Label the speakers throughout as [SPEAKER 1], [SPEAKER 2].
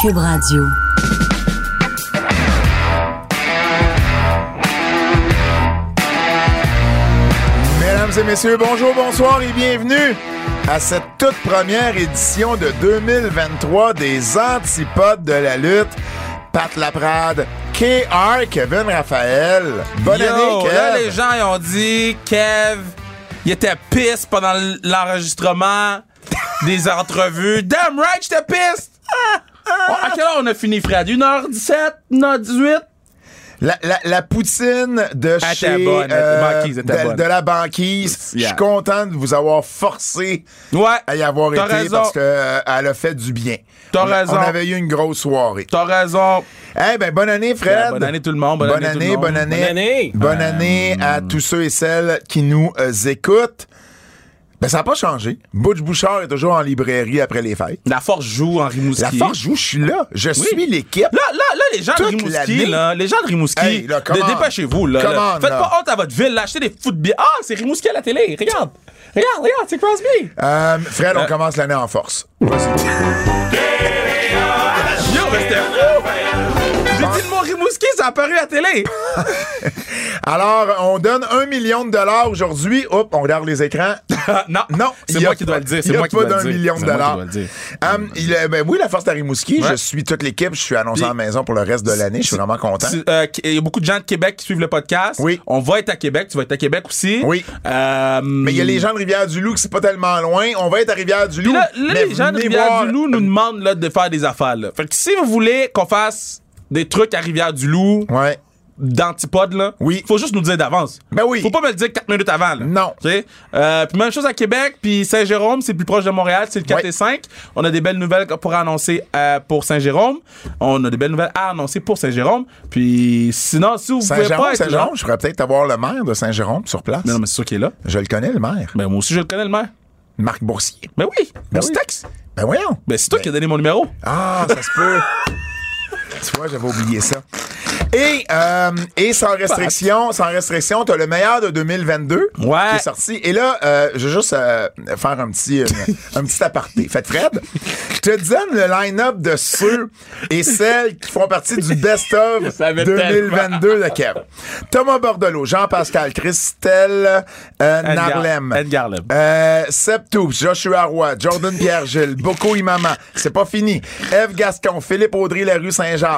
[SPEAKER 1] Cube Radio.
[SPEAKER 2] Mesdames et messieurs, bonjour, bonsoir et bienvenue à cette toute première édition de 2023 des Antipodes de la lutte. Pat Laprade, KR, Kevin Raphaël. Bonne
[SPEAKER 3] Yo,
[SPEAKER 2] année, Kev.
[SPEAKER 3] Là, les gens, ils ont dit, Kev, il était pisse pendant l'enregistrement des entrevues. Damn right, j'étais pisse! Ah, ah. À quelle heure on a fini, Fred? 1h17? 1h18?
[SPEAKER 2] La, la, la poutine de
[SPEAKER 3] était
[SPEAKER 2] chez
[SPEAKER 3] Ah,
[SPEAKER 2] euh,
[SPEAKER 3] bonne, elle était banquise, elle était
[SPEAKER 2] de,
[SPEAKER 3] bonne.
[SPEAKER 2] de la banquise. Je
[SPEAKER 3] Yeah.
[SPEAKER 2] suis content de vous avoir forcé
[SPEAKER 3] Ouais.
[SPEAKER 2] à y avoir été
[SPEAKER 3] T'as raison.
[SPEAKER 2] parce que euh, elle a fait du bien.
[SPEAKER 3] T'as
[SPEAKER 2] On a-
[SPEAKER 3] raison.
[SPEAKER 2] On avait eu une grosse soirée.
[SPEAKER 3] T'as raison.
[SPEAKER 2] Eh ben bonne année Fred.
[SPEAKER 3] Ben, bonne année tout le monde, bonne année tout le monde. Euh,
[SPEAKER 2] bonne année.
[SPEAKER 4] Bonne année.
[SPEAKER 2] Bonne année à tous ceux et celles qui nous euh, écoutent. Ben ça n'a pas changé. Butch Bouchard est toujours en librairie après les fêtes.
[SPEAKER 3] La force joue en Rimouski.
[SPEAKER 2] La force joue, je suis là, je suis l'équipe.
[SPEAKER 3] Là, là, là, les gens
[SPEAKER 2] Toute
[SPEAKER 3] de Rimouski,
[SPEAKER 2] l'année.
[SPEAKER 3] là, les gens de Rimouski,
[SPEAKER 2] Hey, là, come
[SPEAKER 3] dé-
[SPEAKER 2] on.
[SPEAKER 3] dépêchez-vous, là,
[SPEAKER 2] Come
[SPEAKER 3] là.
[SPEAKER 2] on,
[SPEAKER 3] Faites
[SPEAKER 2] là.
[SPEAKER 3] pas honte à votre ville, là, achetez des fous de billets. Ah, c'est Rimouski à la télé, regarde. Regarde, regarde, c'est Crosby.
[SPEAKER 2] Euh, Fred, on commence l'année en force.
[SPEAKER 3] Yo, mais c'était fou! J'ai dit le mot Rimouski, ça a apparu à la télé.
[SPEAKER 2] Alors, on donne un million de dollars aujourd'hui. Oups, on regarde les écrans.
[SPEAKER 3] Ah, non,
[SPEAKER 2] Non,
[SPEAKER 3] c'est
[SPEAKER 2] il y a
[SPEAKER 3] moi qui dois
[SPEAKER 2] pas-
[SPEAKER 3] le dire.
[SPEAKER 2] il y
[SPEAKER 3] C'est
[SPEAKER 2] a
[SPEAKER 3] moi qui
[SPEAKER 2] pas
[SPEAKER 3] dois le dire.
[SPEAKER 2] d'un million de
[SPEAKER 3] C'est moi qui
[SPEAKER 2] dollars.
[SPEAKER 3] dois le dire.
[SPEAKER 2] Hum, il est- ben oui, la force d'Arimouski.
[SPEAKER 3] Ouais.
[SPEAKER 2] Je suis toute l'équipe. Je suis annoncé en maison pour le reste de l'année. Je suis vraiment content.
[SPEAKER 3] Tu- euh, qui- Il y a beaucoup de gens de Québec qui suivent le podcast.
[SPEAKER 2] Hein? Oui.
[SPEAKER 3] On va être à Québec. Tu vas être à Québec aussi.
[SPEAKER 2] Oui.
[SPEAKER 3] Euh,
[SPEAKER 2] Mais il y a les gens de Rivière-du-Loup qui c'est pas tellement loin. On va être à Rivière-du-Loup.
[SPEAKER 3] Puis là, là,
[SPEAKER 2] mais
[SPEAKER 3] les gens de
[SPEAKER 2] venez voir-
[SPEAKER 3] Rivière-du-Loup nous demandent là, de faire des affaires. Là. Fait que si vous voulez qu'on fasse des trucs à Rivière-du-Loup,
[SPEAKER 2] Ouais.
[SPEAKER 3] d'antipode, là,
[SPEAKER 2] Oui.
[SPEAKER 3] faut juste nous le dire d'avance.
[SPEAKER 2] Ben oui.
[SPEAKER 3] Faut pas me le dire 4 minutes avant. Là.
[SPEAKER 2] Non.
[SPEAKER 3] Tu sais? Euh, puis même chose à Québec, puis Saint-Jérôme, c'est le plus proche de Montréal, c'est le 4
[SPEAKER 2] Ouais.
[SPEAKER 3] et 5. On a des belles nouvelles qu'on pourra annoncer euh, pour Saint-Jérôme. On a des belles nouvelles à annoncer pour Saint-Jérôme. Puis sinon, si vous pouvez
[SPEAKER 2] Saint-Jérôme,
[SPEAKER 3] pas être là...
[SPEAKER 2] Saint-Jérôme, je pourrais peut-être avoir le maire de Saint-Jérôme sur place.
[SPEAKER 3] Mais non, mais c'est sûr qu'il est là.
[SPEAKER 2] Je le connais, le maire.
[SPEAKER 3] Ben moi aussi, je le connais, le maire.
[SPEAKER 2] Marc Boursier.
[SPEAKER 3] Ben oui,
[SPEAKER 2] Ben
[SPEAKER 3] on se
[SPEAKER 2] oui.
[SPEAKER 3] texte.
[SPEAKER 2] Ben voyons.
[SPEAKER 3] Ben c'est toi qui as donné mon numéro.
[SPEAKER 2] Ah, ça se peut. tu vois, j'avais oublié ça. Et, euh, et sans restriction, sans restriction, t'as le meilleur de 2022
[SPEAKER 3] Ouais.
[SPEAKER 2] qui est sorti. Et là, euh, je vais juste euh, faire un petit, euh, un petit aparté. Fait que Fred, je te donne le line-up de ceux et celles qui font partie du best-of
[SPEAKER 4] Ça m'étonne
[SPEAKER 2] 2022 de Kev. Thomas Bordelot, Jean-Pascal, Christelle euh,
[SPEAKER 3] Edgar-
[SPEAKER 2] Narlem,
[SPEAKER 3] Edgar Lem.
[SPEAKER 2] euh, Seb Toups, Joshua Roy, Jordan Pierre-Gilles, Boko Imama, c'est pas fini. Eve Gascon, Philippe Audry, Larue Saint-Jacques,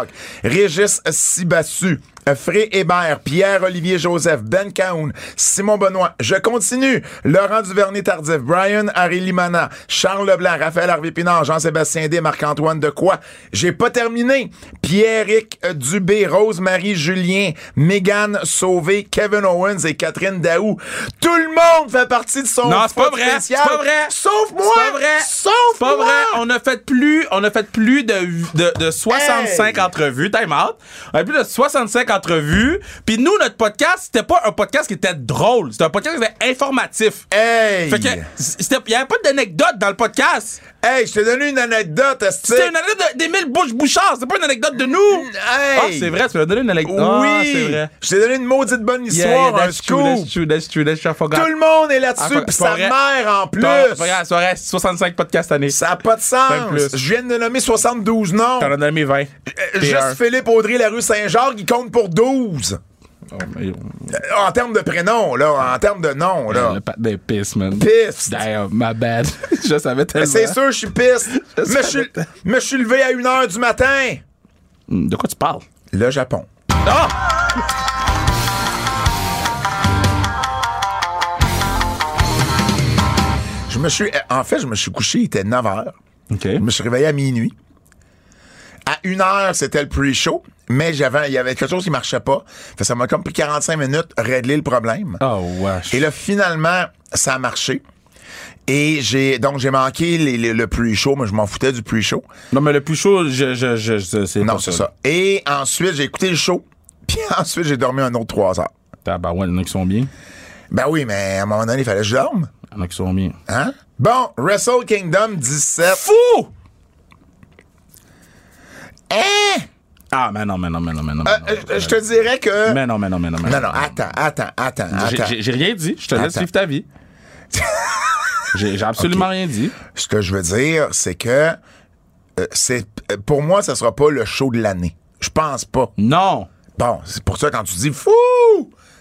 [SPEAKER 2] Régis Sibassu, euh, Fré Hébert, Pierre-Olivier Joseph, Ben Cahoun, Simon Benoît, je continue, Laurent Duvernay-Tardif, Brian Harry Limana, Charles Leblanc, Raphaël Harvey Pinard, Jean-Sébastien D, Marc-Antoine Decoy. J'ai pas terminé. Pierrick euh, Dubé, Rose-Marie Julien, Mégane Sauvé, Kevin Owens et Catherine Daou. Tout le monde fait partie de son
[SPEAKER 3] Non, c'est pas
[SPEAKER 2] spot
[SPEAKER 3] vrai. C'est
[SPEAKER 2] spécial.
[SPEAKER 3] pas vrai.
[SPEAKER 2] Sauf moi.
[SPEAKER 3] C'est pas vrai.
[SPEAKER 2] Sauf
[SPEAKER 3] C'est pas
[SPEAKER 2] moi.
[SPEAKER 3] vrai. On a fait plus, on a fait plus de, de, de 65
[SPEAKER 2] Hey.
[SPEAKER 3] entrevues. Time out. On a fait plus de 65 entrevues. Puis nous, notre podcast, c'était pas un podcast qui était drôle. C'était un podcast qui était informatif.
[SPEAKER 2] Hey.
[SPEAKER 3] Fait que, c'était- il y avait pas d'anecdote dans le podcast.
[SPEAKER 2] Hey, je t'ai donné une anecdote, Asti.
[SPEAKER 3] C'était une anecdote de- d'Émile Bouche-Bouchard. C'était pas une anecdote de nous.
[SPEAKER 2] Hey.
[SPEAKER 3] Ah, c'est vrai. Tu m'as donné une anecdote. Ah, c'est
[SPEAKER 2] Oui.
[SPEAKER 3] vrai.
[SPEAKER 2] je t'ai donné une maudite bonne
[SPEAKER 3] Yeah,
[SPEAKER 2] histoire,
[SPEAKER 3] yeah,
[SPEAKER 2] un
[SPEAKER 3] that's true,
[SPEAKER 2] scoop.
[SPEAKER 3] that's true, that's true, that's true, I forgot.
[SPEAKER 2] Tout le monde est
[SPEAKER 3] Ah,
[SPEAKER 2] là-dessus,
[SPEAKER 3] c'est
[SPEAKER 2] pis
[SPEAKER 3] pas
[SPEAKER 2] sa
[SPEAKER 3] vrai.
[SPEAKER 2] mère en plus.
[SPEAKER 3] T'as- pas grave, c'est vrai, 65 podcasts année.
[SPEAKER 2] Ça n'a pas de
[SPEAKER 3] Même
[SPEAKER 2] sens.
[SPEAKER 3] plus.
[SPEAKER 2] Je viens de nommer 72 noms.
[SPEAKER 3] T'en as donné 20.
[SPEAKER 2] Euh, Juste Philippe Audrey, la rue Saint-Jacques, il compte pour 12.
[SPEAKER 3] Oh,
[SPEAKER 2] Euh, En termes de prénom, là. En termes de nom, là.
[SPEAKER 3] Ben, Le pat des pisses, man.
[SPEAKER 2] Piste.
[SPEAKER 3] Damn, my bad. je savais
[SPEAKER 2] Ben,
[SPEAKER 3] tellement.
[SPEAKER 2] C'est sûr, je suis piste. Mais je suis- mais je suis levé à 1h du matin.
[SPEAKER 3] Mm, De quoi tu parles?
[SPEAKER 2] Le Japon. Ah! Je me suis. En fait, je me suis couché, il était 9 h.
[SPEAKER 3] OK.
[SPEAKER 2] Je me suis réveillé à minuit. À une heure, c'était le pre-show, mais j'avais, il y avait quelque chose qui marchait pas. Fait que ça m'a comme pris 45 minutes régler le problème.
[SPEAKER 3] Oh, wesh.
[SPEAKER 2] Et là, finalement, ça a marché. Et j'ai donc j'ai manqué les- les- le pre-show, mais je m'en foutais du pre-show.
[SPEAKER 3] Non, mais le plus chaud, je, je, je, je- c'est
[SPEAKER 2] Non,
[SPEAKER 3] pas
[SPEAKER 2] c'est ça. Et ensuite, j'ai écouté le show. Puis ensuite, j'ai dormi un autre trois heures.
[SPEAKER 3] Tabarouette, il y en a qui sont bien.
[SPEAKER 2] Ben oui, mais à un moment donné, il fallait que je dorme.
[SPEAKER 3] Il y en a qui sont bien.
[SPEAKER 2] Hein? Bon, Wrestle Kingdom 17.
[SPEAKER 3] Fou!
[SPEAKER 2] Hein?
[SPEAKER 3] Ah, mais non, mais non, mais non, mais non.
[SPEAKER 2] Euh,
[SPEAKER 3] mais non,
[SPEAKER 2] euh, je te dirais que.
[SPEAKER 3] Mais non, mais non, mais non, mais
[SPEAKER 2] Non, non, attends, attends, attends,
[SPEAKER 3] J'ai-
[SPEAKER 2] attends.
[SPEAKER 3] J'ai j'ai rien dit. Je te laisse
[SPEAKER 2] Attends.
[SPEAKER 3] vivre ta vie. J'ai j'ai absolument rien dit.
[SPEAKER 2] Ce que je veux dire, c'est que euh, c'est euh, pour moi, ça sera pas le show de l'année. Je pense pas.
[SPEAKER 3] Non.
[SPEAKER 2] Bon, c'est pour ça quand tu dis fou,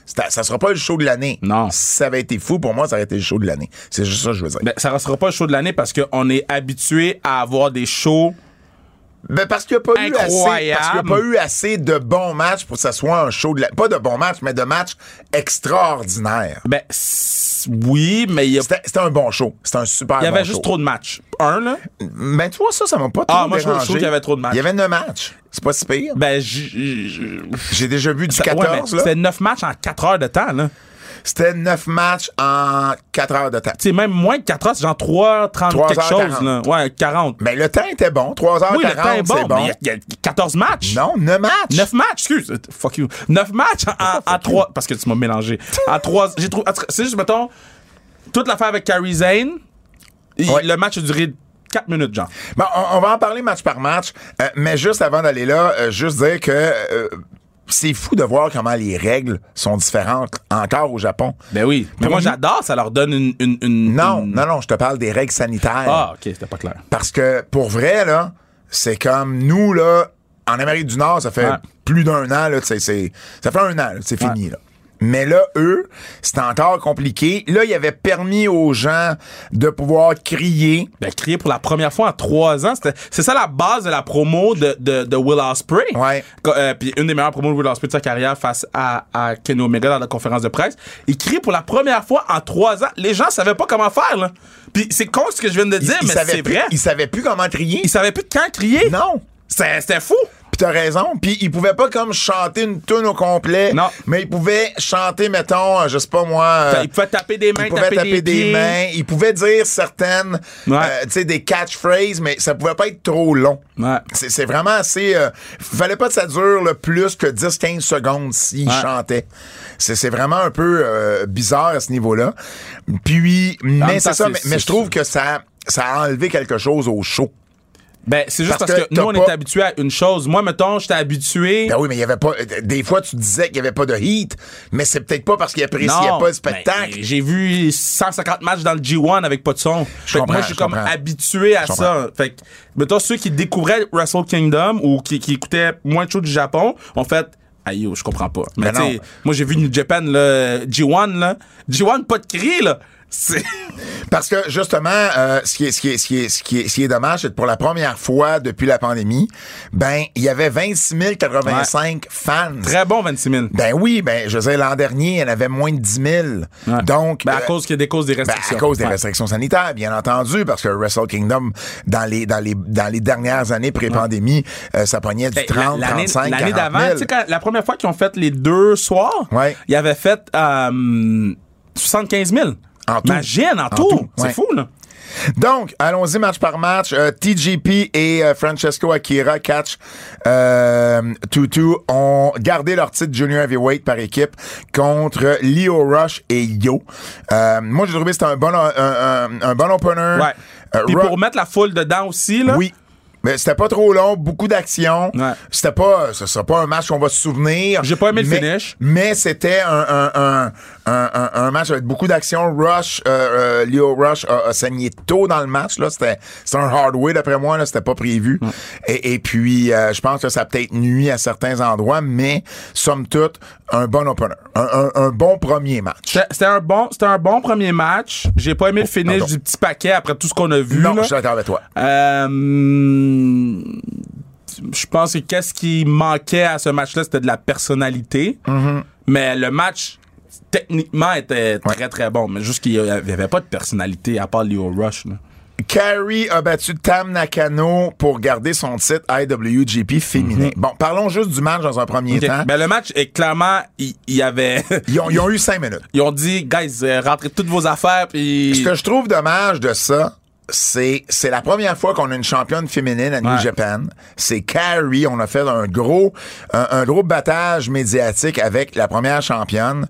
[SPEAKER 2] c'est- ça sera pas le show de l'année.
[SPEAKER 3] Non.
[SPEAKER 2] Si ça avait été fou, pour moi, ça aurait été le show de l'année. C'est juste ça que je veux dire.
[SPEAKER 3] Ben, ça restera pas le show de l'année parce qu'on est habitué à avoir des shows.
[SPEAKER 2] Ben parce qu'il n'y a, pas eu assez-
[SPEAKER 3] Incroyable.
[SPEAKER 2] parce qu'il y a pas eu assez de bons matchs pour que ça soit un show de la- Pas de bons matchs, mais de matchs extraordinaires.
[SPEAKER 3] Ben, s- oui, mais il y a-
[SPEAKER 2] C'était c'était un bon show. C'était un super
[SPEAKER 3] il y avait
[SPEAKER 2] bon
[SPEAKER 3] juste
[SPEAKER 2] show.
[SPEAKER 3] trop de matchs. Un, là.
[SPEAKER 2] Mais toi, ça, ça m'a pas trop
[SPEAKER 3] Ah, moi, je trouve- je
[SPEAKER 2] dérangé.
[SPEAKER 3] trouve qu'il y avait trop de matchs.
[SPEAKER 2] Il y avait 9 matchs. C'est pas si pire.
[SPEAKER 3] Ben, j- j- j-
[SPEAKER 2] J'ai déjà vu du
[SPEAKER 3] ça- ouais,
[SPEAKER 2] 14,
[SPEAKER 3] mais
[SPEAKER 2] là.
[SPEAKER 3] C'était neuf matchs en 4 heures de temps, là.
[SPEAKER 2] C'était 9 matchs en 4 heures de temps.
[SPEAKER 3] Tu sais, même moins que 4 heures, c'est genre 3 30
[SPEAKER 2] 3
[SPEAKER 3] quelque
[SPEAKER 2] heures
[SPEAKER 3] chose,
[SPEAKER 2] 40.
[SPEAKER 3] là. Ouais, 40.
[SPEAKER 2] Mais le temps était bon. 3 heures
[SPEAKER 3] oui, le temps est
[SPEAKER 2] 40,
[SPEAKER 3] bon,
[SPEAKER 2] c'est bon.
[SPEAKER 3] mais il y a- il y, a 14 matchs.
[SPEAKER 2] Non, 9 matchs.
[SPEAKER 3] 9 matchs, excuse. Euh, Fuck you. 9 matchs en, en 3. Parce que tu m'as mélangé. En 3. J'ai trouvé. en tout cas, C'est juste, mettons, toute l'affaire avec Carrie Zane, il-
[SPEAKER 2] Ouais.
[SPEAKER 3] le match a duré 4 minutes, genre.
[SPEAKER 2] Bon, on, on va en parler match par match, euh, mais juste avant d'aller là, euh, juste dire que euh, c'est fou de voir comment les règles sont différentes encore au Japon.
[SPEAKER 3] Ben oui. Mais
[SPEAKER 2] Pour
[SPEAKER 3] moi,
[SPEAKER 2] nous-
[SPEAKER 3] j'adore, ça leur donne une. une- une-
[SPEAKER 2] Non,
[SPEAKER 3] une-
[SPEAKER 2] non, non, je te parle des règles sanitaires.
[SPEAKER 3] Ah, ok, c'était pas clair.
[SPEAKER 2] Parce que pour vrai, là, c'est comme nous, là, en Amérique du Nord, ça fait
[SPEAKER 3] Ouais.
[SPEAKER 2] plus d'un an, là, tu sais, c'est- ça fait un an, là, c'est fini, là. Mais là, eux, c'était encore compliqué. Là, il avait permis aux gens de pouvoir crier.
[SPEAKER 3] Ben, crier pour la première fois en trois ans, c'était- c'est ça la base de la promo de, de, de Will Ospreay.
[SPEAKER 2] Ouais.
[SPEAKER 3] Qu- euh, puis une des meilleures promos de Will Ospreay de sa carrière face à, à Kenny Omega dans la conférence de presse. Il crie pour la première fois en trois ans. Les gens savaient pas comment faire, là. Puis c'est con ce que je viens de dire,
[SPEAKER 2] ils,
[SPEAKER 3] mais
[SPEAKER 2] savaient
[SPEAKER 3] c'est
[SPEAKER 2] plus,
[SPEAKER 3] vrai.
[SPEAKER 2] ils
[SPEAKER 3] Ils,
[SPEAKER 2] savaient plus comment crier.
[SPEAKER 3] savaient plus quand crier.
[SPEAKER 2] Non.
[SPEAKER 3] C'est- C'était fou.
[SPEAKER 2] Puis t'as raison. Puis ils pouvaient pas comme chanter une tune au complet.
[SPEAKER 3] Non.
[SPEAKER 2] Mais ils pouvaient chanter, mettons, euh, je sais pas moi. euh,
[SPEAKER 3] Ils pouvaient taper des mains,
[SPEAKER 2] ils pouvaient
[SPEAKER 3] taper, des, pieds.
[SPEAKER 2] mains. Ils pouvaient dire certaines,
[SPEAKER 3] Ouais.
[SPEAKER 2] euh, tu sais, des catchphrases, mais ça pouvait pas être trop long.
[SPEAKER 3] Ouais.
[SPEAKER 2] C'est c'est vraiment assez. euh, fallait pas que ça dure le plus que 10-15 secondes s'ils
[SPEAKER 3] Ouais.
[SPEAKER 2] chantaient. C'est c'est vraiment un peu euh, bizarre à ce niveau-là. Puis,
[SPEAKER 3] même
[SPEAKER 2] mais
[SPEAKER 3] temps,
[SPEAKER 2] c'est ça.
[SPEAKER 3] c'est-
[SPEAKER 2] Mais,
[SPEAKER 3] c'est-
[SPEAKER 2] mais je trouve que ça, ça a enlevé quelque chose au show.
[SPEAKER 3] Ben, c'est juste
[SPEAKER 2] Parce
[SPEAKER 3] parce,
[SPEAKER 2] que
[SPEAKER 3] que,
[SPEAKER 2] t'as
[SPEAKER 3] nous, on
[SPEAKER 2] pas-
[SPEAKER 3] est habitué à une chose. Moi, mettons, j'étais habitué.
[SPEAKER 2] Ben oui, mais il y avait pas. euh, Des fois, tu disais qu'il y avait pas de heat, mais c'est peut-être pas parce qu'il appréciait
[SPEAKER 3] Non,
[SPEAKER 2] pas le spectacle.
[SPEAKER 3] ben, j'ai vu 150 matchs dans le G1 avec pas de son. Fait que
[SPEAKER 2] comprends,
[SPEAKER 3] moi, je suis
[SPEAKER 2] je
[SPEAKER 3] comme
[SPEAKER 2] comprends.
[SPEAKER 3] habitué à
[SPEAKER 2] Je
[SPEAKER 3] ça. Fait que, mettons, ceux qui découvraient Wrestle Kingdom ou qui, qui écoutaient moins de shows du Japon, en fait, aïe, yo, je comprends pas. Mais
[SPEAKER 2] Ben non.
[SPEAKER 3] tu sais, moi, j'ai vu New Japan, là, G1, là. G1, pas de cri, là. C'est-
[SPEAKER 2] Parce que justement, euh, ce, qui est, ce, qui est, ce, qui est, ce, qui est, ce qui est dommage, c'est que pour la première fois depuis la pandémie, ben il y avait 26 085 fans.
[SPEAKER 3] Très bon, 26 000.
[SPEAKER 2] Ben oui, ben je veux dire, l'an dernier, il y en avait moins de 10 000.
[SPEAKER 3] Ouais.
[SPEAKER 2] Donc,
[SPEAKER 3] Ben, à
[SPEAKER 2] euh,
[SPEAKER 3] cause qu'il y a des causes des
[SPEAKER 2] ben,
[SPEAKER 3] restrictions.
[SPEAKER 2] à cause des
[SPEAKER 3] Ouais.
[SPEAKER 2] restrictions sanitaires, bien entendu, parce que Wrestle Kingdom, dans les, dans les, dans les dernières années pré-pandémie, euh, ça pognait du
[SPEAKER 3] Ben,
[SPEAKER 2] 30,
[SPEAKER 3] la- l'année-
[SPEAKER 2] 35, 40
[SPEAKER 3] L'année
[SPEAKER 2] 000.
[SPEAKER 3] d'avant, tu sais, quand- la première fois qu'ils ont fait les deux soirs,
[SPEAKER 2] Ouais.
[SPEAKER 3] ils avaient fait euh, 75 000.
[SPEAKER 2] En tout.
[SPEAKER 3] Imagine, en,
[SPEAKER 2] En
[SPEAKER 3] tout.
[SPEAKER 2] tout,
[SPEAKER 3] C'est
[SPEAKER 2] ouais.
[SPEAKER 3] fou, là.
[SPEAKER 2] Donc, allons-y match par match. Euh, TGP et euh, Francesco Akira, catch euh, Tutu, ont gardé leur titre junior heavyweight par équipe contre Leo Rush et Yo. Euh, moi, j'ai trouvé que c'était un bon, un, un- un bon opener.
[SPEAKER 3] Ouais.
[SPEAKER 2] Euh,
[SPEAKER 3] Puis
[SPEAKER 2] Ru-
[SPEAKER 3] pour mettre la foule dedans aussi, là.
[SPEAKER 2] oui. Mais c'était pas trop long, beaucoup d'action.
[SPEAKER 3] Ouais.
[SPEAKER 2] C'était pas, ce sera pas un match qu'on va se souvenir.
[SPEAKER 3] J'ai pas aimé le
[SPEAKER 2] mais-
[SPEAKER 3] finish.
[SPEAKER 2] Mais c'était un, un, un, un, un- un match avec beaucoup d'action. Rush, euh, euh, Leo Rush a, a saigné tôt dans le match. là. C'était c'était un hard way d'après moi. là. C'était pas prévu. Et, et puis, euh, je pense que ça a peut-être nuit à certains endroits, mais somme toute, un bon opener. Un, un- un bon premier match.
[SPEAKER 3] C'était c'était un, bon, c'était un bon premier match. J'ai pas aimé le finish
[SPEAKER 2] Oh, pardon.
[SPEAKER 3] du petit paquet après tout ce qu'on a vu.
[SPEAKER 2] Non,
[SPEAKER 3] là.
[SPEAKER 2] je suis d'accord avec toi.
[SPEAKER 3] Euh, je pense que qu'est-ce qui manquait à ce match-là, c'était de la personnalité.
[SPEAKER 2] Mm-hmm.
[SPEAKER 3] Mais le match, techniquement, était très, très bon. Mais juste qu'il y avait il y avait pas de personnalité à part Leo Rush. là.
[SPEAKER 2] Carrie a battu Tam Nakano pour garder son titre IWGP féminin. Bon, parlons juste du match dans un premier
[SPEAKER 3] Mhm. Ok.
[SPEAKER 2] temps.
[SPEAKER 3] Ben, le match, est clairement, il il y avait...
[SPEAKER 2] Ils ont, ils ont eu cinq minutes.
[SPEAKER 3] Ils ont dit, guys, euh, rentrez toutes vos affaires,
[SPEAKER 2] Ce
[SPEAKER 3] puis...
[SPEAKER 2] que je trouve dommage de ça, c'est c'est la première fois qu'on a une championne féminine à New
[SPEAKER 3] Ouais.
[SPEAKER 2] Japan. C'est Carrie. On a fait un gros un, un gros battage médiatique avec la première championne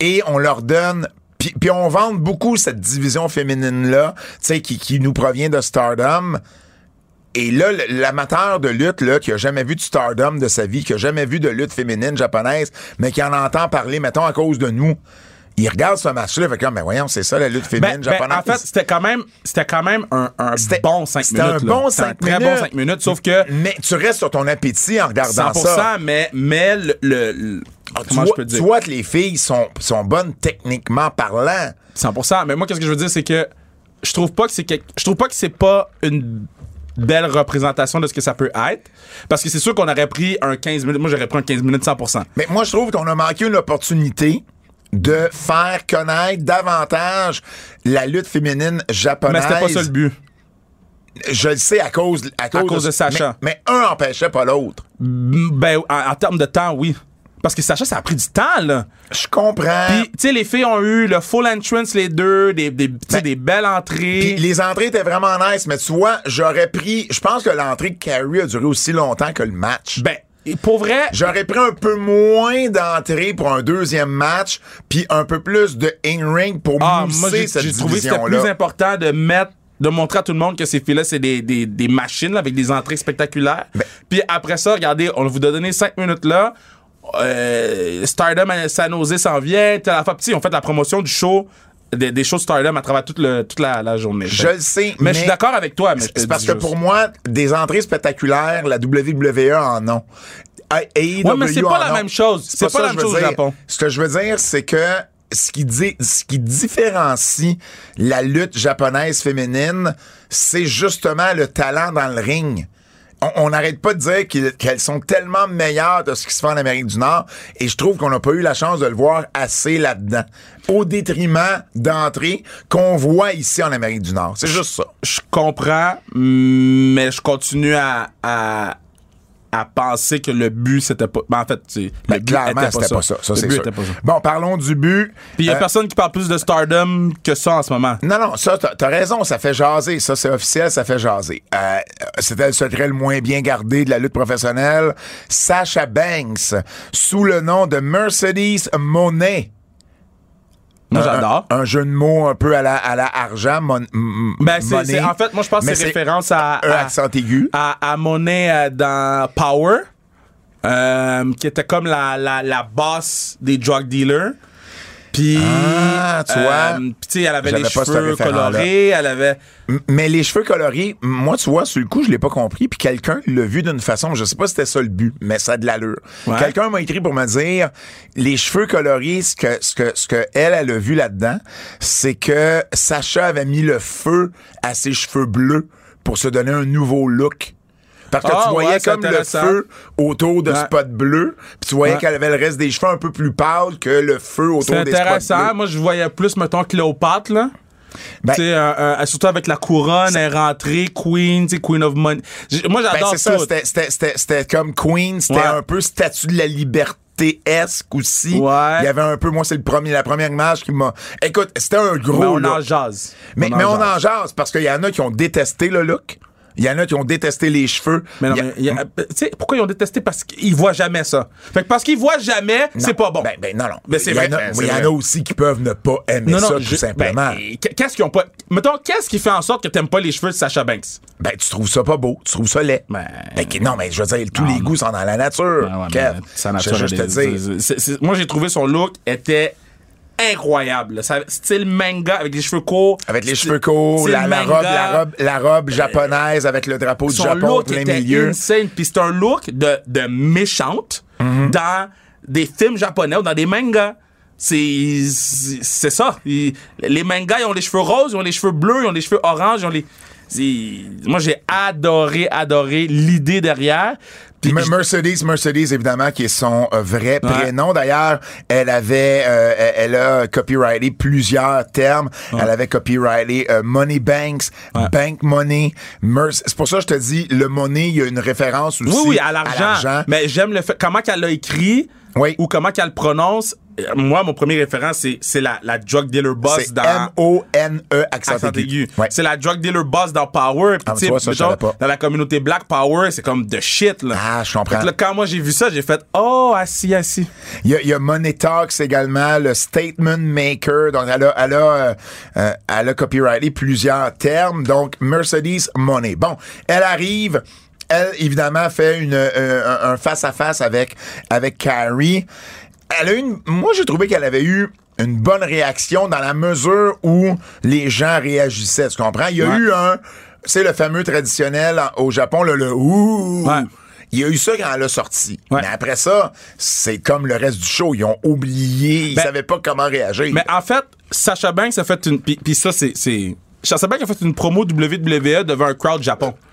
[SPEAKER 2] et on leur donne puis, puis on vante beaucoup cette division féminine là, tu sais qui, qui nous provient de Stardom. Et là, le- l'amateur de lutte là, qui a jamais vu de stardom de sa vie, qui a jamais vu de lutte féminine japonaise, mais qui en entend parler, mettons, à cause de nous, il regarde ce match-là, fait comme, mais voyons, c'est ça la lutte féminine
[SPEAKER 3] Ben, ben,
[SPEAKER 2] japonaise.
[SPEAKER 3] en fait, c'était quand même, c'était quand même un, un
[SPEAKER 2] C'était-
[SPEAKER 3] bon 5 minutes.
[SPEAKER 2] c'était un
[SPEAKER 3] là.
[SPEAKER 2] bon
[SPEAKER 3] C'était
[SPEAKER 2] cinq
[SPEAKER 3] très
[SPEAKER 2] minutes.
[SPEAKER 3] bon 5 minutes, sauf que
[SPEAKER 2] mais tu restes sur ton appétit en regardant
[SPEAKER 3] 100%,
[SPEAKER 2] ça. Ah,
[SPEAKER 3] mais, mais le, le- le-
[SPEAKER 2] Tu
[SPEAKER 3] comment
[SPEAKER 2] vois,
[SPEAKER 3] je peux dire?
[SPEAKER 2] tu vois que les filles sont, sont bonnes techniquement parlant.
[SPEAKER 3] 100%. Mais moi, qu'est-ce que je veux dire, c'est que je trouve pas que c'est quelque- je trouve pas que c'est pas une belle représentation de ce que ça peut être. Parce que c'est sûr qu'on aurait pris un 15 minutes. Moi, j'aurais pris un 15 minutes 100%.
[SPEAKER 2] Mais moi, je trouve qu'on a manqué une opportunité de faire connaître davantage la lutte féminine
[SPEAKER 3] Mais
[SPEAKER 2] japonaise.
[SPEAKER 3] c'était pas ça le but.
[SPEAKER 2] Je le sais à cause, à cause,
[SPEAKER 3] cause de Sacha.
[SPEAKER 2] Mais, mais un empêchait pas l'autre.
[SPEAKER 3] Mm, Ben, en, en termes de temps, oui. Parce que Sacha, ça a pris du temps, là.
[SPEAKER 2] Je comprends.
[SPEAKER 3] Puis, tu sais, les filles ont eu le full entrance, les deux, des, des, tu sais,
[SPEAKER 2] Ben,
[SPEAKER 3] des belles entrées.
[SPEAKER 2] Puis les entrées étaient vraiment nice, mais tu vois, j'aurais pris. Je pense que l'entrée de Carrie a duré aussi longtemps que le match.
[SPEAKER 3] Ben, et pour vrai,
[SPEAKER 2] J'aurais pris un peu moins d'entrées pour un deuxième match, puis un peu plus de in-ring pour
[SPEAKER 3] ah, moi,
[SPEAKER 2] mousser
[SPEAKER 3] j'ai
[SPEAKER 2] cette
[SPEAKER 3] j'ai trouvé que c'était plus
[SPEAKER 2] division-là.
[SPEAKER 3] important de mettre de montrer à tout le monde que ces filles-là, c'est des, des, des machines là, avec des entrées spectaculaires.
[SPEAKER 2] Ben
[SPEAKER 3] Puis après ça, regardez, on vous a donné 5 minutes là. Euh, Stardom à San Jose s'en vient. Telle affaire. Puis, tu sais, ils ont fait la promotion du show, des, des shows de Stardom à travers toute, le, toute la, la journée.
[SPEAKER 2] Je le sais,
[SPEAKER 3] mais, je suis d'accord avec toi. Mais je te
[SPEAKER 2] C'est parce
[SPEAKER 3] dis
[SPEAKER 2] que
[SPEAKER 3] juste-
[SPEAKER 2] pour moi, des entrées spectaculaires, la WWE en ont. Oui,
[SPEAKER 3] Ouais, mais c'est pas la même chose. C'est pas la même chose au Japon.
[SPEAKER 2] Ce que je veux dire, c'est que ce qui, dit, ce qui différencie la lutte japonaise féminine, c'est justement le talent dans le ring. On- On n'arrête pas de dire qu'il- qu'elles sont tellement meilleures de ce qui se fait en Amérique du Nord et je trouve qu'on n'a pas eu la chance de le voir assez là-dedans, au détriment d'entrées qu'on voit ici en Amérique du Nord. C'est juste ça.
[SPEAKER 3] je comprends, mais je continue à, à, à penser que le but, c'était pas. Ben, en fait, tu sais,
[SPEAKER 2] Ben,
[SPEAKER 3] le but
[SPEAKER 2] clairement,
[SPEAKER 3] était
[SPEAKER 2] c'était pas ça. Ça,
[SPEAKER 3] Le
[SPEAKER 2] c'est
[SPEAKER 3] but
[SPEAKER 2] sûr.
[SPEAKER 3] était pas ça.
[SPEAKER 2] Bon, parlons du but.
[SPEAKER 3] Puis il y a
[SPEAKER 2] Euh,
[SPEAKER 3] personne qui parle plus de stardom que ça en ce moment.
[SPEAKER 2] Non, non, ça, t'as t'as raison, ça fait jaser. Ça, c'est officiel, ça fait jaser. Euh, C'était le secret le moins bien gardé de la lutte professionnelle. Sasha Banks, sous le nom de Mercedes Monet.
[SPEAKER 3] Moi,
[SPEAKER 2] Un-
[SPEAKER 3] j'adore.
[SPEAKER 2] Un, jeu de mots un peu à la, à la argent, mon- m-
[SPEAKER 3] Ben, c'est-
[SPEAKER 2] monnaie.
[SPEAKER 3] c'est- en fait, moi, je pense que
[SPEAKER 2] euh, Mais
[SPEAKER 3] c'est référence à.
[SPEAKER 2] Un
[SPEAKER 3] à-
[SPEAKER 2] accent aigu.
[SPEAKER 3] à, à Monet euh, dans Power, euh, qui était comme la, la, la boss des drug dealers. Puis, euh,
[SPEAKER 2] Ah, tu vois.
[SPEAKER 3] puis, tu sais, elle avait les
[SPEAKER 2] J'avais pas ce
[SPEAKER 3] cheveux
[SPEAKER 2] référent-là.
[SPEAKER 3] colorés, elle avait.
[SPEAKER 2] M- Mais les cheveux colorés, m- moi, tu vois, sur le coup, je l'ai pas compris. Puis quelqu'un l'a vu d'une façon, je sais pas si c'était ça le but, mais ça a de l'allure.
[SPEAKER 3] Ouais.
[SPEAKER 2] Quelqu'un m'a écrit pour me dire, les cheveux colorés, ce que, ce que, ce que elle, elle a vu là-dedans, c'est que Sacha avait mis le feu à ses cheveux bleus pour se donner un nouveau look. Parce que
[SPEAKER 3] Ah,
[SPEAKER 2] tu voyais
[SPEAKER 3] ouais, c'est
[SPEAKER 2] comme le
[SPEAKER 3] intéressant.
[SPEAKER 2] feu autour de
[SPEAKER 3] Ouais.
[SPEAKER 2] spots bleus, puis tu voyais
[SPEAKER 3] Ouais.
[SPEAKER 2] qu'elle avait le reste des cheveux un peu plus pâle que le feu
[SPEAKER 3] C'est
[SPEAKER 2] autour des spots
[SPEAKER 3] intéressant.
[SPEAKER 2] bleus.
[SPEAKER 3] Moi, je voyais plus, mettons, Cléopâtre, là.
[SPEAKER 2] Ben,
[SPEAKER 3] Tu sais, euh, euh, surtout avec la couronne, elle est rentrée, Queen, tu sais, Queen of Money. J- Moi,
[SPEAKER 2] Ben,
[SPEAKER 3] j'adore
[SPEAKER 2] c'est ça,
[SPEAKER 3] tout.
[SPEAKER 2] c'était- c'était- c'était c'était comme Queen, c'était
[SPEAKER 3] Ouais.
[SPEAKER 2] un peu statue de la liberté esque aussi.
[SPEAKER 3] Ouais.
[SPEAKER 2] Il y avait un peu, moi, c'est le premier, la première image qui m'a. Écoute, c'était un gros.
[SPEAKER 3] Mais Ben, on
[SPEAKER 2] look.
[SPEAKER 3] en jase.
[SPEAKER 2] mais, mais on
[SPEAKER 3] jase.
[SPEAKER 2] en jase parce qu'il y en a qui ont détesté le look. Il y en a qui ont détesté les cheveux.
[SPEAKER 3] Mais
[SPEAKER 2] Il
[SPEAKER 3] non,
[SPEAKER 2] y a- Mm.
[SPEAKER 3] mais il y a- euh, tu sais, pourquoi ils ont détesté? Parce qu'ils voient jamais ça. Fait que parce qu'ils voient jamais, c'est pas bon.
[SPEAKER 2] Ben, ben, non, non.
[SPEAKER 3] Mais c'est
[SPEAKER 2] il y en a-
[SPEAKER 3] vrai, c'est
[SPEAKER 2] il y en
[SPEAKER 3] vrai.
[SPEAKER 2] a aussi qui peuvent ne pas aimer ça, tout
[SPEAKER 3] je-
[SPEAKER 2] simplement.
[SPEAKER 3] ben, et qu- qu'est-ce qu'ils ont pas. Mettons, qu'est-ce qui fait en sorte que t'aimes pas les cheveux de Sacha Banks?
[SPEAKER 2] Ben, tu trouves ça pas beau, tu trouves ça laid.
[SPEAKER 3] Ben-
[SPEAKER 2] que- non, mais je veux dire, tous les goûts sont dans la nature.
[SPEAKER 3] Ah
[SPEAKER 2] Kev. je, je- je te dis.
[SPEAKER 3] moi, j'ai trouvé son look était incroyable. là. Ça- Style manga avec les cheveux courts.
[SPEAKER 2] Avec les
[SPEAKER 3] Style-
[SPEAKER 2] cheveux courts,
[SPEAKER 3] style
[SPEAKER 2] la, la
[SPEAKER 3] manga.
[SPEAKER 2] robe, la robe, la robe japonaise avec le drapeau du
[SPEAKER 3] Euh, Son
[SPEAKER 2] Japon au
[SPEAKER 3] look
[SPEAKER 2] plein
[SPEAKER 3] était
[SPEAKER 2] milieu.
[SPEAKER 3] insane. Puis c'est un look de, de méchante
[SPEAKER 2] Mm-hmm.
[SPEAKER 3] dans des films japonais ou dans des mangas. C'est c'est ça. Ils- les mangas, ils ont les cheveux roses, ils ont les cheveux bleus, ils ont les cheveux oranges, ils ont les... c'est- Moi, j'ai adoré, adoré l'idée derrière. Puis
[SPEAKER 2] Me-
[SPEAKER 3] je-
[SPEAKER 2] Mercedes, Mercedes, évidemment, qui est son euh, vrai prénom. D'ailleurs, elle avait, euh, elle- elle a copyrighté plusieurs termes. Elle avait copyrighté euh, Money Banks, Bank Money, Merce. C'est pour ça que je te dis, le money, il y a une référence aussi
[SPEAKER 3] Oui, oui, à l'argent. Mais j'aime le fait, comment qu'elle l'a écrit
[SPEAKER 2] Oui.
[SPEAKER 3] ou comment qu'elle le prononce. Euh, Moi, mon premier référent, c'est c'est la, la drug dealer boss
[SPEAKER 2] C'est
[SPEAKER 3] dans...
[SPEAKER 2] M-O-N-E, E, accent,
[SPEAKER 3] accent aigu.
[SPEAKER 2] Ouais.
[SPEAKER 3] C'est la drug dealer boss dans Power. Puis,
[SPEAKER 2] Ah, mais
[SPEAKER 3] tu
[SPEAKER 2] tu
[SPEAKER 3] sais,
[SPEAKER 2] vois, ça, je
[SPEAKER 3] mettons,
[SPEAKER 2] savais pas.
[SPEAKER 3] dans la communauté Black Power, c'est comme de shit. Là.
[SPEAKER 2] Ah, je comprends.
[SPEAKER 3] Fait que là, quand moi j'ai vu ça, j'ai fait Oh, assis, assis.
[SPEAKER 2] Il y, a, il y a Money Talks également, le Statement Maker. Donc, elle a, elle a, euh, euh, elle a copyrighté plusieurs termes. Donc, Mercedes Money. Bon, elle arrive. Elle, évidemment, fait une, euh, un- un face-à-face avec, avec Carrie. Elle a une, moi, j'ai trouvé qu'elle avait eu une bonne réaction dans la mesure où les gens réagissaient. Tu comprends? Il y a
[SPEAKER 3] Ouais.
[SPEAKER 2] eu un, c'est le fameux traditionnel en- au Japon, le, le ouh.
[SPEAKER 3] Ouais.
[SPEAKER 2] Il y a eu ça quand elle a sorti.
[SPEAKER 3] Ouais.
[SPEAKER 2] Mais après ça, c'est comme le reste du show. Ils ont oublié. Ils
[SPEAKER 3] Ben-
[SPEAKER 2] savaient pas comment réagir.
[SPEAKER 3] Mais en fait, Sacha Banks a fait une. Puis puis ça, c'est. c'est- Sacha Banks a fait une promo WWE devant un crowd Japon. Euh,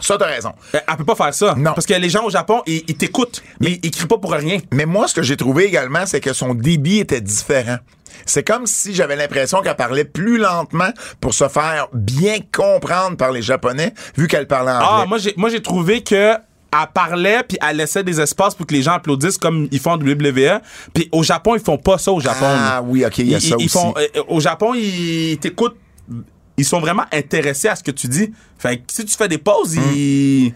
[SPEAKER 2] Ça, t'as raison.
[SPEAKER 3] Elle, elle peut pas faire ça.
[SPEAKER 2] Non.
[SPEAKER 3] Parce que les gens au Japon, ils, ils t'écoutent. Mais ils crient pas pour rien.
[SPEAKER 2] Mais moi, ce que j'ai trouvé également, c'est que son débit était différent. C'est comme si j'avais l'impression qu'elle parlait plus lentement pour se faire bien comprendre par les Japonais, vu qu'elle parlait anglais.
[SPEAKER 3] Ah, moi, j'ai, moi, j'ai trouvé que. Elle parlait, puis elle laissait des espaces pour que les gens applaudissent comme ils font en WWE. Puis au Japon, ils font pas ça au Japon.
[SPEAKER 2] Ah
[SPEAKER 3] là.
[SPEAKER 2] oui, ok, il y a
[SPEAKER 3] Ils-
[SPEAKER 2] ça
[SPEAKER 3] ils
[SPEAKER 2] aussi.
[SPEAKER 3] font- euh, au Japon, ils t'écoutent. Ils sont vraiment intéressés à ce que tu dis. Fait que si tu fais des pauses,
[SPEAKER 2] Hmm.
[SPEAKER 3] ils.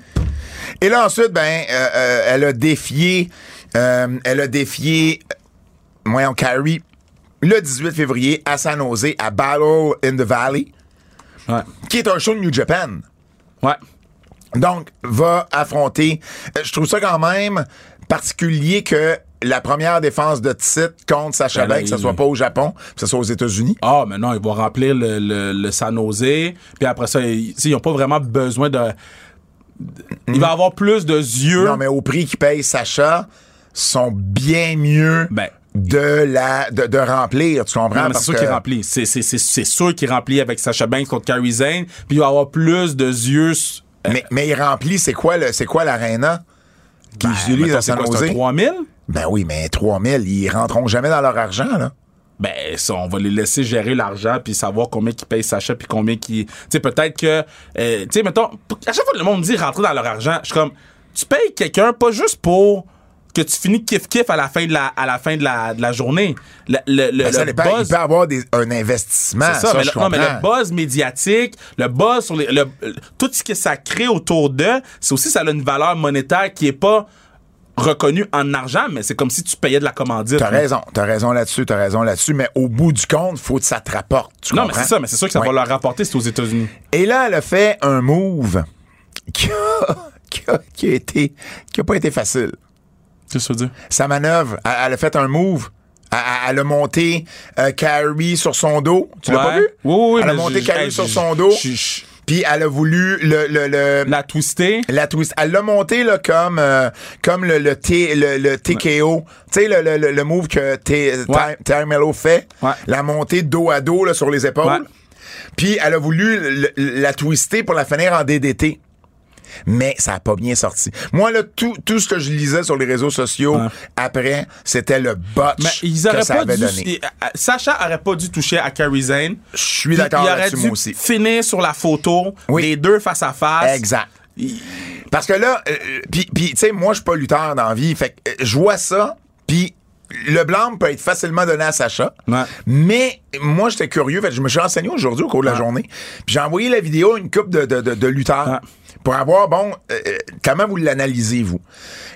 [SPEAKER 2] Et là ensuite, ben, euh, euh, elle a défié, euh, elle a défié, euh, voyons, Carrie, le 18 février à San Jose à Battle in the Valley,
[SPEAKER 3] Ouais.
[SPEAKER 2] qui est un show de New Japan.
[SPEAKER 3] Ouais.
[SPEAKER 2] Donc, va affronter. Euh, Je trouve ça quand même particulier que la première défense de titre contre Sacha
[SPEAKER 3] Ben là,
[SPEAKER 2] Banks, que ce
[SPEAKER 3] il-
[SPEAKER 2] soit pas au Japon, que ce soit aux États-Unis.
[SPEAKER 3] Ah, mais non, ils vont remplir le, le, le San Jose. Puis après ça, ils n'ont pas vraiment besoin de. de- Il va avoir plus de yeux.
[SPEAKER 2] Hmm. Non, mais au prix qu'ils payent Sacha, sont bien mieux
[SPEAKER 3] Ben.
[SPEAKER 2] de la de, de remplir, tu comprends?
[SPEAKER 3] Non, mais c'est
[SPEAKER 2] Ah, Parce
[SPEAKER 3] sûr
[SPEAKER 2] que-
[SPEAKER 3] qu'il remplit. C'est, c'est, c'est, c'est sûr qu'il remplit avec Sacha Banks contre Carrie Zane. Puis il va avoir plus de yeux. s- euh,
[SPEAKER 2] mais, mais il remplit, c'est quoi le c'est quoi l'arena qu'ils utilisent
[SPEAKER 3] Ben, mettons,
[SPEAKER 2] à
[SPEAKER 3] c'est
[SPEAKER 2] San
[SPEAKER 3] quoi, c'est un
[SPEAKER 2] Jose?
[SPEAKER 3] 3000?
[SPEAKER 2] Ben oui, mais 3000, ils rentreront jamais dans leur argent, là.
[SPEAKER 3] Ben, ça, on va les laisser gérer l'argent puis savoir combien qu'ils payent Sacha puis combien qu'ils. Tu sais, peut-être que. euh, tu sais, mettons, à chaque fois que le monde dit rentrer dans leur argent, je suis comme, tu payes quelqu'un pas juste pour que tu finis kiff-kiff à la fin de la, à la, fin de la, de la journée. Le, le, le-
[SPEAKER 2] Ben, ça
[SPEAKER 3] le
[SPEAKER 2] dépend, il
[SPEAKER 3] buzz.
[SPEAKER 2] peut avoir des- un investissement.
[SPEAKER 3] c'est ça, mais,
[SPEAKER 2] je
[SPEAKER 3] le, non, mais le
[SPEAKER 2] comprends.
[SPEAKER 3] buzz médiatique, le buzz sur les, le- le- tout ce que ça crée autour d'eux, c'est aussi ça a une valeur monétaire qui est pas reconnue en argent, mais c'est comme si tu payais de la commandite.
[SPEAKER 2] T'as raison, t'as raison là-dessus, t'as raison là-dessus, mais au bout du compte, faut que ça te rapporte. tu
[SPEAKER 3] Non, mais
[SPEAKER 2] comprends?
[SPEAKER 3] c'est ça, mais c'est sûr que ça
[SPEAKER 2] Ouais.
[SPEAKER 3] va leur rapporter, c'est aux États-Unis.
[SPEAKER 2] Et là, elle a fait un move qui a, qui a- qui a été, qui a pas été facile.
[SPEAKER 3] Qu'est-ce que tu veux dire?
[SPEAKER 2] Sa manœuvre, elle, elle a fait un move. Elle- Elle elle a monté euh, Carrie sur son dos. Tu l'as
[SPEAKER 3] Ouais.
[SPEAKER 2] pas vu?
[SPEAKER 3] Oui, oui, oui,
[SPEAKER 2] Elle a
[SPEAKER 3] mais
[SPEAKER 2] monté
[SPEAKER 3] je-
[SPEAKER 2] Carrie
[SPEAKER 3] hey,
[SPEAKER 2] sur
[SPEAKER 3] je-
[SPEAKER 2] son dos.
[SPEAKER 3] je- je-
[SPEAKER 2] Puis elle a voulu le, le, le-
[SPEAKER 3] La twister.
[SPEAKER 2] La twist. Elle l'a monté là, comme, euh, comme le, le, T- le, le TKO. Tu sais, le, le- le- le move que T-
[SPEAKER 3] Ouais.
[SPEAKER 2] Ty- Ty Mello fait.
[SPEAKER 3] Ouais.
[SPEAKER 2] La montée dos à dos là, sur les épaules.
[SPEAKER 3] Ouais.
[SPEAKER 2] Puis elle a voulu le- le- la twister pour la finir en DDT. Mais ça n'a pas bien sorti. Moi, là, tout, tout ce que je lisais sur les réseaux sociaux
[SPEAKER 3] Ouais.
[SPEAKER 2] après, c'était le
[SPEAKER 3] Mais
[SPEAKER 2] botch
[SPEAKER 3] ils
[SPEAKER 2] que
[SPEAKER 3] auraient
[SPEAKER 2] ça
[SPEAKER 3] pas
[SPEAKER 2] avait
[SPEAKER 3] dû.
[SPEAKER 2] donné.
[SPEAKER 3] il- euh, Sacha aurait pas dû toucher à Carrie Zane.
[SPEAKER 2] Je suis d'accord
[SPEAKER 3] Il aurait
[SPEAKER 2] là-dessus,
[SPEAKER 3] dû
[SPEAKER 2] moi aussi.
[SPEAKER 3] finir sur la photo,
[SPEAKER 2] Oui.
[SPEAKER 3] les deux face à face.
[SPEAKER 2] Exact.
[SPEAKER 3] Il-
[SPEAKER 2] Parce que là, euh, puis, puis, tu sais, moi, je suis pas lutteur dans la vie. Fait que euh, je vois ça, puis le blâme peut être facilement donné à Sacha.
[SPEAKER 3] Ouais.
[SPEAKER 2] Mais moi, j'étais curieux. Fait que je me suis renseigné aujourd'hui au cours de la journée. Puis j'ai envoyé la vidéo à une coupe de, de, de, de lutteurs
[SPEAKER 3] Ouais.
[SPEAKER 2] pour avoir, bon, euh, euh, comment vous l'analysez, vous?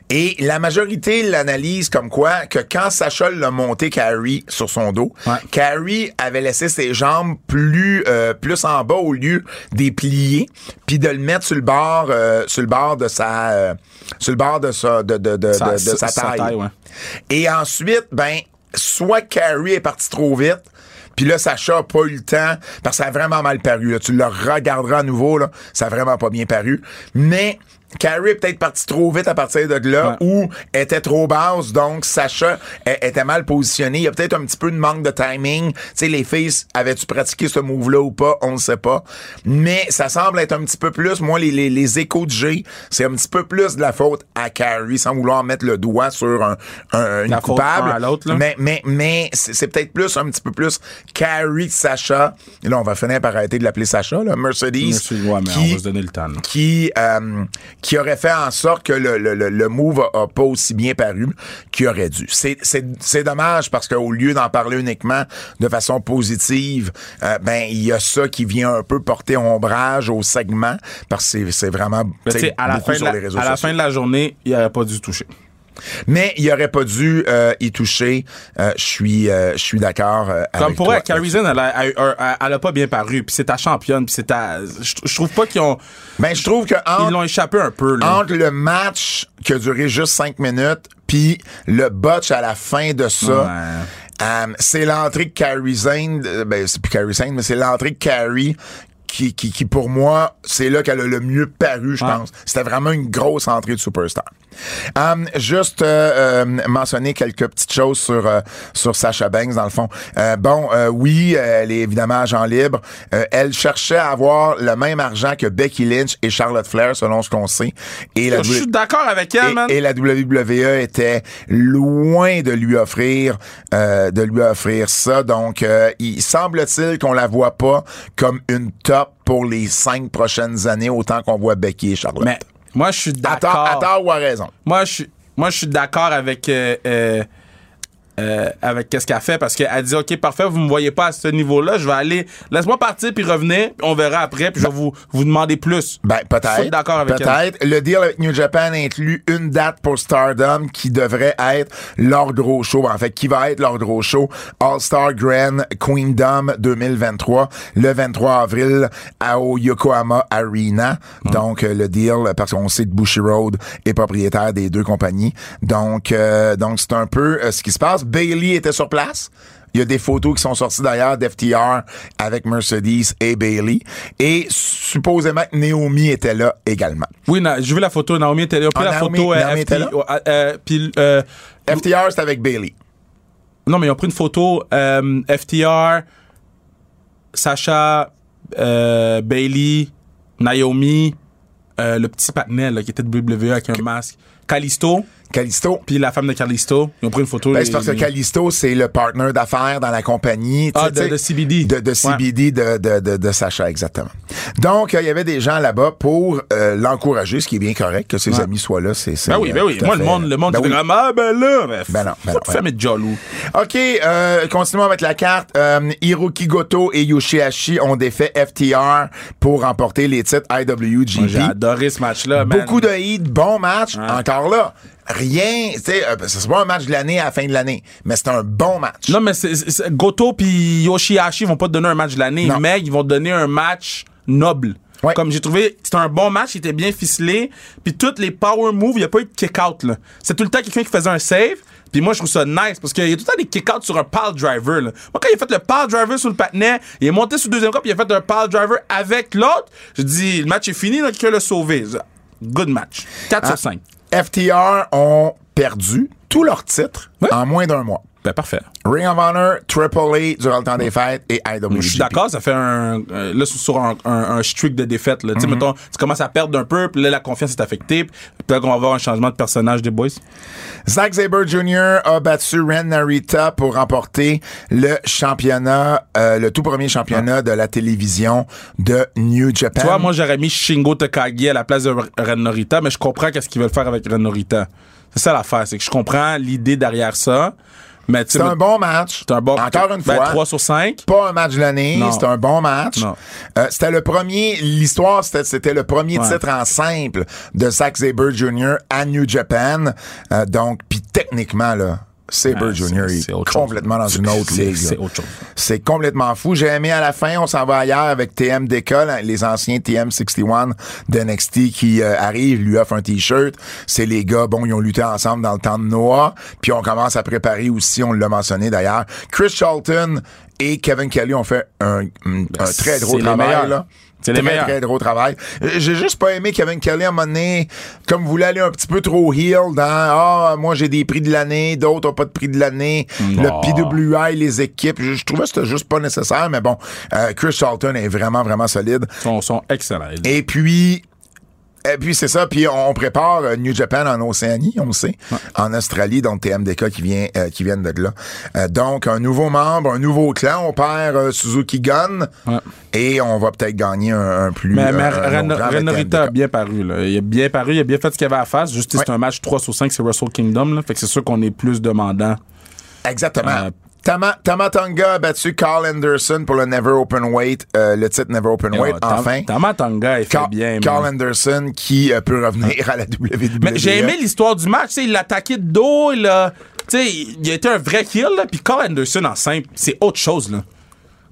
[SPEAKER 2] Et la majorité l'analyse comme quoi que quand Sacha l'a monté Carrie sur son dos,
[SPEAKER 3] Ouais.
[SPEAKER 2] Carrie avait laissé ses jambes plus euh, plus en bas au lieu des plier, puis de le mettre sur le bord euh, sur le bord de sa euh, sur le bord de sa de, de, de,
[SPEAKER 3] Sa-
[SPEAKER 2] de- de sa
[SPEAKER 3] sa- sa
[SPEAKER 2] taille.
[SPEAKER 3] taille, ouais.
[SPEAKER 2] Et ensuite, ben soit Carrie est partie trop vite. Puis là, Sacha a pas eu le temps parce que ça a vraiment mal paru. là. Tu le regarderas à nouveau, là. ça a vraiment pas bien paru. Mais Carrie est peut-être partie trop vite à partir de là
[SPEAKER 3] Ouais.
[SPEAKER 2] ou était trop basse, donc Sacha euh, était mal positionné. Il y a peut-être un petit peu de manque de timing. Tu sais, les filles, avaient-tu pratiqué ce move-là ou pas? On ne sait pas. Mais ça semble être un petit peu plus, moi, les, les, les échos de G, c'est un petit peu plus de la faute à Carrie, sans vouloir mettre le doigt sur un, un- une
[SPEAKER 3] La faute
[SPEAKER 2] coupable.
[SPEAKER 3] un à l'autre, là.
[SPEAKER 2] Mais, mais, mais c'est c'est peut-être plus, un petit peu plus Carrie que Sacha. Et là, on va finir par arrêter de l'appeler Sacha, là. Mercedes.
[SPEAKER 3] Ouais, mais
[SPEAKER 2] qui-
[SPEAKER 3] on va se donner le temps. là.
[SPEAKER 2] qui, euh, qui aurait fait en sorte que le, le, le, le move a, a pas aussi bien paru qu'il aurait dû. C'est- C'est c'est dommage parce qu'au lieu d'en parler uniquement de façon positive, euh, ben il y a ça qui vient un peu porter ombrage au segment parce que c'est- c'est vraiment tu
[SPEAKER 3] Mais
[SPEAKER 2] sais,
[SPEAKER 3] tu sais, à la,
[SPEAKER 2] beaucoup
[SPEAKER 3] fin de
[SPEAKER 2] sur
[SPEAKER 3] la,
[SPEAKER 2] les réseaux
[SPEAKER 3] à la
[SPEAKER 2] sociaux.
[SPEAKER 3] fin de la journée, il aurait pas dû toucher.
[SPEAKER 2] Mais il aurait pas dû euh, y toucher. Euh, Je suis euh, je suis d'accord euh,
[SPEAKER 3] Comme
[SPEAKER 2] avec
[SPEAKER 3] pour
[SPEAKER 2] toi.
[SPEAKER 3] elle, Carrie Zane, elle, a- elle, elle- elle a pas bien paru. Puis c'est ta championne. Puis c'est ta. Je, je trouve pas qu'ils ont.
[SPEAKER 2] Ben je trouve que
[SPEAKER 3] Ils
[SPEAKER 2] entre-
[SPEAKER 3] l'ont échappé un peu, là.
[SPEAKER 2] entre le match qui a duré juste cinq minutes puis le botch à la fin de ça.
[SPEAKER 3] Ouais.
[SPEAKER 2] Euh, c'est l'entrée de Carrie Zane, euh, ben c'est plus Carrie Zane, mais c'est l'entrée de Carrie qui, qui, qui, pour moi, c'est là qu'elle a le mieux paru, je
[SPEAKER 3] Ah.
[SPEAKER 2] pense. C'était vraiment une grosse entrée de superstar. Euh, juste euh, euh, mentionner quelques petites choses sur euh, sur Sacha Banks dans le fond. Euh, bon, euh, oui, euh, elle est évidemment agent libre. Euh, elle cherchait à avoir le même argent que Becky Lynch et Charlotte Flair, selon ce qu'on sait. Et la
[SPEAKER 3] Je suis d'accord avec elle, man.
[SPEAKER 2] et, et la WWE était loin de lui offrir euh, de lui offrir ça. Donc, euh, il semble-t-il qu'on la voit pas comme une top pour les cinq prochaines années, autant qu'on voit Becky et Charlotte.
[SPEAKER 3] Mais moi, je suis
[SPEAKER 2] à tort, à
[SPEAKER 3] d'accord.
[SPEAKER 2] tort ou à raison.
[SPEAKER 3] Moi, je suis, moi, je suis d'accord avec. euh, euh, euh, avec qu'est-ce qu'elle fait parce qu'elle dit ok parfait vous me voyez pas à ce niveau là je vais aller laisse-moi partir puis revenir puis on verra après puis je vais vous vous demander plus
[SPEAKER 2] Ben,
[SPEAKER 3] Faut être
[SPEAKER 2] peut-être.
[SPEAKER 3] d'accord avec
[SPEAKER 2] Peut-être. Le deal avec New Japan inclut une date pour Stardom qui devrait être leur gros show. En fait, qui va être leur gros show? All-Star Grand Queendom 2023, le 23 avril à au Yokohama Arena. Donc, euh, le deal, parce qu'on sait que Bushy Road est propriétaire des deux compagnies. Donc, euh, donc c'est un peu euh, ce qui se passe. Bailey était sur place. Il y a des photos qui sont sorties d'ailleurs d'FTR avec Mercedes et Bailey. Et supposément, que Naomi était là également.
[SPEAKER 3] oui na- j'ai vu la photo Naomi était là puis
[SPEAKER 2] Ah,
[SPEAKER 3] la
[SPEAKER 2] Naomi-
[SPEAKER 3] photo euh,
[SPEAKER 2] Naomi était
[SPEAKER 3] FT,
[SPEAKER 2] là?
[SPEAKER 3] ouais, euh, puis euh,
[SPEAKER 2] FTR, c'est avec Bailey.
[SPEAKER 3] non mais ils ont pris une photo euh, FTR Sacha euh, Bailey Naomi euh, le petit patinet là, qui était de WWE avec un masque Callisto
[SPEAKER 2] Callisto.
[SPEAKER 3] puis la femme de Callisto ils ont pris une photo
[SPEAKER 2] Ben,
[SPEAKER 3] les-
[SPEAKER 2] c'est parce que
[SPEAKER 3] les-
[SPEAKER 2] Callisto, c'est le partner d'affaires dans la compagnie. tu
[SPEAKER 3] Ah,
[SPEAKER 2] sais, tu
[SPEAKER 3] de-
[SPEAKER 2] sais,
[SPEAKER 3] de CBD.
[SPEAKER 2] De, de CBD de, de, de, de Sacha, exactement. Donc, euh, il y avait des gens là-bas pour euh, l'encourager, ce qui est bien correct, que ses
[SPEAKER 3] Ouais.
[SPEAKER 2] amis soient là. C'est, c'est,
[SPEAKER 3] Ben oui, ben
[SPEAKER 2] euh,
[SPEAKER 3] oui.
[SPEAKER 2] tout à
[SPEAKER 3] Moi, le
[SPEAKER 2] fait-
[SPEAKER 3] monde, le monde,
[SPEAKER 2] Ben
[SPEAKER 3] c'est
[SPEAKER 2] oui.
[SPEAKER 3] vraiment, ah, ben là, ben,
[SPEAKER 2] Ben non, ben non,
[SPEAKER 3] fais
[SPEAKER 2] ouais.
[SPEAKER 3] mes jaloux.
[SPEAKER 2] OK, euh, continuons avec la carte. Euh, Hiroki Goto et Yoshihashi ont défait FTR pour remporter les titres IWGP.
[SPEAKER 3] J'ai adoré ce match-là, man.
[SPEAKER 2] Beaucoup de hits, bon match, encore là. Rien, tu sais, euh, c'est pas un match de l'année à la fin de l'année, mais c'est un bon match.
[SPEAKER 3] Non, mais c'est, c'est- Goto puis Yoshihashi vont pas te donner un match de l'année,
[SPEAKER 2] Non.
[SPEAKER 3] mais ils vont te donner un match noble.
[SPEAKER 2] Ouais.
[SPEAKER 3] Comme j'ai trouvé, c'était un bon match, il était bien ficelé, puis toutes les power moves, il y a pas eu de kick-out, là. C'est tout le temps quelqu'un qui faisait un save, puis moi, je trouve ça nice, parce qu'il y a tout le temps des kick-outs sur un pile driver, là. Moi, quand il a fait le pile driver sur le patinet, il est monté sur le deuxième corps, puis il a fait un pile driver avec l'autre, je dis, le match est fini, là, quelqu'un l'a sauvé. Good match. 4
[SPEAKER 2] Ah.
[SPEAKER 3] sur 5.
[SPEAKER 2] FTR ont perdu tous leurs titres
[SPEAKER 3] Ouais.
[SPEAKER 2] en moins d'un mois.
[SPEAKER 3] Ben, parfait.
[SPEAKER 2] Ring of Honor, Triple A durant le temps des fêtes et IWGP.
[SPEAKER 3] Je suis d'accord, ça fait un. euh, là, sur- sur un, un- un streak de défaite. Là. Tu
[SPEAKER 2] Mm-hmm.
[SPEAKER 3] sais, mettons, tu commences à perdre un peu, puis là, la confiance est affectée. puis Peut-être qu'on va avoir un changement de personnage des boys.
[SPEAKER 2] Zack Sabre Jr. a battu Ren Narita pour remporter le championnat, euh, le tout premier championnat de la télévision de New Japan.
[SPEAKER 3] Toi, moi, j'aurais mis Shingo Takagi à la place de R- Ren Norita, mais je comprends qu'est-ce qu'ils veulent faire avec Ren Norita. C'est ça l'affaire, c'est que je comprends l'idée derrière ça. Mais tu sais,
[SPEAKER 2] c'est
[SPEAKER 3] mais-
[SPEAKER 2] un bon match.
[SPEAKER 3] c'est un bon.
[SPEAKER 2] Encore une
[SPEAKER 3] ben,
[SPEAKER 2] fois.
[SPEAKER 3] 3 sur 5.
[SPEAKER 2] pas un match de l'année,
[SPEAKER 3] Non.
[SPEAKER 2] c'était un bon match.
[SPEAKER 3] Non.
[SPEAKER 2] Euh, c'était le premier, l'histoire, c'était, c'était le premier
[SPEAKER 3] Ouais.
[SPEAKER 2] titre en simple de Zack Sabre Jr. à New Japan. Euh, donc, puis techniquement, là, Sabre
[SPEAKER 3] Ouais,
[SPEAKER 2] Jr.
[SPEAKER 3] c'est-
[SPEAKER 2] est,
[SPEAKER 3] c'est autre chose.
[SPEAKER 2] complètement dans
[SPEAKER 3] C'est-
[SPEAKER 2] une autre
[SPEAKER 3] c'est-
[SPEAKER 2] ligue.
[SPEAKER 3] c'est
[SPEAKER 2] là.
[SPEAKER 3] autre chose.
[SPEAKER 2] C'est complètement fou. J'ai aimé à la fin, on s'en va ailleurs avec TMDK, là, hein, les anciens TM61 d'NXT qui euh, arrivent, lui offrent un t-shirt. C'est les gars, bon, ils ont lutté ensemble dans le temps de Noah. Puis on commence à préparer aussi, on l'a mentionné d'ailleurs, Chris Charlton et Kevin Kelly ont fait un, un- un très
[SPEAKER 3] c'est
[SPEAKER 2] gros
[SPEAKER 3] les
[SPEAKER 2] travail.
[SPEAKER 3] meilleurs.
[SPEAKER 2] là.
[SPEAKER 3] C'est les
[SPEAKER 2] Très,
[SPEAKER 3] meilleurs.
[SPEAKER 2] Très gros travail. Euh, J'ai juste pas aimé Kevin Kelly à un moment donné, comme voulait aller un petit peu trop heel dans Ah, moi j'ai des prix de l'année, d'autres ont pas de prix de l'année.
[SPEAKER 3] Oh.
[SPEAKER 2] Le PW WI, les équipes. Je, je trouvais que c'était juste pas nécessaire, mais bon, euh, Chris Charlton est vraiment, vraiment solide.
[SPEAKER 3] Ils sont, sont excellents.
[SPEAKER 2] Et puis. Et puis c'est ça, puis on prépare euh, New Japan en Océanie, on le sait, en Australie, donc TMDK qui vient euh, qui viennent de là. Euh, donc un nouveau membre, un nouveau clan, on perd euh, Suzuki Gun
[SPEAKER 3] Ouais.
[SPEAKER 2] et on va peut-être gagner un, un plus.
[SPEAKER 3] Mais,
[SPEAKER 2] euh,
[SPEAKER 3] mais
[SPEAKER 2] un
[SPEAKER 3] Ren-
[SPEAKER 2] autre rang avec
[SPEAKER 3] Ren Norita a
[SPEAKER 2] TMDK.
[SPEAKER 3] bien paru. Là. Il a bien paru, il a bien fait ce qu'il avait à faire. C'est Juste que c'est
[SPEAKER 2] Ouais.
[SPEAKER 3] un match 3 sur 5, c'est Wrestle Kingdom. Là. Fait que c'est sûr qu'on est plus demandant.
[SPEAKER 2] Exactement.
[SPEAKER 3] Euh,
[SPEAKER 2] Tama, Tamatanga a battu Carl Anderson pour le Never Open Weight, euh, le titre Never Open Weight,
[SPEAKER 3] Ouais, Tam-
[SPEAKER 2] enfin.
[SPEAKER 3] Tamatanga, il fait
[SPEAKER 2] Ca-
[SPEAKER 3] bien.
[SPEAKER 2] Carl
[SPEAKER 3] man.
[SPEAKER 2] Anderson qui euh, peut revenir à la E. WWE.
[SPEAKER 3] Mais j'ai aimé l'histoire du match. tu sais, il l'a attaqué de dos. Il a, tu sais, il a été un vrai kill. là. Puis Carl Anderson en simple, c'est autre chose. Là.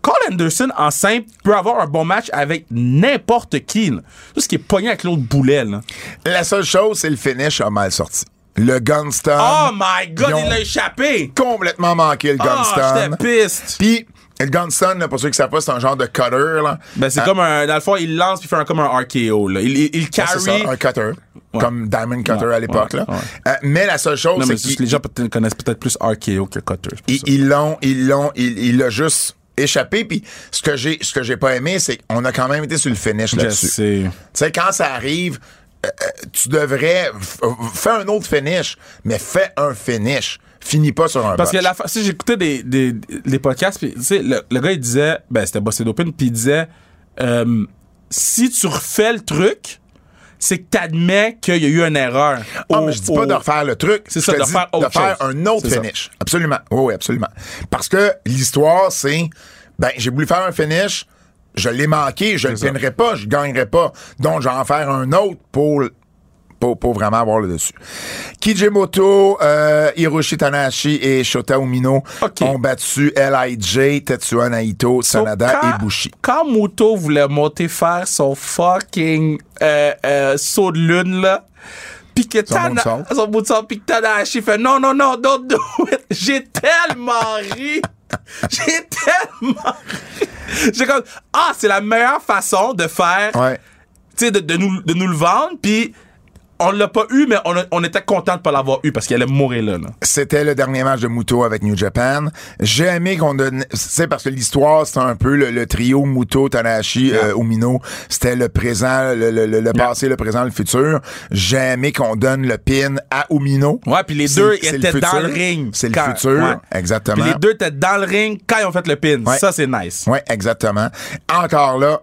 [SPEAKER 3] Carl Anderson en simple peut avoir un bon match avec n'importe qui. là. Tout ce qui est pogné avec l'autre boulet. Là.
[SPEAKER 2] La seule chose, c'est le finish a mal sorti. Le Gunston.
[SPEAKER 3] Oh my God,
[SPEAKER 2] Ah, Ils ont
[SPEAKER 3] il l'a échappé!
[SPEAKER 2] complètement manqué, le
[SPEAKER 3] Ah,
[SPEAKER 2] Gunston.
[SPEAKER 3] j'étais piste!
[SPEAKER 2] Puis, le Gunston, là, pour ceux qui savent pas, c'est un genre de cutter. Là.
[SPEAKER 3] Ben, c'est
[SPEAKER 2] Ah,
[SPEAKER 3] comme un. Dans le fond, il lance puis il fait un, comme un RKO, là. Il, il, il
[SPEAKER 2] ah, c'est
[SPEAKER 3] carry.
[SPEAKER 2] ça, un cutter.
[SPEAKER 3] Ouais.
[SPEAKER 2] Comme Diamond Cutter
[SPEAKER 3] Ouais,
[SPEAKER 2] à l'époque.
[SPEAKER 3] ouais,
[SPEAKER 2] là.
[SPEAKER 3] ouais.
[SPEAKER 2] Euh, mais la seule chose,
[SPEAKER 3] non, mais
[SPEAKER 2] c'est
[SPEAKER 3] c'est juste que les
[SPEAKER 2] qu'ils
[SPEAKER 3] gens peut-être connaissent peut-être plus RKO que Cutter. c'est pour
[SPEAKER 2] ils-
[SPEAKER 3] ça.
[SPEAKER 2] ils l'ont, ils l'ont, ils- il l'a juste échappé. Puis, ce que j'ai ce que j'ai pas aimé, c'est qu'on a quand même été sur le finish
[SPEAKER 3] Je
[SPEAKER 2] là-dessus.
[SPEAKER 3] sais.
[SPEAKER 2] Tu sais, quand ça arrive, euh, euh, tu devrais f- faire un autre finish, mais fais un finish. Finis pas sur un
[SPEAKER 3] Parce que
[SPEAKER 2] botch.
[SPEAKER 3] la fa- si j'écoutais des, des, des podcasts, puis tu sais, le, le gars, il disait, ben, c'était Bossé d'Open, puis il disait, euh, si tu refais le truc, c'est que t'admets qu'il y a eu une erreur.
[SPEAKER 2] Ah,
[SPEAKER 3] Au-
[SPEAKER 2] mais je dis pas
[SPEAKER 3] au-
[SPEAKER 2] de refaire le truc.
[SPEAKER 3] Oh, C'est
[SPEAKER 2] Je
[SPEAKER 3] ça,
[SPEAKER 2] te
[SPEAKER 3] de
[SPEAKER 2] dis
[SPEAKER 3] refaire autre chose.
[SPEAKER 2] un autre
[SPEAKER 3] C'est ça.
[SPEAKER 2] finish. Absolument. Oui, oui, absolument. Parce que l'histoire, c'est, ben, j'ai voulu faire un finish, je l'ai manqué, je le
[SPEAKER 3] ça.
[SPEAKER 2] gagnerai pas, je gagnerai pas. Donc, je vais en faire un autre pour, pour, pour vraiment avoir le dessus. Kijimoto, euh, Hiroshi Tanahashi et Shota Umino
[SPEAKER 3] Ok.
[SPEAKER 2] ont battu L.I.J., Tetsuya Naito, Sanada
[SPEAKER 3] quand-
[SPEAKER 2] et Bushi.
[SPEAKER 3] Quand Muto voulait monter faire son fucking euh, euh, saut de lune, là, pis que Tana,
[SPEAKER 2] moonsault.
[SPEAKER 3] son moonsault, pis que Tanahashi fait non, non, non, don't do it. J'ai tellement ri. J'ai tellement ri. J'ai comme, ah, c'est la meilleure façon de faire,
[SPEAKER 2] Ouais.
[SPEAKER 3] tu sais, de, de nous, de nous le vendre, pis on l'a pas eu, mais on, a- on était content de pas l'avoir eu parce qu'elle allait mourir là. là.
[SPEAKER 2] C'était le dernier match de Muto avec New Japan. J'ai aimé qu'on donne, c'est parce que l'histoire, c'est un peu le, le trio Muto, Tanahashi, euh, Umino. C'était le présent, le, le- le- le passé, le présent, le futur. J'ai aimé qu'on donne le pin à Umino.
[SPEAKER 3] Ouais, puis les
[SPEAKER 2] C'est-
[SPEAKER 3] deux
[SPEAKER 2] c'est
[SPEAKER 3] étaient dans
[SPEAKER 2] futur.
[SPEAKER 3] le ring.
[SPEAKER 2] C'est le
[SPEAKER 3] quand-
[SPEAKER 2] futur,
[SPEAKER 3] ouais.
[SPEAKER 2] exactement.
[SPEAKER 3] Puis les deux étaient dans le ring quand ils ont fait le pin.
[SPEAKER 2] Ouais.
[SPEAKER 3] Ça, c'est nice.
[SPEAKER 2] Oui, exactement. Encore là,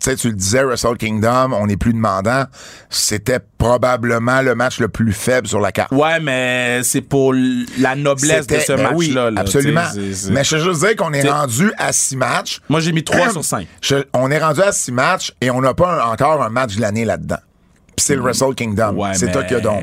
[SPEAKER 2] tu sais, tu le disais, Wrestle Kingdom, on est plus demandant. C'était probablement le match le plus faible sur la carte.
[SPEAKER 3] Ouais, mais c'est pour l- la noblesse de
[SPEAKER 2] C'était-
[SPEAKER 3] ce
[SPEAKER 2] ben
[SPEAKER 3] match-là.
[SPEAKER 2] oui,
[SPEAKER 3] là,
[SPEAKER 2] absolument.
[SPEAKER 3] tu sais, c'est- c'est-
[SPEAKER 2] Mais je veux juste dire qu'on est
[SPEAKER 3] T'sais-
[SPEAKER 2] rendu à six matchs.
[SPEAKER 3] Moi, j'ai mis 3 sur 5.
[SPEAKER 2] Je- on est rendu à six matchs et on n'a pas un- encore un match de l'année là-dedans. Puis c'est le Wrestle Kingdom.
[SPEAKER 3] Mm. Ouais,
[SPEAKER 2] c'est
[SPEAKER 3] mais-
[SPEAKER 2] toi qui as donc.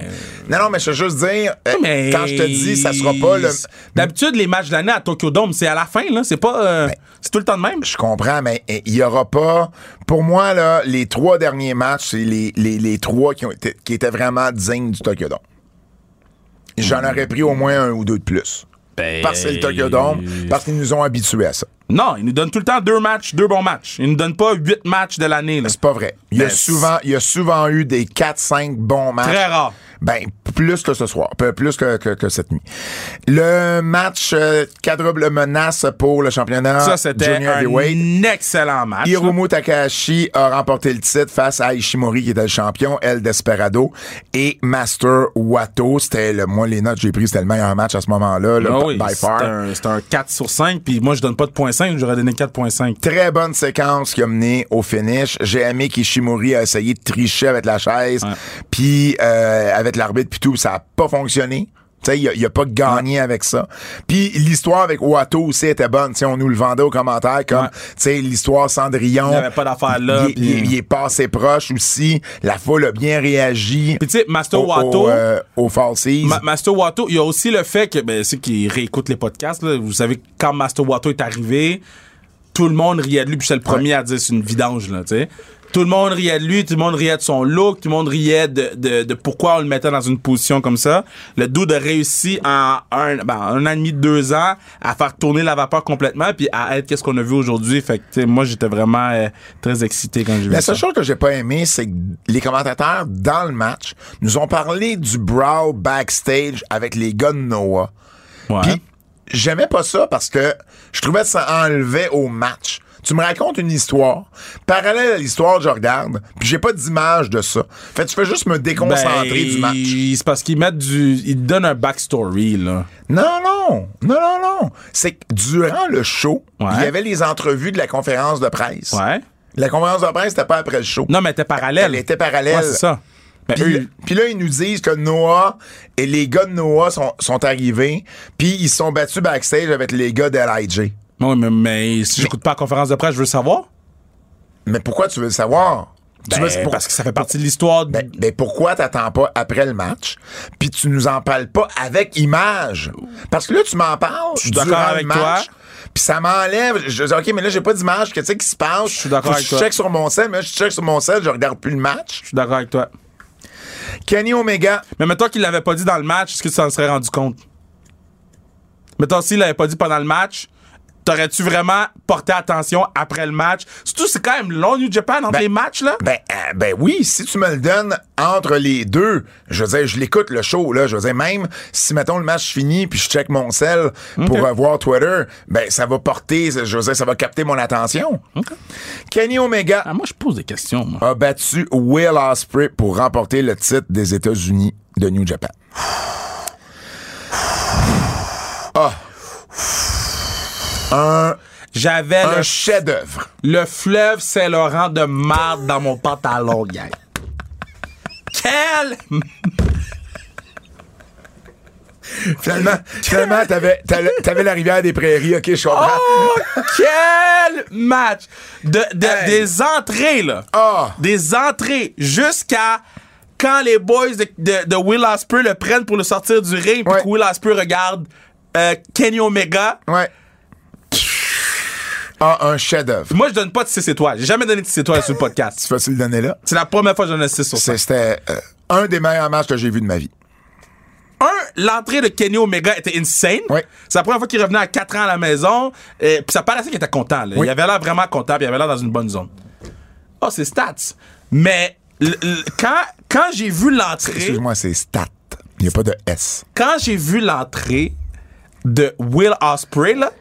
[SPEAKER 2] Non, non, mais je veux juste dire, euh,
[SPEAKER 3] Mais...
[SPEAKER 2] quand je te dis, ça sera pas le.
[SPEAKER 3] D'habitude, les matchs de l'année à Tokyo Dome, c'est à la fin, là. C'est pas. euh, c'est tout le temps de même.
[SPEAKER 2] Ben, Je comprends, mais euh, il y aura pas. Pour moi, là, les trois derniers matchs, c'est les, les- les trois qui, ont été- qui étaient vraiment dignes du Tokyo Dome. J'en aurais pris au moins un ou deux de plus. Parce que c'est le Tokyo Dome, parce qu'ils nous ont habitués à ça.
[SPEAKER 3] Ben, Non, ils nous donnent tout le temps deux matchs, deux bons matchs. Ils nous donnent pas huit matchs de l'année, là.
[SPEAKER 2] C'est pas vrai. Il y, a
[SPEAKER 3] Mais
[SPEAKER 2] souvent, il y a souvent eu des 4-5 bons matchs.
[SPEAKER 3] Très rare.
[SPEAKER 2] Ben, plus que ce soir. peu- Plus que, que- que cette nuit. Le match euh, quadruple menace pour le championnat
[SPEAKER 3] Ça, c'était
[SPEAKER 2] junior heavyweight.
[SPEAKER 3] un excellent match. là.
[SPEAKER 2] Hiromu Takahashi a remporté le titre face à Ishimori, qui était le champion, El Desperado, et Master Wato. C'était le, moi, les notes que j'ai prises, c'était le meilleur match à ce moment-là, là,
[SPEAKER 3] Ah
[SPEAKER 2] b-
[SPEAKER 3] oui,
[SPEAKER 2] by
[SPEAKER 3] c'est
[SPEAKER 2] far.
[SPEAKER 3] un, c'est un 4 sur 5, puis moi je donne pas de point 5, j'aurais donné 4.5.
[SPEAKER 2] Très bonne séquence qui a mené au finish. J'ai aimé qu'Ishimori a essayé de tricher avec la chaise,
[SPEAKER 3] Ouais.
[SPEAKER 2] puis euh, avec l'arbitre, puis tout, ça a pas fonctionné. Tu sais, il a, il a pas gagné avec ça. Puis l'histoire avec Wato aussi était bonne. Tu sais, on nous le vendait aux commentaires comme,
[SPEAKER 3] Ouais.
[SPEAKER 2] tu sais, l'histoire Cendrillon.
[SPEAKER 3] Il n'y avait pas d'affaire là.
[SPEAKER 2] Il,
[SPEAKER 3] puis-
[SPEAKER 2] il- il est passé proche aussi. La foule a bien réagi.
[SPEAKER 3] Puis tu sais, Master
[SPEAKER 2] au,
[SPEAKER 3] Watto,
[SPEAKER 2] au, euh, au falsies.
[SPEAKER 3] Ma- Master Watto, il y a aussi le fait que, ben, ceux qui réécoutent les podcasts, là, vous savez, quand Master Watto est arrivé, tout le monde riait de lui, puis c'est le premier à dire c'est une vidange, là, tu sais. Tout le monde riait de lui, tout le monde riait de son look, tout le monde riait de, de, de pourquoi on le mettait dans une position comme ça. Le dude a réussi en un, ben, un an et demi, deux ans, à faire tourner la vapeur complètement, puis à être qu'est-ce qu'on a vu aujourd'hui. Fait que, tu sais, moi, j'étais vraiment euh, très excité quand j'ai vu
[SPEAKER 2] La
[SPEAKER 3] ça.
[SPEAKER 2] seule chose que j'ai pas aimé, c'est que les commentateurs dans le match nous ont parlé du brawl backstage avec les gars de Noah.
[SPEAKER 3] Ouais.
[SPEAKER 2] Puis j'aimais pas ça parce que je trouvais que ça enlevait au match. Tu me racontes une histoire. Parallèle à l'histoire, je regarde, puis j'ai pas d'image de ça. Fait que tu fais juste me déconcentrer
[SPEAKER 3] Ben,
[SPEAKER 2] du match.
[SPEAKER 3] C'est parce qu'ils mettent du. Ils donnent un backstory, là.
[SPEAKER 2] Non, non, non, non, non. C'est que durant le show,
[SPEAKER 3] Ouais.
[SPEAKER 2] il y avait les entrevues de la conférence de presse.
[SPEAKER 3] Ouais.
[SPEAKER 2] La conférence de presse, c'était pas après le show.
[SPEAKER 3] Non, mais elle était parallèle.
[SPEAKER 2] Elle était parallèle.
[SPEAKER 3] Ouais, c'est ça. Ben,
[SPEAKER 2] Puis,
[SPEAKER 3] eux,
[SPEAKER 2] le- puis là, ils nous disent que Noah et les gars de Noah sont, sont arrivés, puis ils se sont battus backstage avec les gars de LIJ.
[SPEAKER 3] oui, mais, mais si j'écoute pas la conférence de presse, je veux savoir.
[SPEAKER 2] Mais pourquoi tu veux le savoir? Tu veux-
[SPEAKER 3] Ben,
[SPEAKER 2] pour-
[SPEAKER 3] parce que ça fait partie de l'histoire. de-
[SPEAKER 2] ben, ben pourquoi t'attends pas après le match, puis tu nous en parles pas avec image? Parce que là, tu m'en parles
[SPEAKER 3] suis d'accord
[SPEAKER 2] durant
[SPEAKER 3] avec
[SPEAKER 2] le match,
[SPEAKER 3] toi.
[SPEAKER 2] puis ça m'enlève. Je dis, OK, mais là, j'ai pas d'image. Qu'est-ce qui se passe? Je
[SPEAKER 3] suis d'accord avec
[SPEAKER 2] Je
[SPEAKER 3] toi.
[SPEAKER 2] check sur mon sel, mais là, je check sur mon sel, je regarde plus le match.
[SPEAKER 3] Je suis d'accord avec toi.
[SPEAKER 2] Kenny Omega,
[SPEAKER 3] Mais mettons qu'il l'avait pas dit dans le match, est-ce que tu t'en serais rendu compte? Mettons s'il l'avait pas dit pendant le match, t'aurais-tu vraiment porté attention après le match? Surtout, c'est quand même long, New Japan, entre
[SPEAKER 2] Ben-
[SPEAKER 3] les matchs, là.
[SPEAKER 2] Ben, euh, ben oui, si tu me le donnes entre les deux, je veux dire, je l'écoute le show, là. Je veux dire, même si, mettons, le match finit puis je check mon sel pour euh, voir Twitter, ben, ça va porter, je veux dire, ça va capter mon attention. Kenny Omega
[SPEAKER 3] Ah, moi, je pose des questions, moi.
[SPEAKER 2] a battu Will Ospreay pour remporter le titre des États-Unis de New Japan. Ah. Un,
[SPEAKER 3] J'avais
[SPEAKER 2] un
[SPEAKER 3] le,
[SPEAKER 2] chef-d'œuvre.
[SPEAKER 3] le fleuve Saint-Laurent de marde dans mon pantalon, gang. Quel...
[SPEAKER 2] Finalement, finalement, t'avais, t'avais, t'avais la rivière des prairies, ok, je comprends.
[SPEAKER 3] Oh, quel match! De, de-
[SPEAKER 2] Hey.
[SPEAKER 3] Des entrées, là.
[SPEAKER 2] Ah.
[SPEAKER 3] Des entrées jusqu'à quand les boys de, de- de Will Ospreay le prennent pour le sortir du ring, puis
[SPEAKER 2] Ouais.
[SPEAKER 3] que Will Ospreay regarde euh, Kenny Omega.
[SPEAKER 2] Ouais. Ah, un chef-d'œuvre.
[SPEAKER 3] Moi, je donne pas de 6 étoiles. J'ai jamais donné de 6 étoiles sur le podcast.
[SPEAKER 2] Tu vas-tu le donner là?
[SPEAKER 3] C'est la première fois que je donne un 6 sur ça.
[SPEAKER 2] C'est- C'était euh, un des meilleurs matchs que j'ai vu de ma vie.
[SPEAKER 3] Un, l'entrée de Kenny Omega était insane.
[SPEAKER 2] Oui.
[SPEAKER 3] C'est la première fois qu'il revenait à 4 ans à la maison. et Puis ça paraissait qu'il était content. là.
[SPEAKER 2] Oui.
[SPEAKER 3] Il avait l'air vraiment content. Puis il avait l'air dans une bonne zone. Oh, c'est stats. Mais l- l- quand, quand j'ai vu l'entrée,
[SPEAKER 2] Excuse-moi, c'est stat. Il n'y a pas de S.
[SPEAKER 3] quand j'ai vu l'entrée de Will Osprey, là,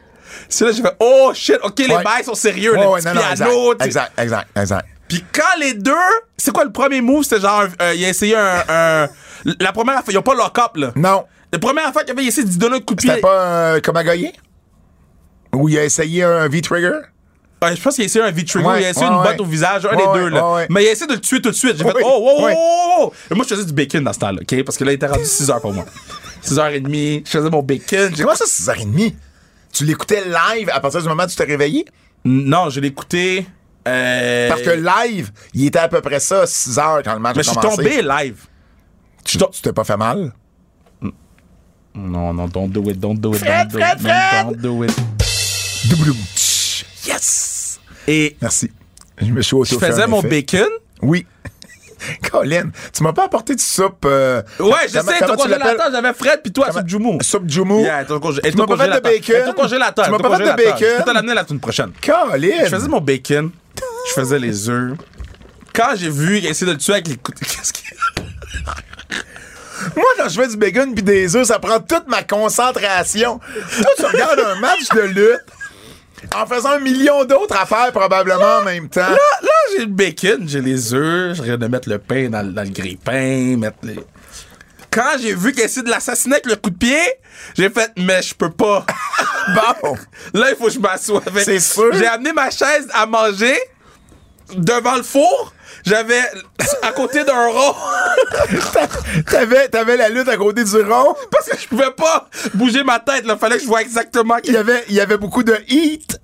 [SPEAKER 3] c'est là que j'ai fait Oh shit, ok, les
[SPEAKER 2] Ouais.
[SPEAKER 3] bails sont sérieux.
[SPEAKER 2] Ouais,
[SPEAKER 3] le
[SPEAKER 2] ouais,
[SPEAKER 3] petit
[SPEAKER 2] non, non,
[SPEAKER 3] piano. tu-
[SPEAKER 2] exact, exact, exact, exact.
[SPEAKER 3] Puis quand les deux, c'est quoi le premier move? C'était genre, euh, il a essayé un, un- La première affaire, ils ont pas lock-up, là.
[SPEAKER 2] Non.
[SPEAKER 3] La première affaire qu'il avait essayé d'y donner un coup de pied.
[SPEAKER 2] C'était pas un Komagaye? Où il a essayé un V-Trigger?
[SPEAKER 3] Ouais, je pense qu'il a essayé un vitrigger,
[SPEAKER 2] Ouais,
[SPEAKER 3] il a essayé
[SPEAKER 2] ouais,
[SPEAKER 3] une
[SPEAKER 2] ouais.
[SPEAKER 3] botte au visage, un
[SPEAKER 2] Ouais,
[SPEAKER 3] des
[SPEAKER 2] ouais,
[SPEAKER 3] deux, là.
[SPEAKER 2] ouais, ouais.
[SPEAKER 3] Mais il a essayé de le tuer tout de suite. J'ai fait,
[SPEAKER 2] Oui,
[SPEAKER 3] oh, oh,
[SPEAKER 2] oui.
[SPEAKER 3] oh, oh, oh. Et moi, je faisais du bacon dans ce temps-là, OK? Parce que là, il était rendu 6 h pour moi. 6 h 30 je faisais mon bacon. j'ai-
[SPEAKER 2] Dis-moi ça, 6h30. Tu l'écoutais live à partir du moment où tu t'es réveillé?
[SPEAKER 3] Non, je l'ai écouté. euh,
[SPEAKER 2] Parce que live, il était à peu près ça, 6 h quand le match
[SPEAKER 3] Mais je
[SPEAKER 2] a
[SPEAKER 3] suis
[SPEAKER 2] commencé.
[SPEAKER 3] tombé live.
[SPEAKER 2] Tu tu t'es pas fait mal?
[SPEAKER 3] Non, non, don't do it, don't do it,
[SPEAKER 2] Fred,
[SPEAKER 3] don't do it,
[SPEAKER 2] Fred, Fred!
[SPEAKER 3] don't do it.
[SPEAKER 2] Double. Yes!
[SPEAKER 3] Et
[SPEAKER 2] Merci. Je me suis
[SPEAKER 3] je faisais mon bacon.
[SPEAKER 2] Oui. Colin, tu m'as pas apporté de soupe. euh,
[SPEAKER 3] Ouais, je
[SPEAKER 2] comment-
[SPEAKER 3] sais,
[SPEAKER 2] comment
[SPEAKER 3] ton
[SPEAKER 2] tu l'appelles?
[SPEAKER 3] congélateur, j'avais Fred puis toi, soupe Jumu.
[SPEAKER 2] Soupe Jumu.
[SPEAKER 3] Yeah, ton congé- et
[SPEAKER 2] tu m'as
[SPEAKER 3] ton
[SPEAKER 2] pas fait de
[SPEAKER 3] congélateur.
[SPEAKER 2] bacon.
[SPEAKER 3] Et ton congélateur.
[SPEAKER 2] Tu m'as
[SPEAKER 3] ton
[SPEAKER 2] pas fait de
[SPEAKER 3] congélateur. Je peux te
[SPEAKER 2] bacon.
[SPEAKER 3] l'amener la semaine prochaine. Je faisais
[SPEAKER 2] Colin.
[SPEAKER 3] mon bacon. Je faisais les œufs. Quand j'ai vu essayer de le tuer avec les coups de... Qu'est-ce qu'il-
[SPEAKER 2] Moi, quand je fais du bacon puis des œufs, ça prend toute ma concentration. Toi, tu regardes un match de lutte en faisant un million d'autres affaires probablement en même temps.
[SPEAKER 3] Ah, Là, j'ai le bacon, j'ai les œufs, je viens de mettre le pain dans, le- dans le grille-pain, mettre les... Quand j'ai vu qu'elle essayait de l'assassiner avec le coup de pied, j'ai fait « Mais je peux pas.
[SPEAKER 2] Bon. »
[SPEAKER 3] Là, il faut que je m'assoie avec.
[SPEAKER 2] C'est sûr.
[SPEAKER 3] J'ai amené ma chaise à manger devant le four. J'avais à côté d'un rond
[SPEAKER 2] T'avais, t'avais la lutte à côté du rond.
[SPEAKER 3] parce que je pouvais pas bouger ma tête. Là, fallait que je vois exactement
[SPEAKER 2] Il
[SPEAKER 3] qui.
[SPEAKER 2] y avait, il y avait beaucoup de heat.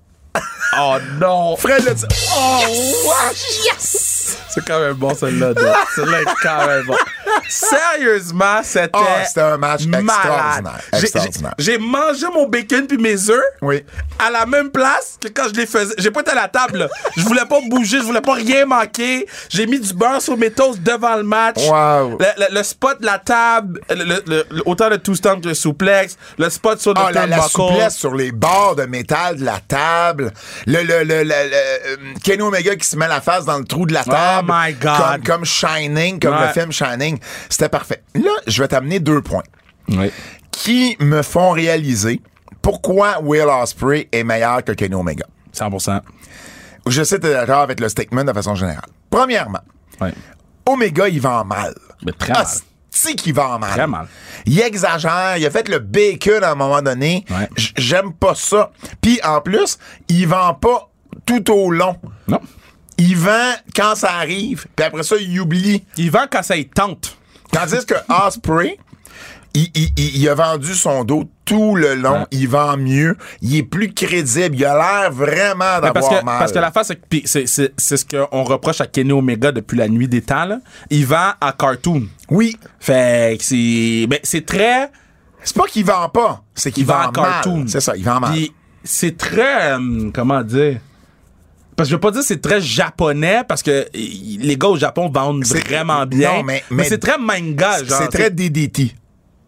[SPEAKER 3] Oh non!
[SPEAKER 2] Fred l'a dit.
[SPEAKER 3] Oh, wesh! C'est quand même bon, celle-là. Doc. celle-là est quand même bon. Sérieusement, c'était.
[SPEAKER 2] Ah, c'était un match
[SPEAKER 3] malade.
[SPEAKER 2] extraordinaire,
[SPEAKER 3] J'ai- j'ai-
[SPEAKER 2] extraordinaire.
[SPEAKER 3] J'ai mangé mon bacon puis mes œufs.
[SPEAKER 2] Oui.
[SPEAKER 3] À la même place que quand je les faisais. J'ai pas été à la table. là. Je voulais pas bouger, je voulais pas rien manquer. J'ai mis du beurre sur mes toasts devant le match.
[SPEAKER 2] Wow.
[SPEAKER 3] Le, le- le spot de la table, le, le- le- autant le two-stamp que le souplex, le spot sur le
[SPEAKER 2] Ah, la, la
[SPEAKER 3] turnbuckle.
[SPEAKER 2] souplesse sur les bords de métal de la table. Le, le, le, le- le- euh, Kenny Omega qui se met la face dans le trou de la table.
[SPEAKER 3] Oh my
[SPEAKER 2] Comme,
[SPEAKER 3] God.
[SPEAKER 2] comme Shining, comme
[SPEAKER 3] Ouais.
[SPEAKER 2] le film Shining. C'était parfait. Là, je vais t'amener deux points
[SPEAKER 3] Oui.
[SPEAKER 2] qui me font réaliser pourquoi Will Osprey est meilleur que Kenny Omega.
[SPEAKER 3] 100%.
[SPEAKER 2] Je sais que t'es d'accord avec le statement de façon générale. Premièrement,
[SPEAKER 3] Ouais.
[SPEAKER 2] Omega, il vend mal.
[SPEAKER 3] Mais très mal.
[SPEAKER 2] Hostie qu'il vend mal.
[SPEAKER 3] Très mal.
[SPEAKER 2] Il exagère. Il a fait le bacon à un moment donné.
[SPEAKER 3] Ouais.
[SPEAKER 2] J- J'aime pas ça. Puis en plus, il vend pas tout au long.
[SPEAKER 3] Non.
[SPEAKER 2] Il vend quand ça arrive. Puis après ça, il oublie.
[SPEAKER 3] Il vend quand ça y tente.
[SPEAKER 2] Tandis que Osprey, il, il- il- il a vendu son dos tout le long.
[SPEAKER 3] Ouais.
[SPEAKER 2] Il vend mieux. Il est plus crédible. Il a l'air vraiment
[SPEAKER 3] Mais parce
[SPEAKER 2] d'avoir
[SPEAKER 3] que,
[SPEAKER 2] mal.
[SPEAKER 3] parce que l'affaire, c'est que pis c'est- c'est c'est ce qu'on reproche à Kenny Omega depuis la nuit des temps. Là. Il vend à cartoon.
[SPEAKER 2] Oui.
[SPEAKER 3] Fait que c'est. Ben, c'est très.
[SPEAKER 2] C'est pas qu'il vend pas. C'est qu'il
[SPEAKER 3] Il vend
[SPEAKER 2] vend,
[SPEAKER 3] à cartoon.
[SPEAKER 2] mal. C'est ça, il vend mal.
[SPEAKER 3] Puis c'est très. euh, comment dire? Parce que je veux pas dire que c'est très japonais, parce que y- les gars au Japon vendent
[SPEAKER 2] C'est-
[SPEAKER 3] vraiment bien.
[SPEAKER 2] Non, mais- mais-
[SPEAKER 3] c'est très manga, genre.
[SPEAKER 2] C'est très DDT.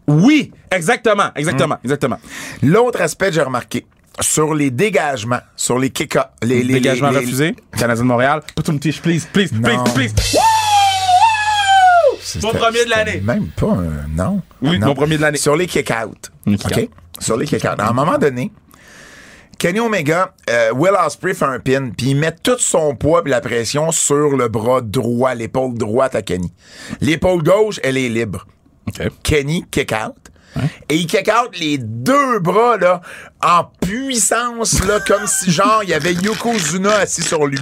[SPEAKER 3] Oui, exactement, exactement,
[SPEAKER 2] Mm.
[SPEAKER 3] exactement.
[SPEAKER 2] L'autre aspect que j'ai remarqué, sur les dégagements, sur les kick ups les, les-
[SPEAKER 3] Dégagement
[SPEAKER 2] les- les-
[SPEAKER 3] refusé. Canadien de Montréal. Put me tiche, please, please, please,
[SPEAKER 2] Non.
[SPEAKER 3] please. Wouh! Mon
[SPEAKER 2] C'était-
[SPEAKER 3] premier de l'année.
[SPEAKER 2] c'était Même pas un. Non.
[SPEAKER 3] Oui,
[SPEAKER 2] Non.
[SPEAKER 3] mon premier de l'année.
[SPEAKER 2] Sur les kick-out.
[SPEAKER 3] Les kick-out.
[SPEAKER 2] OK? Sur les kick-out. À un moment donné, Kenny Omega, euh, Will Ospreay fait un pin, puis il met tout son poids et la pression sur le bras droit, l'épaule droite à Kenny. L'épaule gauche, elle est libre.
[SPEAKER 3] OK.
[SPEAKER 2] Kenny kick out. Et il kick out les deux bras là en puissance là comme si genre il y avait Yokozuna assis sur lui.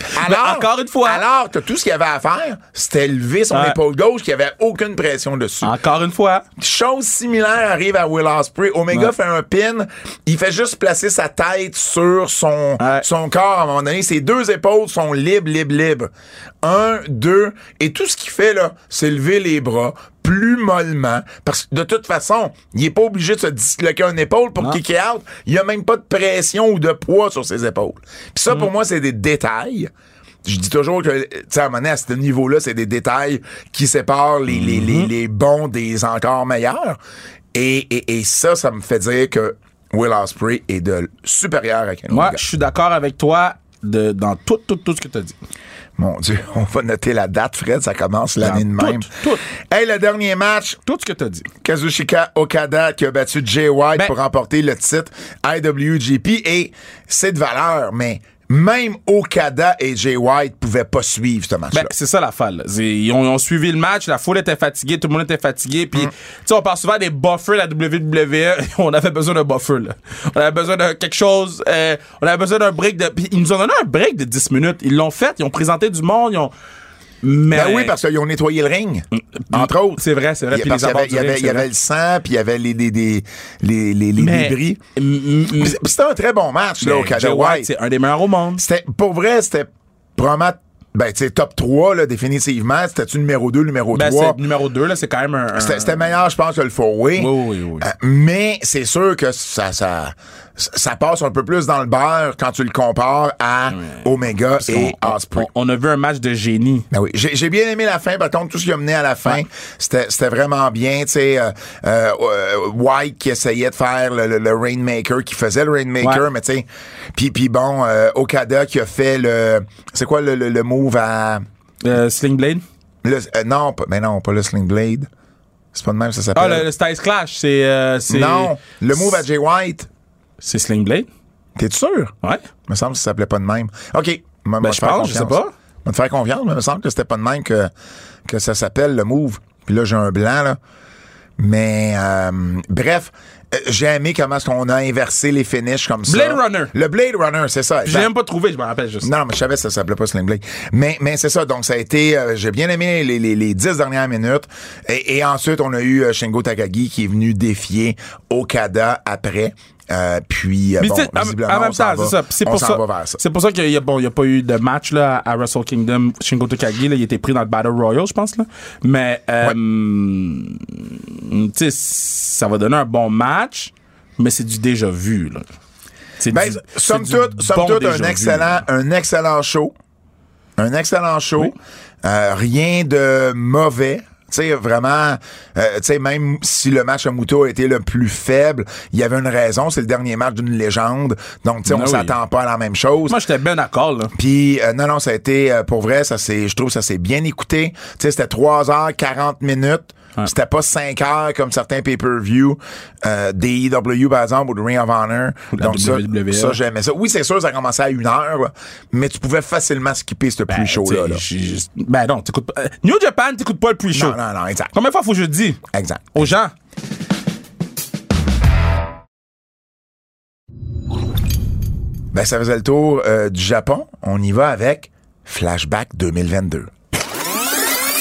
[SPEAKER 3] Mais Ben, encore une fois.
[SPEAKER 2] Alors que tout ce qu'il avait à faire, c'était lever son
[SPEAKER 3] Ouais. Ah.
[SPEAKER 2] épaule gauche qui avait aucune pression dessus.
[SPEAKER 3] Encore une fois.
[SPEAKER 2] Chose similaire arrive à Will Ospreay. Omega
[SPEAKER 3] Ouais.
[SPEAKER 2] fait un pin, il fait juste placer sa tête sur son,
[SPEAKER 3] Ouais.
[SPEAKER 2] son corps à un moment donné. Ses deux épaules sont libres, libres, libres. Un, deux, et tout ce qu'il fait là, c'est lever les bras plus mollement, parce que de toute façon, il est pas obligé de se disloquer une épaule pour
[SPEAKER 3] Non.
[SPEAKER 2] kicker out. Il y a même pas de pression ou de poids sur ses épaules. Puis ça, pour moi, c'est des détails. Je dis toujours que, tu sais, à un moment donné, à ce niveau-là, c'est des détails qui séparent les, les, les, les bons des encore meilleurs. Et, et, et ça, ça me fait dire que Will Ospreay est de supérieur à Ken
[SPEAKER 3] Moi,
[SPEAKER 2] Omega.
[SPEAKER 3] je suis d'accord avec toi de, dans tout, tout, tout ce que tu as dit.
[SPEAKER 2] Mon Dieu, on va noter la date, Fred, ça commence l'année de
[SPEAKER 3] Dans
[SPEAKER 2] même.
[SPEAKER 3] tout, tout.
[SPEAKER 2] Hey, le dernier match,
[SPEAKER 3] Tout ce que tu as dit.
[SPEAKER 2] Kazushika Okada qui a battu Jay White
[SPEAKER 3] Ben-
[SPEAKER 2] pour remporter le titre IWGP et c'est de valeur, mais même Okada et Jay White pouvaient pas suivre ce match-là.
[SPEAKER 3] Ben, c'est ça la falle. Ils ont, ils ont suivi le match, la foule était fatiguée, tout le monde était fatigué.
[SPEAKER 2] Mm.
[SPEAKER 3] Puis, tu sais, on parle souvent des buffers, la WWE. on avait besoin d'un buffer, là. On avait besoin de quelque chose. euh, on avait besoin d'un break de. Puis, ils nous ont donné un break de 10 minutes. Ils l'ont fait, ils ont présenté du monde, ils ont. Mais.
[SPEAKER 2] Ben oui, parce qu'ils ont nettoyé le ring, entre autres.
[SPEAKER 3] euh, Mm, C'est vrai, c'est vrai.
[SPEAKER 2] Il y a-
[SPEAKER 3] Puis
[SPEAKER 2] parce
[SPEAKER 3] les
[SPEAKER 2] qu'il y
[SPEAKER 3] abords
[SPEAKER 2] avait,
[SPEAKER 3] du
[SPEAKER 2] il y avait- il y
[SPEAKER 3] ring, c'est
[SPEAKER 2] avait
[SPEAKER 3] vrai.
[SPEAKER 2] le sang, puis il y avait les, les, les, les, les- les
[SPEAKER 3] Mais-
[SPEAKER 2] débris.
[SPEAKER 3] M- m-
[SPEAKER 2] Puis c'est- puis C'était un très bon match, là, au
[SPEAKER 3] mais Jay
[SPEAKER 2] Canada
[SPEAKER 3] White,
[SPEAKER 2] White.
[SPEAKER 3] c'est un des meilleurs au monde.
[SPEAKER 2] C'était, pour vrai, c'était probablement, ben, tu sais, top 3, là, définitivement. C'était-tu numéro 2, numéro
[SPEAKER 3] Ben,
[SPEAKER 2] 3?
[SPEAKER 3] c'est numéro 2, là, c'est quand même un. un-
[SPEAKER 2] C'était, c'était meilleur, je pense, que le fourway.
[SPEAKER 3] Oui, oui, oui, oui.
[SPEAKER 2] Euh, mais c'est sûr que ça, ça, ça passe un peu plus dans le beurre quand tu le compares à Omega et
[SPEAKER 3] on- on-
[SPEAKER 2] Osprey.
[SPEAKER 3] on a vu un match de génie.
[SPEAKER 2] Ben oui, j'ai j'ai bien aimé la fin. Par contre, tout ce qui a mené à la fin, c'était c'était vraiment bien. Tu sais, euh, euh, euh, White qui essayait de faire le, le- le Rainmaker, qui faisait le Rainmaker,
[SPEAKER 3] Ouais.
[SPEAKER 2] mais tu sais, puis puis bon, euh, Okada qui a fait le, c'est quoi le, le- le move à,
[SPEAKER 3] Euh, Sling Blade.
[SPEAKER 2] le- euh, non, pas- mais non, pas le Sling Blade. C'est pas de même que ça s'appelle.
[SPEAKER 3] Ah, le, le Styles Clash, c'est. euh, c'est-
[SPEAKER 2] Euh, non, le move à Jay White.
[SPEAKER 3] C'est Sling Blade?
[SPEAKER 2] T'es sûr?
[SPEAKER 3] Ouais.
[SPEAKER 2] me semble que ça s'appelait pas de même. OK. moi, moi,
[SPEAKER 3] Ben, je pense, je sais
[SPEAKER 2] confiance.
[SPEAKER 3] pas.
[SPEAKER 2] Je vais te faire confiance, mais il me semble que c'était pas de même que, que ça s'appelle le move. Puis là, j'ai un blanc, là. Mais, euh, bref, euh, j'ai aimé comment est-ce qu'on a inversé les finishes comme ça.
[SPEAKER 3] Blade Runner.
[SPEAKER 2] Le Blade Runner, c'est ça.
[SPEAKER 3] Je
[SPEAKER 2] exact.
[SPEAKER 3] l'ai même pas trouvé, je me rappelle juste.
[SPEAKER 2] Non, mais je savais que ça s'appelait pas Sling Blade. Mais, mais c'est ça. Donc, ça a été. euh, J'ai bien aimé les, les, les dix dernières minutes. Et, et ensuite, on a eu euh, Shingo Takagi qui est venu défier Okada après. Euh, puis, euh,
[SPEAKER 3] Puis,
[SPEAKER 2] bon,
[SPEAKER 3] tu sais, en-
[SPEAKER 2] visiblement,
[SPEAKER 3] en même
[SPEAKER 2] on s'en
[SPEAKER 3] temps,
[SPEAKER 2] va-
[SPEAKER 3] c'est ça. Puis C'est
[SPEAKER 2] on
[SPEAKER 3] pour
[SPEAKER 2] s'en
[SPEAKER 3] ça.
[SPEAKER 2] va vers ça.
[SPEAKER 3] C'est pour ça qu'il y a, bon, il y a pas eu de match là, à à Wrestle Kingdom. Shingo Takagi, là, il était pris dans le Battle Royal, je pense. Là. Mais, euh, mm, tu sais, ça va donner un bon match, mais c'est du déjà vu. Là. C'est
[SPEAKER 2] Ben,
[SPEAKER 3] du-
[SPEAKER 2] somme
[SPEAKER 3] c'est du
[SPEAKER 2] toute, somme
[SPEAKER 3] bon
[SPEAKER 2] toute,
[SPEAKER 3] déjà
[SPEAKER 2] un
[SPEAKER 3] vu,
[SPEAKER 2] excellent,
[SPEAKER 3] là.
[SPEAKER 2] un excellent show. Un excellent show. Euh, rien de mauvais. Tu sais, vraiment, euh, tu sais, même si le match à Muto a été le plus faible, il y avait une raison. C'est le dernier match d'une légende. Donc, tu sais, on
[SPEAKER 3] Ah oui.
[SPEAKER 2] s'attend pas à la même chose.
[SPEAKER 3] Moi, j'étais bien d'accord. là.
[SPEAKER 2] Puis, euh, non, non, ça a été, euh, pour vrai, ça c'est, je trouve, ça s'est bien écouté. Tu sais, c'était 3h40 minutes.
[SPEAKER 3] Ouais.
[SPEAKER 2] C'était pas 5 heures comme certains pay-per-view euh, des EW, par exemple, ou de Ring of Honor.
[SPEAKER 3] la E.
[SPEAKER 2] Donc, ça,
[SPEAKER 3] WWE.
[SPEAKER 2] ça, j'aimais ça. Oui, c'est sûr, ça commençait à 1 heure, là, mais tu pouvais facilement skipper ce
[SPEAKER 3] Ben,
[SPEAKER 2] pre-show-là.
[SPEAKER 3] tu sais,
[SPEAKER 2] là.
[SPEAKER 3] j'ai juste- Ben non, t'écoutes pas. euh, New Japan, t'écoutes pas le pre-show.
[SPEAKER 2] Non, non, non, exact.
[SPEAKER 3] Combien de fois faut que je le dise
[SPEAKER 2] Exact.
[SPEAKER 3] aux gens?
[SPEAKER 2] Ben, ça faisait le tour euh, du Japon. On y va avec Flashback 2022.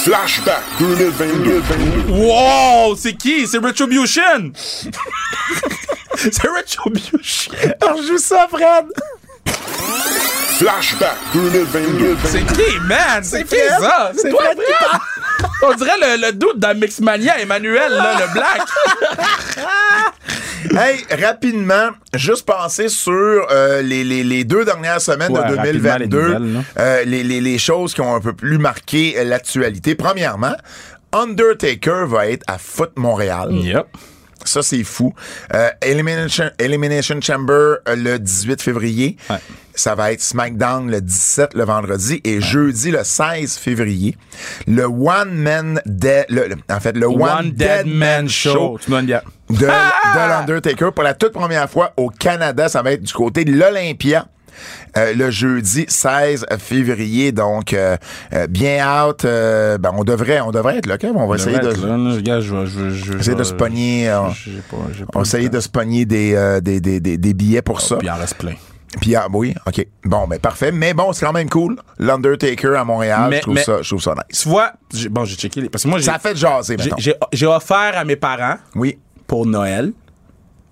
[SPEAKER 1] Flashback 2022.
[SPEAKER 3] Wow, c'est qui? C'est Retribution! c'est Retribution!
[SPEAKER 2] Alors, joue ça, Fred!
[SPEAKER 1] Flashback 2022.
[SPEAKER 3] C'est qui, man? C'est qui ça?
[SPEAKER 2] C'est
[SPEAKER 3] toi,
[SPEAKER 2] Fred qui
[SPEAKER 3] Fred? On dirait le, le doute d'un Mixmania, Emmanuel, là, le black.
[SPEAKER 2] Hey, rapidement, juste penser sur euh, les, les- les deux dernières semaines
[SPEAKER 4] Ouais,
[SPEAKER 2] de
[SPEAKER 4] rapidement,
[SPEAKER 2] 2022,
[SPEAKER 4] les nouvelles, là.
[SPEAKER 2] euh, les, les- les choses qui ont un peu plus marqué euh, l'actualité. Premièrement, Undertaker va être à Foot Montréal.
[SPEAKER 4] Yep.
[SPEAKER 2] Ça, c'est fou. Euh, Elimination, Elimination Chamber euh, le 18 février.
[SPEAKER 4] Ouais.
[SPEAKER 2] Ça va être SmackDown le 17, le vendredi, et jeudi le 16 février. Le One Man Dead... le- le- en fait, le One, Dead, Man Show
[SPEAKER 4] Tu me donnes bien.
[SPEAKER 2] de, de l'Undertaker pour la toute première fois au Canada. Ça va être du côté de l'Olympia. euh, le jeudi 16 février, donc euh, euh, bien out. euh, ben, on devrait, on devrait être là, Kev. On va essayer de,
[SPEAKER 4] Regarde, je vais- je vais- je vais-
[SPEAKER 2] essayer de se pogner. euh,
[SPEAKER 4] J'ai pas. j'ai
[SPEAKER 2] on
[SPEAKER 4] pas
[SPEAKER 2] va
[SPEAKER 4] le
[SPEAKER 2] essayer
[SPEAKER 4] temps.
[SPEAKER 2] de se pogner des, euh, des, des, des, des billets pour ça.
[SPEAKER 4] Puis il en reste plein.
[SPEAKER 2] Puis ah, oui, ok. Bon, ben parfait. Mais bon, c'est quand même cool. L'Undertaker à Montréal,
[SPEAKER 3] Mais-
[SPEAKER 2] je, trouve
[SPEAKER 3] mais-
[SPEAKER 2] ça, je trouve ça nice.
[SPEAKER 3] Tu vois, j'ai- bon, j'ai checké les. Parce que moi, j'ai-
[SPEAKER 2] Ça a fait jaser,
[SPEAKER 3] j'ai-
[SPEAKER 2] mettons.
[SPEAKER 3] j'ai j'ai offert à mes parents
[SPEAKER 2] Oui.
[SPEAKER 3] pour Noël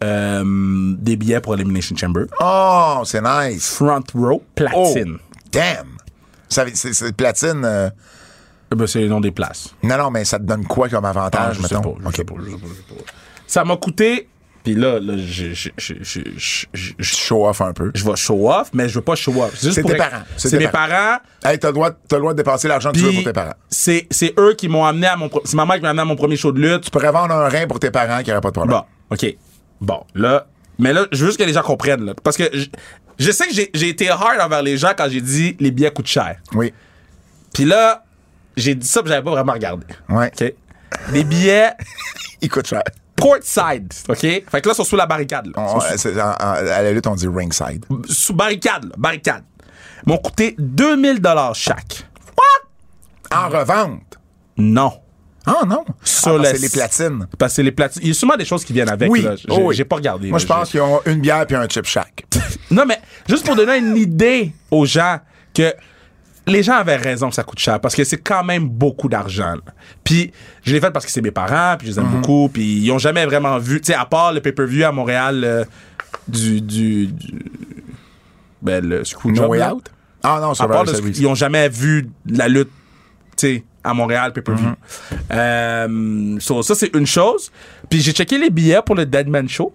[SPEAKER 3] euh, des billets pour Elimination Chamber.
[SPEAKER 2] Oh, c'est nice.
[SPEAKER 3] Front row,
[SPEAKER 2] Oh,
[SPEAKER 3] platine.
[SPEAKER 2] damn. Ça, c'est, c'est platine. euh,
[SPEAKER 3] Eh ben, c'est le nom des places.
[SPEAKER 2] Non, non, mais ça te donne quoi comme
[SPEAKER 3] Ah,
[SPEAKER 2] avantage,
[SPEAKER 3] je sais
[SPEAKER 2] mettons?
[SPEAKER 3] pas, je
[SPEAKER 2] Ok.
[SPEAKER 3] sais pas, je sais pas, je sais pas. Ça m'a coûté. Puis là, là j'ai- j'ai- j'ai- j'ai- j'ai- j'ai-
[SPEAKER 2] Tu show off un peu.
[SPEAKER 3] je vais show off, mais je veux pas show off. C'est juste
[SPEAKER 2] C'est
[SPEAKER 3] pour-
[SPEAKER 2] tes parents, c'est
[SPEAKER 3] C'est
[SPEAKER 2] tes
[SPEAKER 3] mes parents.
[SPEAKER 2] Hey, t'as le droit, t'as le droit de dépenser l'argent que tu veux
[SPEAKER 3] puis
[SPEAKER 2] pour tes parents.
[SPEAKER 3] C'est, c'est eux qui m'ont amené à mon. pro- C'est ma mère qui m'a amené à mon premier show de lutte.
[SPEAKER 2] Tu pourrais vendre un rein pour tes parents qui n'aurait pas de problème.
[SPEAKER 3] Bon, OK. Bon, là. Mais là, je veux juste que les gens comprennent, là. Parce que je, je sais que j'ai, j'ai été hard envers les gens quand j'ai dit les billets coûtent cher.
[SPEAKER 2] Oui.
[SPEAKER 3] Puis là, j'ai dit ça, puis j'avais pas vraiment regardé.
[SPEAKER 2] Ouais.
[SPEAKER 3] OK. Les billets
[SPEAKER 2] Il coûte cher.
[SPEAKER 3] courtside. OK? Fait que là, ils sont sous la barricade, là. Ils
[SPEAKER 2] On-
[SPEAKER 3] sont
[SPEAKER 2] euh, c'est- en- en- à la lutte, on dit ringside.
[SPEAKER 3] sous barricade, là, barricade, m'ont coûté 2000 dollars chaque.
[SPEAKER 2] En revente.
[SPEAKER 3] Non.
[SPEAKER 2] Ah non.
[SPEAKER 3] Sur
[SPEAKER 2] Ah,
[SPEAKER 3] la-
[SPEAKER 2] c'est les platines.
[SPEAKER 3] Parce que les platines, il y a sûrement des choses qui viennent avec.
[SPEAKER 2] Oui.
[SPEAKER 3] là. J'ai
[SPEAKER 2] Oh, oui.
[SPEAKER 3] j'ai pas regardé.
[SPEAKER 2] Moi,
[SPEAKER 3] là.
[SPEAKER 2] je pense qu'ils ont une bière puis un chip shack.
[SPEAKER 3] Non, mais juste pour donner une idée aux gens que les gens avaient raison que ça coûte cher parce que c'est quand même beaucoup d'argent. là. Puis je l'ai fait parce que c'est mes parents, puis je les
[SPEAKER 2] Mhm.
[SPEAKER 3] aime beaucoup, puis ils ont jamais vraiment vu, tu sais, à part le pay-per-view à Montréal euh, du, du, du- ben, le Screwjob.
[SPEAKER 2] No way
[SPEAKER 3] là.
[SPEAKER 2] out. Ah non,
[SPEAKER 3] À part
[SPEAKER 2] Survivor
[SPEAKER 3] de ce-
[SPEAKER 2] Series.
[SPEAKER 3] ils ont jamais vu la lutte, tu sais, à Montréal, pay-per-view.
[SPEAKER 2] Mhm.
[SPEAKER 3] Euh, so, ça, c'est une chose. Puis j'ai checké les billets pour le Deadman Show.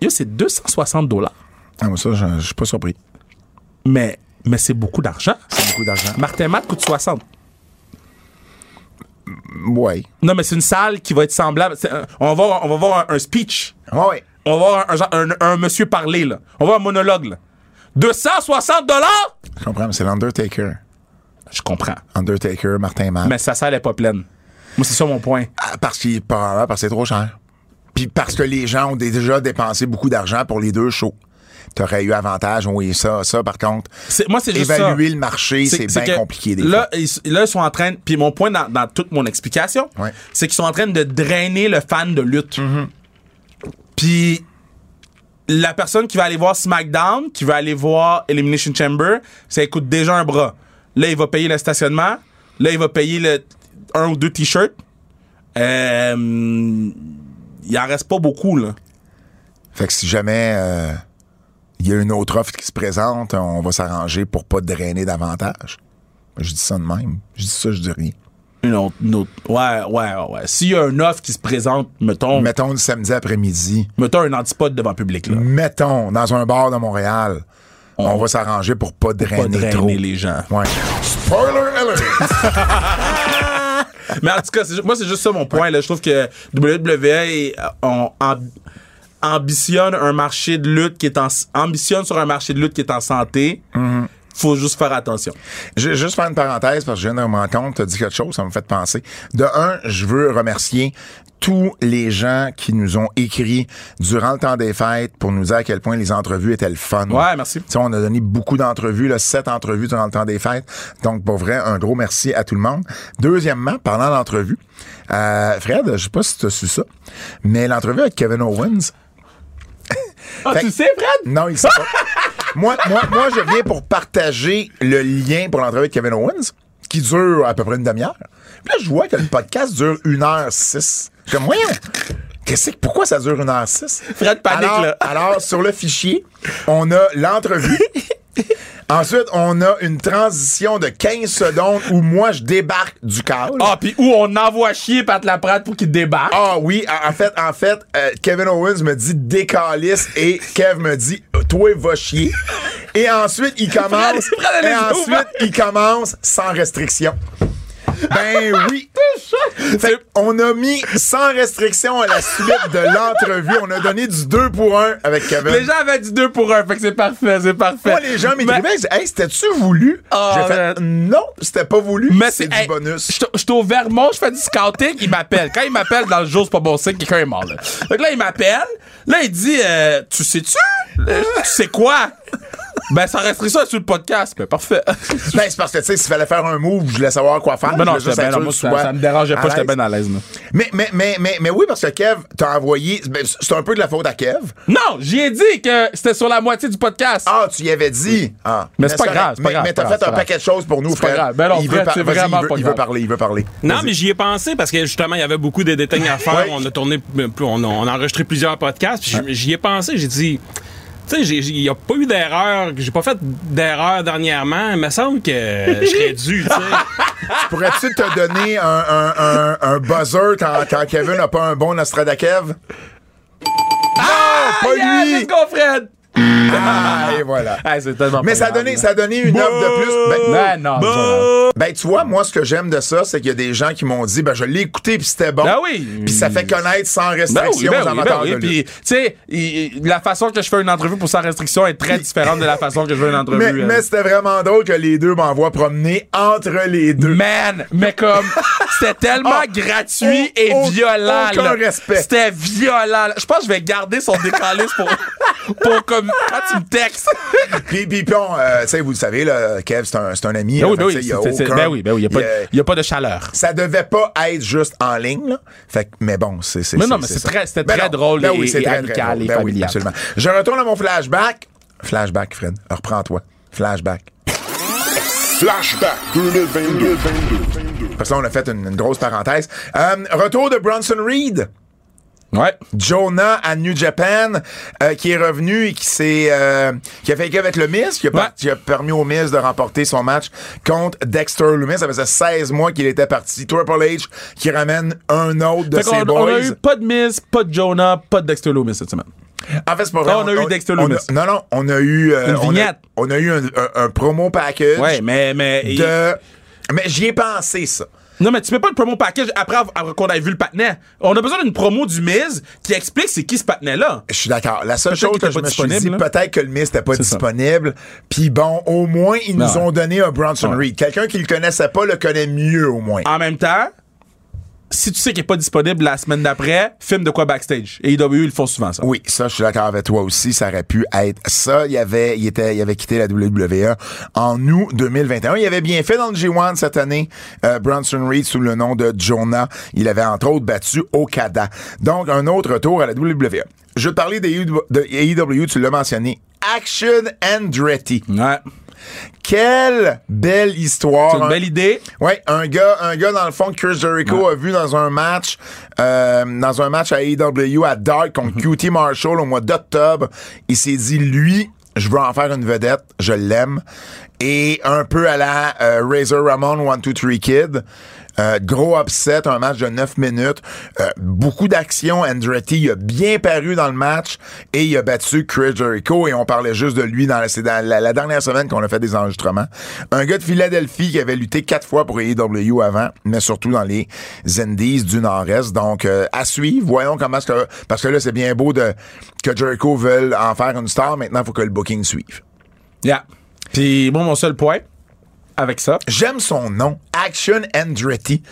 [SPEAKER 3] Yo, c'est 260 dollars.
[SPEAKER 2] Ah, moi, ça, je je suis pas surpris.
[SPEAKER 3] Mais, mais c'est beaucoup d'argent.
[SPEAKER 2] C'est beaucoup d'argent.
[SPEAKER 3] Martin Matt coûte 60.
[SPEAKER 2] Ouais.
[SPEAKER 3] Non, mais c'est une salle qui va être semblable. C'est un- on, va, on va voir un, un speech.
[SPEAKER 2] Ouais, ouais.
[SPEAKER 3] On va voir un, genre- un- un monsieur parler, là. On va voir un monologue, là. 260 dollars?
[SPEAKER 2] Je comprends, mais c'est l'Undertaker.
[SPEAKER 3] Je comprends.
[SPEAKER 2] Undertaker, Martin Mann.
[SPEAKER 3] Mais sa salle est pas pleine. Moi, c'est ça mon point.
[SPEAKER 2] Ah, Parce qu'il probablement parce que c'est trop cher. Puis parce que les gens ont déjà dépensé beaucoup d'argent pour les deux shows. T'aurais eu avantage, oui, ça, ça, par contre.
[SPEAKER 3] C'est- moi, c'est juste ça.
[SPEAKER 2] Évaluer le marché, c'est bien
[SPEAKER 3] que
[SPEAKER 2] compliqué des
[SPEAKER 3] là, Ils, là, ils sont en train. Puis mon point dans, dans toute mon explication,
[SPEAKER 2] Ouais. Mm-hmm.
[SPEAKER 3] c'est qu'ils sont en train de drainer le fan de lutte. Puis la personne qui va aller voir SmackDown, qui va aller voir Elimination Chamber, ça coûte déjà un bras. Là, il va payer le stationnement. Là, il va payer le un ou deux t-shirts. Euh, il en reste pas beaucoup, là.
[SPEAKER 2] fois. Fait que si jamais euh, il y a une autre offre qui se présente, on va s'arranger pour pas drainer davantage. Je dis ça de même. Je dis ça, je dis rien.
[SPEAKER 3] Une autre, une autre- Ouais, ouais, ouais. S'il y a une offre qui se présente, mettons,
[SPEAKER 2] Mettons le samedi après-midi.
[SPEAKER 3] mettons un antipode devant public,
[SPEAKER 2] Mm-hmm.
[SPEAKER 3] là.
[SPEAKER 2] Mettons, dans un bar de Montréal. On, va s'arranger pour pas drainer,
[SPEAKER 3] pas drainer
[SPEAKER 2] trop.
[SPEAKER 3] les gens.
[SPEAKER 2] Ouais. Spoiler alert!
[SPEAKER 3] Mais en tout cas, c'est ju- moi, c'est juste ça mon point. Là. Je trouve que WWE est- on amb- ambitionne un marché de lutte qui est en s- ambitionne sur un marché de lutte qui est en santé.
[SPEAKER 2] Mm-hmm.
[SPEAKER 3] Faut juste faire attention.
[SPEAKER 2] Je vais juste faire une parenthèse parce que je viens de me rendre compte, t'as dit quelque chose, ça me fait penser. De un, je veux remercier tous les gens qui nous ont écrit durant le temps des fêtes pour nous dire à quel point les entrevues étaient le fun.
[SPEAKER 3] Ouais, merci.
[SPEAKER 2] Tu sais, on a donné beaucoup d'entrevues, là, sept entrevues durant le temps des fêtes. Donc, pour vrai, un gros merci à tout le monde. Deuxièmement, parlant d'entrevues, euh, Fred, je sais pas si tu as su ça, mais l'entrevue avec Kevin Owens,
[SPEAKER 3] Ah,
[SPEAKER 2] Fait-
[SPEAKER 3] tu le sais, Fred?
[SPEAKER 2] non, il sait pas. moi, moi, moi, je viens pour partager le lien pour l'entrevue avec Kevin Owens, qui dure à peu près une demi-heure. Puis là, je vois que le podcast dure une heure six. Je suis Comme, voyons, qu'est-ce que, pourquoi ça dure une heure six?
[SPEAKER 3] Fred panique,
[SPEAKER 2] alors,
[SPEAKER 3] là.
[SPEAKER 2] alors, sur le fichier, on a l'entrevue Ensuite, on a une transition de 15 secondes où moi, je débarque du câble.
[SPEAKER 3] Ah, puis où on envoie chier Pat Laprade pour qu'il débarque.
[SPEAKER 2] Ah oui, en- en fait, en fait, euh, Kevin Owens me dit décaliste et Kev me dit euh, toi va chier. Et ensuite il commence,
[SPEAKER 3] Prends la- prends la
[SPEAKER 2] et
[SPEAKER 3] liste
[SPEAKER 2] ensuite
[SPEAKER 3] ouverte.
[SPEAKER 2] il commence sans restriction. Ben oui. Fait on a mis sans restriction à la suite de l'entrevue. On a donné du 2 pour 1 avec Kevin.
[SPEAKER 3] Les gens avaient du 2 pour 1, fait que c'est parfait, c'est parfait.
[SPEAKER 2] Moi, les gens m'écrivaient,
[SPEAKER 3] Mais-
[SPEAKER 2] ils disaient, hey, c'était-tu voulu?
[SPEAKER 3] Ah,
[SPEAKER 2] J'ai fait, non, c'était pas voulu.
[SPEAKER 3] Mais
[SPEAKER 2] c'est du
[SPEAKER 3] hey,
[SPEAKER 2] bonus.
[SPEAKER 3] Je suis au Vermont, je fais du scouting, il m'appelle. Quand il m'appelle dans le jour, c'est pas bon signe, quelqu'un est mort. Là. Donc là, il m'appelle. Là, il dit euh, Tu sais-tu Euh, Tu sais quoi Ben, ça resterait ça sur le podcast. Ben, parfait.
[SPEAKER 2] Ben, c'est parce que, tu sais, s'il fallait faire un move, je voulais savoir quoi faire.
[SPEAKER 3] Mais
[SPEAKER 2] Je
[SPEAKER 3] Ben non,
[SPEAKER 2] voulais juste
[SPEAKER 3] j'étais bien,
[SPEAKER 2] être
[SPEAKER 3] non, moi,
[SPEAKER 2] sûr
[SPEAKER 3] ça,
[SPEAKER 2] que tu sois
[SPEAKER 3] ça me dérangeait pas,
[SPEAKER 2] à
[SPEAKER 3] j'étais
[SPEAKER 2] l'aise.
[SPEAKER 3] bien à l'aise. moi.
[SPEAKER 2] Mais, mais, mais, mais, mais oui, parce que Kev t'a envoyé. ben, C'est un peu de la faute à Kev.
[SPEAKER 3] Non, j'ai dit que c'était sur la moitié du podcast.
[SPEAKER 2] Ah, tu y avais dit. Ah.
[SPEAKER 3] Mais c'est pas grave, c'est pas
[SPEAKER 2] Mais,
[SPEAKER 3] grave,
[SPEAKER 2] mais
[SPEAKER 3] c'est
[SPEAKER 2] t'as
[SPEAKER 3] pas
[SPEAKER 2] fait
[SPEAKER 3] grave,
[SPEAKER 2] un
[SPEAKER 3] c'est
[SPEAKER 2] paquet de choses pour nous,
[SPEAKER 3] pas
[SPEAKER 2] frère.
[SPEAKER 3] grave. Ben non,
[SPEAKER 2] il
[SPEAKER 3] Fred,
[SPEAKER 2] veut, par-
[SPEAKER 3] c'est
[SPEAKER 2] vas-y,
[SPEAKER 3] vraiment
[SPEAKER 2] il veut,
[SPEAKER 3] pas
[SPEAKER 2] il
[SPEAKER 3] grave.
[SPEAKER 2] veut parler, il veut parler.
[SPEAKER 5] Non,
[SPEAKER 2] Vas-y.
[SPEAKER 5] mais j'y ai pensé parce que justement, il y avait beaucoup de détails à faire.
[SPEAKER 2] Ouais.
[SPEAKER 5] On a tourné, euh, plus- on a, on a enregistré plusieurs podcasts. puis j'y- J'y ai pensé, j'ai dit, tu sais, j'ai- j'ai- il n'y a pas eu d'erreur, j'ai pas fait d'erreur dernièrement. Il me semble que je serais dû, tu sais.
[SPEAKER 2] Pourrais-tu te donner un, un, un, un buzzer quand, quand Kevin n'a pas un bon Nostradakev?
[SPEAKER 3] Ah,
[SPEAKER 2] pas
[SPEAKER 3] yeah,
[SPEAKER 2] lui.
[SPEAKER 3] let's go, Fred.
[SPEAKER 2] Ah, et voilà.
[SPEAKER 3] Ah, c'est tellement
[SPEAKER 2] Mais
[SPEAKER 3] pas
[SPEAKER 2] ça a
[SPEAKER 3] grave,
[SPEAKER 2] donné,
[SPEAKER 3] là.
[SPEAKER 2] ça a donné une œuvre de plus. Ben,
[SPEAKER 3] Ben non, c'est pas grave.
[SPEAKER 2] ben, tu vois, moi, ce que j'aime de ça, c'est qu'il y a des gens qui m'ont dit, ben, je l'ai écouté puis c'était bon.
[SPEAKER 3] Ben oui.
[SPEAKER 2] Puis ça fait connaître sans
[SPEAKER 3] Ben
[SPEAKER 2] restriction
[SPEAKER 3] oui, ben
[SPEAKER 2] aux
[SPEAKER 3] oui, ben
[SPEAKER 2] amateurs
[SPEAKER 3] oui.
[SPEAKER 2] de lutte.
[SPEAKER 3] Puis, tu sais, il- il- la façon que je fais une entrevue pour sans restriction est très différente de la façon que je fais une entrevue.
[SPEAKER 2] Mais,
[SPEAKER 3] euh,
[SPEAKER 2] mais c'était vraiment drôle que les deux m'envoient promener entre les deux.
[SPEAKER 3] Man, mais comme c'était tellement gratuit et
[SPEAKER 2] Ah, au-
[SPEAKER 3] violent.
[SPEAKER 2] aucun
[SPEAKER 3] là.
[SPEAKER 2] respect.
[SPEAKER 3] C'était violent. là. Je pense que je vais garder son décaliste pour pour comme quand tu me textes.
[SPEAKER 2] Puis, puis, puis on, euh, tu sais, vous le savez, là, Kev, c'est un, c'est un ami.
[SPEAKER 3] Ben oui,
[SPEAKER 2] là,
[SPEAKER 3] ben
[SPEAKER 2] fait que, tu sais,
[SPEAKER 3] oui,
[SPEAKER 2] il y a
[SPEAKER 3] c'est- c'est-
[SPEAKER 2] aucun-
[SPEAKER 3] ben oui, ben oui, y a pas,
[SPEAKER 2] il y a-
[SPEAKER 3] y a pas de chaleur.
[SPEAKER 2] Ça devait pas être juste en ligne, là. Fait que, mais bon, c'est.
[SPEAKER 3] Mais non, mais c'est
[SPEAKER 2] ça.
[SPEAKER 3] très- c'était très
[SPEAKER 2] non.
[SPEAKER 3] drôle
[SPEAKER 2] Ben
[SPEAKER 3] et-
[SPEAKER 2] oui, c'est
[SPEAKER 3] et
[SPEAKER 2] très,
[SPEAKER 3] amical
[SPEAKER 2] très drôle.
[SPEAKER 3] et
[SPEAKER 2] Ben oui,
[SPEAKER 3] familial.
[SPEAKER 2] absolument. Je retourne à mon flashback. Flashback, Fred. Reprends-toi. Flashback.
[SPEAKER 1] Flashback 2022.
[SPEAKER 2] Parce que là, on a fait une, une grosse parenthèse. Euh, retour de Bronson Reed.
[SPEAKER 3] Ouais.
[SPEAKER 2] Jonah à New Japan, euh, qui est revenu et qui s'est, euh, qui a fait équipe avec le Miz, qui a, par-
[SPEAKER 3] Ouais.
[SPEAKER 2] qui a permis au Miz de remporter son match contre Dexter Lumis. Ça faisait 16 mois qu'il était parti. Triple H qui ramène un autre de
[SPEAKER 3] Fait
[SPEAKER 2] ses
[SPEAKER 3] qu'on on
[SPEAKER 2] boys.
[SPEAKER 3] a eu pas de Miss, pas de Jonah, pas de Dexter Loomis cette semaine.
[SPEAKER 2] En fait, c'est pas vrai.
[SPEAKER 3] Ah, on a eu Dexter
[SPEAKER 2] on a-
[SPEAKER 3] Lumis.
[SPEAKER 2] non, non, on a eu euh,
[SPEAKER 3] Une
[SPEAKER 2] on a-
[SPEAKER 3] vignette.
[SPEAKER 2] On a, eu un, un- un promo package.
[SPEAKER 3] Ouais, mais mais
[SPEAKER 2] de. Mais j'y ai pensé ça.
[SPEAKER 3] Non, mais tu mets pas le promo package après av- av- qu'on ait vu le patinet. On a besoin d'une promo du Miz qui explique c'est qui ce patinet-là.
[SPEAKER 2] Je suis d'accord. La seule
[SPEAKER 3] Peut-être
[SPEAKER 2] chose
[SPEAKER 3] qu'il
[SPEAKER 2] que
[SPEAKER 3] était
[SPEAKER 2] je
[SPEAKER 3] pas
[SPEAKER 2] me suis dit,
[SPEAKER 3] disponible, là.
[SPEAKER 2] peut-être que le Miz n'était pas
[SPEAKER 3] ça.
[SPEAKER 2] disponible. Puis bon, au moins, ils nous
[SPEAKER 3] Non.
[SPEAKER 2] ont donné un Bronson
[SPEAKER 3] Ouais.
[SPEAKER 2] Reed. Quelqu'un qui le connaissait pas le connaît mieux, au moins.
[SPEAKER 3] En même temps, si tu sais qu'il est pas disponible la semaine d'après, filme de quoi backstage. Et IW, ils font souvent ça.
[SPEAKER 2] Oui, ça, je suis d'accord avec toi aussi. Ça aurait pu être ça. Il avait, il était, il avait quitté la WWE en août 2021. Il avait bien fait dans le G1 cette année. euh, Bronson Reed sous le nom de Jonah. Il avait entre autres battu Okada. Donc, un autre retour à la WWE. Je vais te parler des IW de AEW, tu l'as mentionné. Action Andretti.
[SPEAKER 3] Ouais.
[SPEAKER 2] Quelle belle histoire.
[SPEAKER 3] C'est une
[SPEAKER 2] Un-
[SPEAKER 3] belle idée.
[SPEAKER 2] Ouais, un gars, un gars dans le fond que Chris Jericho a vu dans un match, euh, dans un match à AEW à Dark contre
[SPEAKER 3] Mhm.
[SPEAKER 2] QT Marshall au mois d'octobre. Il s'est dit, lui, je veux en faire une vedette, je l'aime. Et un peu à la euh, Razor Ramon 1, 2, 3 Kid. Euh, gros upset, un match de 9 minutes. Euh, beaucoup d'action. Andretti il a bien paru dans le match et il a battu Chris Jericho. Et on parlait juste de lui dans la, c'est dans la- la dernière semaine qu'on a fait des enregistrements. Un gars de Philadelphie qui avait lutté quatre fois pour AEW avant, mais surtout dans les Indies du Nord-Est. Donc, euh, à suivre. Voyons comment est-ce que... Parce que là, c'est bien beau de que Jericho veuille en faire une star. Maintenant, il faut que le booking suive.
[SPEAKER 3] Yeah. Puis, bon, mon seul point avec ça.
[SPEAKER 2] J'aime son nom. Action Andretti.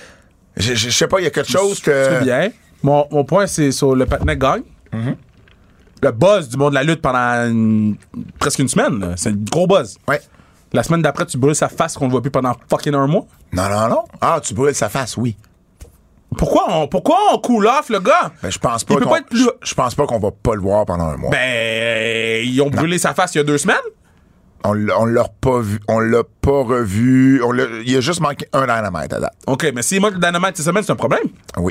[SPEAKER 2] Je, je- je sais pas, il y a quelque chose que...
[SPEAKER 3] C'est bien. Mon, mon point, c'est sur le patinet gagne. Le buzz du monde de la lutte pendant une- presque une semaine. là. C'est un gros buzz.
[SPEAKER 2] Ouais.
[SPEAKER 3] La semaine d'après, tu brûles sa face qu'on ne voit plus pendant fucking un mois.
[SPEAKER 2] Non, non, non. Ah, tu brûles sa face, oui.
[SPEAKER 3] Pourquoi on, pourquoi on cool off le gars?
[SPEAKER 2] Ben, je pense pas.
[SPEAKER 3] Il peut
[SPEAKER 2] qu'on-
[SPEAKER 3] pas être plus.
[SPEAKER 2] Je je pense pas qu'on va pas le voir pendant un mois.
[SPEAKER 3] Ben, ils ont brûlé sa face il y a deux semaines.
[SPEAKER 2] On l'a on l'a pas vu, on l'a pas revu. On l'a- il a juste manqué un dynamite à date.
[SPEAKER 3] OK, mais s'il manque le Dynamite cette semaine, c'est un problème.
[SPEAKER 2] Oui.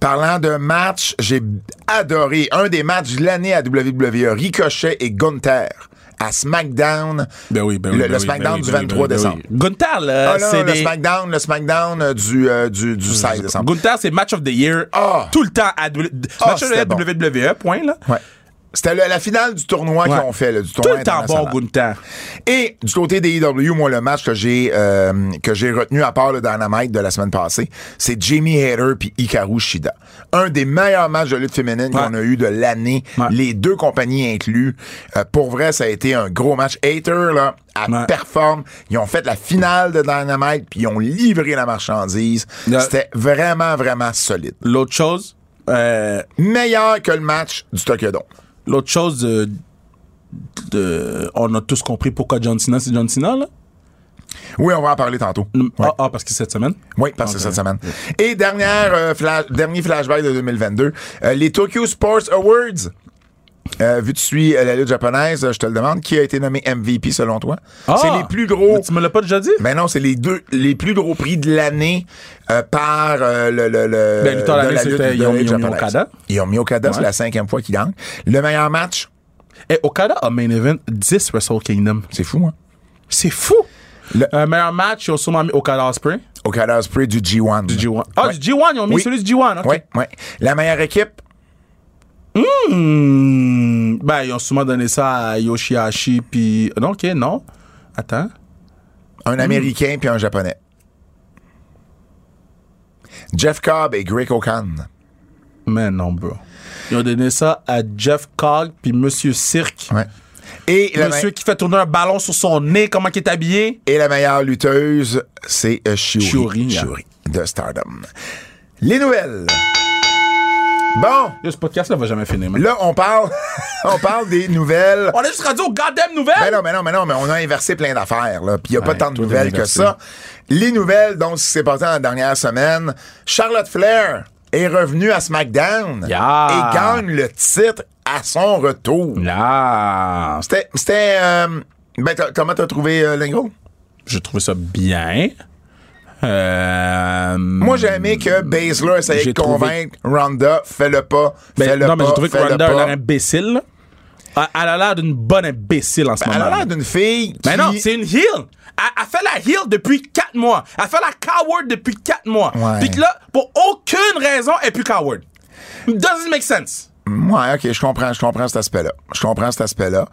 [SPEAKER 2] Parlant de match, j'ai adoré un des matchs de l'année à WWE, Ricochet et E, Gunther à SmackDown.
[SPEAKER 4] Ben oui, ben oui.
[SPEAKER 2] Le-
[SPEAKER 4] ben
[SPEAKER 2] le
[SPEAKER 4] oui,
[SPEAKER 2] SmackDown
[SPEAKER 4] ben oui,
[SPEAKER 2] du
[SPEAKER 4] ben oui,
[SPEAKER 2] 23
[SPEAKER 4] ben oui.
[SPEAKER 2] décembre.
[SPEAKER 3] Gunther, là,
[SPEAKER 2] Ah non,
[SPEAKER 3] c'est
[SPEAKER 2] le
[SPEAKER 3] des-
[SPEAKER 2] SmackDown, le SmackDown euh, du, euh, du, du 16 décembre.
[SPEAKER 3] Gunther, c'est Match of the Year.
[SPEAKER 2] Ah.
[SPEAKER 3] Tout le temps à W-
[SPEAKER 2] Ah,
[SPEAKER 3] Match of the
[SPEAKER 2] c'était
[SPEAKER 3] Year
[SPEAKER 2] bon.
[SPEAKER 3] WWE, point, là.
[SPEAKER 2] Ouais. C'était le- la finale du tournoi
[SPEAKER 3] Ouais.
[SPEAKER 2] qu'ils ont fait, là, du
[SPEAKER 3] Tout
[SPEAKER 2] tournoi
[SPEAKER 3] le temps bon,
[SPEAKER 2] international.
[SPEAKER 3] Gunther.
[SPEAKER 2] Et du côté des EW, moi, le match que j'ai euh, que j'ai retenu à part le Dynamite de la semaine passée, c'est Jamie Hader puis Hikaru Shida. Un des meilleurs matchs de lutte féminine
[SPEAKER 3] Ouais.
[SPEAKER 2] qu'on a eu de l'année,
[SPEAKER 3] Ouais.
[SPEAKER 2] les deux compagnies inclus. Euh, pour vrai, ça a été un gros match. Hater, là, à
[SPEAKER 3] Ouais.
[SPEAKER 2] performe. Ils ont fait la finale de Dynamite puis ils ont livré la marchandise.
[SPEAKER 3] Le-
[SPEAKER 2] C'était vraiment, vraiment solide.
[SPEAKER 3] L'autre chose, euh,
[SPEAKER 2] Meilleur que le match du Tokyo Dome.
[SPEAKER 3] l'autre chose de, de- on a tous compris pourquoi John Cena, c'est John Cena, là.
[SPEAKER 2] Oui, on va en parler tantôt. Ouais.
[SPEAKER 3] Ah, ah, parce que cette semaine.
[SPEAKER 2] Oui, parce que cette semaine. Et dernière, euh, flash- dernier flashback de 2022, euh, les Tokyo Sports Awards. Euh, vu que tu suis euh, la lutte japonaise, euh, je te le demande, qui a été nommé MVP selon toi?
[SPEAKER 3] Ah!
[SPEAKER 2] c'est les plus gros.
[SPEAKER 3] Mais Tu me l'as pas déjà dit?
[SPEAKER 2] Mais non, c'est les deux, les plus gros prix de l'année euh, par euh, le, le, le-
[SPEAKER 3] Ben, Luther
[SPEAKER 2] de
[SPEAKER 3] l'année, c'était
[SPEAKER 2] de
[SPEAKER 3] Yomi-
[SPEAKER 2] la lutte
[SPEAKER 3] Yomi
[SPEAKER 2] japonaise.
[SPEAKER 3] Okada.
[SPEAKER 2] Yomi Okada, c'est
[SPEAKER 3] Ouais.
[SPEAKER 2] la cinquième fois qu'il gagne. Le meilleur match,
[SPEAKER 3] Et Okada a main event 10 Wrestle Kingdom.
[SPEAKER 2] c'est fou, hein?
[SPEAKER 3] C'est fou! Le meilleur match, ils ont sûrement mis Okada Osprey.
[SPEAKER 2] Okada Osprey du G1.
[SPEAKER 3] Du G1. Ah,
[SPEAKER 2] Ouais.
[SPEAKER 3] du G1, ils ont mis
[SPEAKER 2] Oui.
[SPEAKER 3] celui du G1. ok.
[SPEAKER 2] Oui, oui. La meilleure équipe,
[SPEAKER 3] Hmm, ben, ils ont sûrement donné ça à Yoshihashi, puis... Non, OK, non. Attends. Mm.
[SPEAKER 2] un Américain puis un Japonais. Jeff Cobb et Greg O'Khan.
[SPEAKER 3] Mais non, bro. Ils ont donné ça à Jeff Cog, puis Monsieur Cirque.
[SPEAKER 2] Ouais. Et la,
[SPEAKER 3] Monsieur
[SPEAKER 2] me-
[SPEAKER 3] qui fait tourner un ballon sur son nez, comment qu'il est habillé.
[SPEAKER 2] et la meilleure lutteuse, c'est euh, Shiori,
[SPEAKER 3] Shiori, yeah.
[SPEAKER 2] Shiori de Stardom. Les nouvelles. Bon,
[SPEAKER 3] Yo, ce podcast-là va jamais finir, man.
[SPEAKER 2] là, on parle, on parle des nouvelles.
[SPEAKER 3] On est juste rendu aux goddamn nouvelles!
[SPEAKER 2] Mais Ben non, mais non, mais non, mais on a inversé plein d'affaires, là. Puis il n'y a pas
[SPEAKER 3] Ouais,
[SPEAKER 2] tant de
[SPEAKER 3] tout est
[SPEAKER 2] nouvelles que
[SPEAKER 3] inversé.
[SPEAKER 2] ça. Les nouvelles, donc, ce qui s'est passé dans la dernière semaine, Charlotte Flair est revenue à SmackDown
[SPEAKER 3] Yeah.
[SPEAKER 2] et gagne le titre à son retour.
[SPEAKER 3] Là,
[SPEAKER 2] C'était. c'était, euh, ben, t'as- comment t'as trouvé euh, Lingo?
[SPEAKER 3] j'ai trouvé ça bien. Euh...
[SPEAKER 2] Moi, j'ai aimé que Baszler essayait de
[SPEAKER 3] J'ai trouvé-
[SPEAKER 2] convaincre Ronda, fais-le pas,
[SPEAKER 3] Ben,
[SPEAKER 2] fais-le
[SPEAKER 3] non, mais
[SPEAKER 2] pas,
[SPEAKER 3] j'ai trouvé que
[SPEAKER 2] fais-le
[SPEAKER 3] Ronda a
[SPEAKER 2] pas.
[SPEAKER 3] l'air imbécile. Elle elle a l'air d'une bonne imbécile en ce
[SPEAKER 2] Ben, Elle
[SPEAKER 3] moment.
[SPEAKER 2] a l'air d'une fille
[SPEAKER 3] Mais
[SPEAKER 2] qui-
[SPEAKER 3] non, c'est une heel. Elle, elle fait la heel depuis 4 mois. Elle fait la coward depuis 4 mois.
[SPEAKER 2] Ouais.
[SPEAKER 3] Puis que là, pour aucune raison, elle est plus coward. Doesn't make sense.
[SPEAKER 2] Ouais, ok, je comprends, je comprends cet aspect-là. Je comprends cet aspect-là.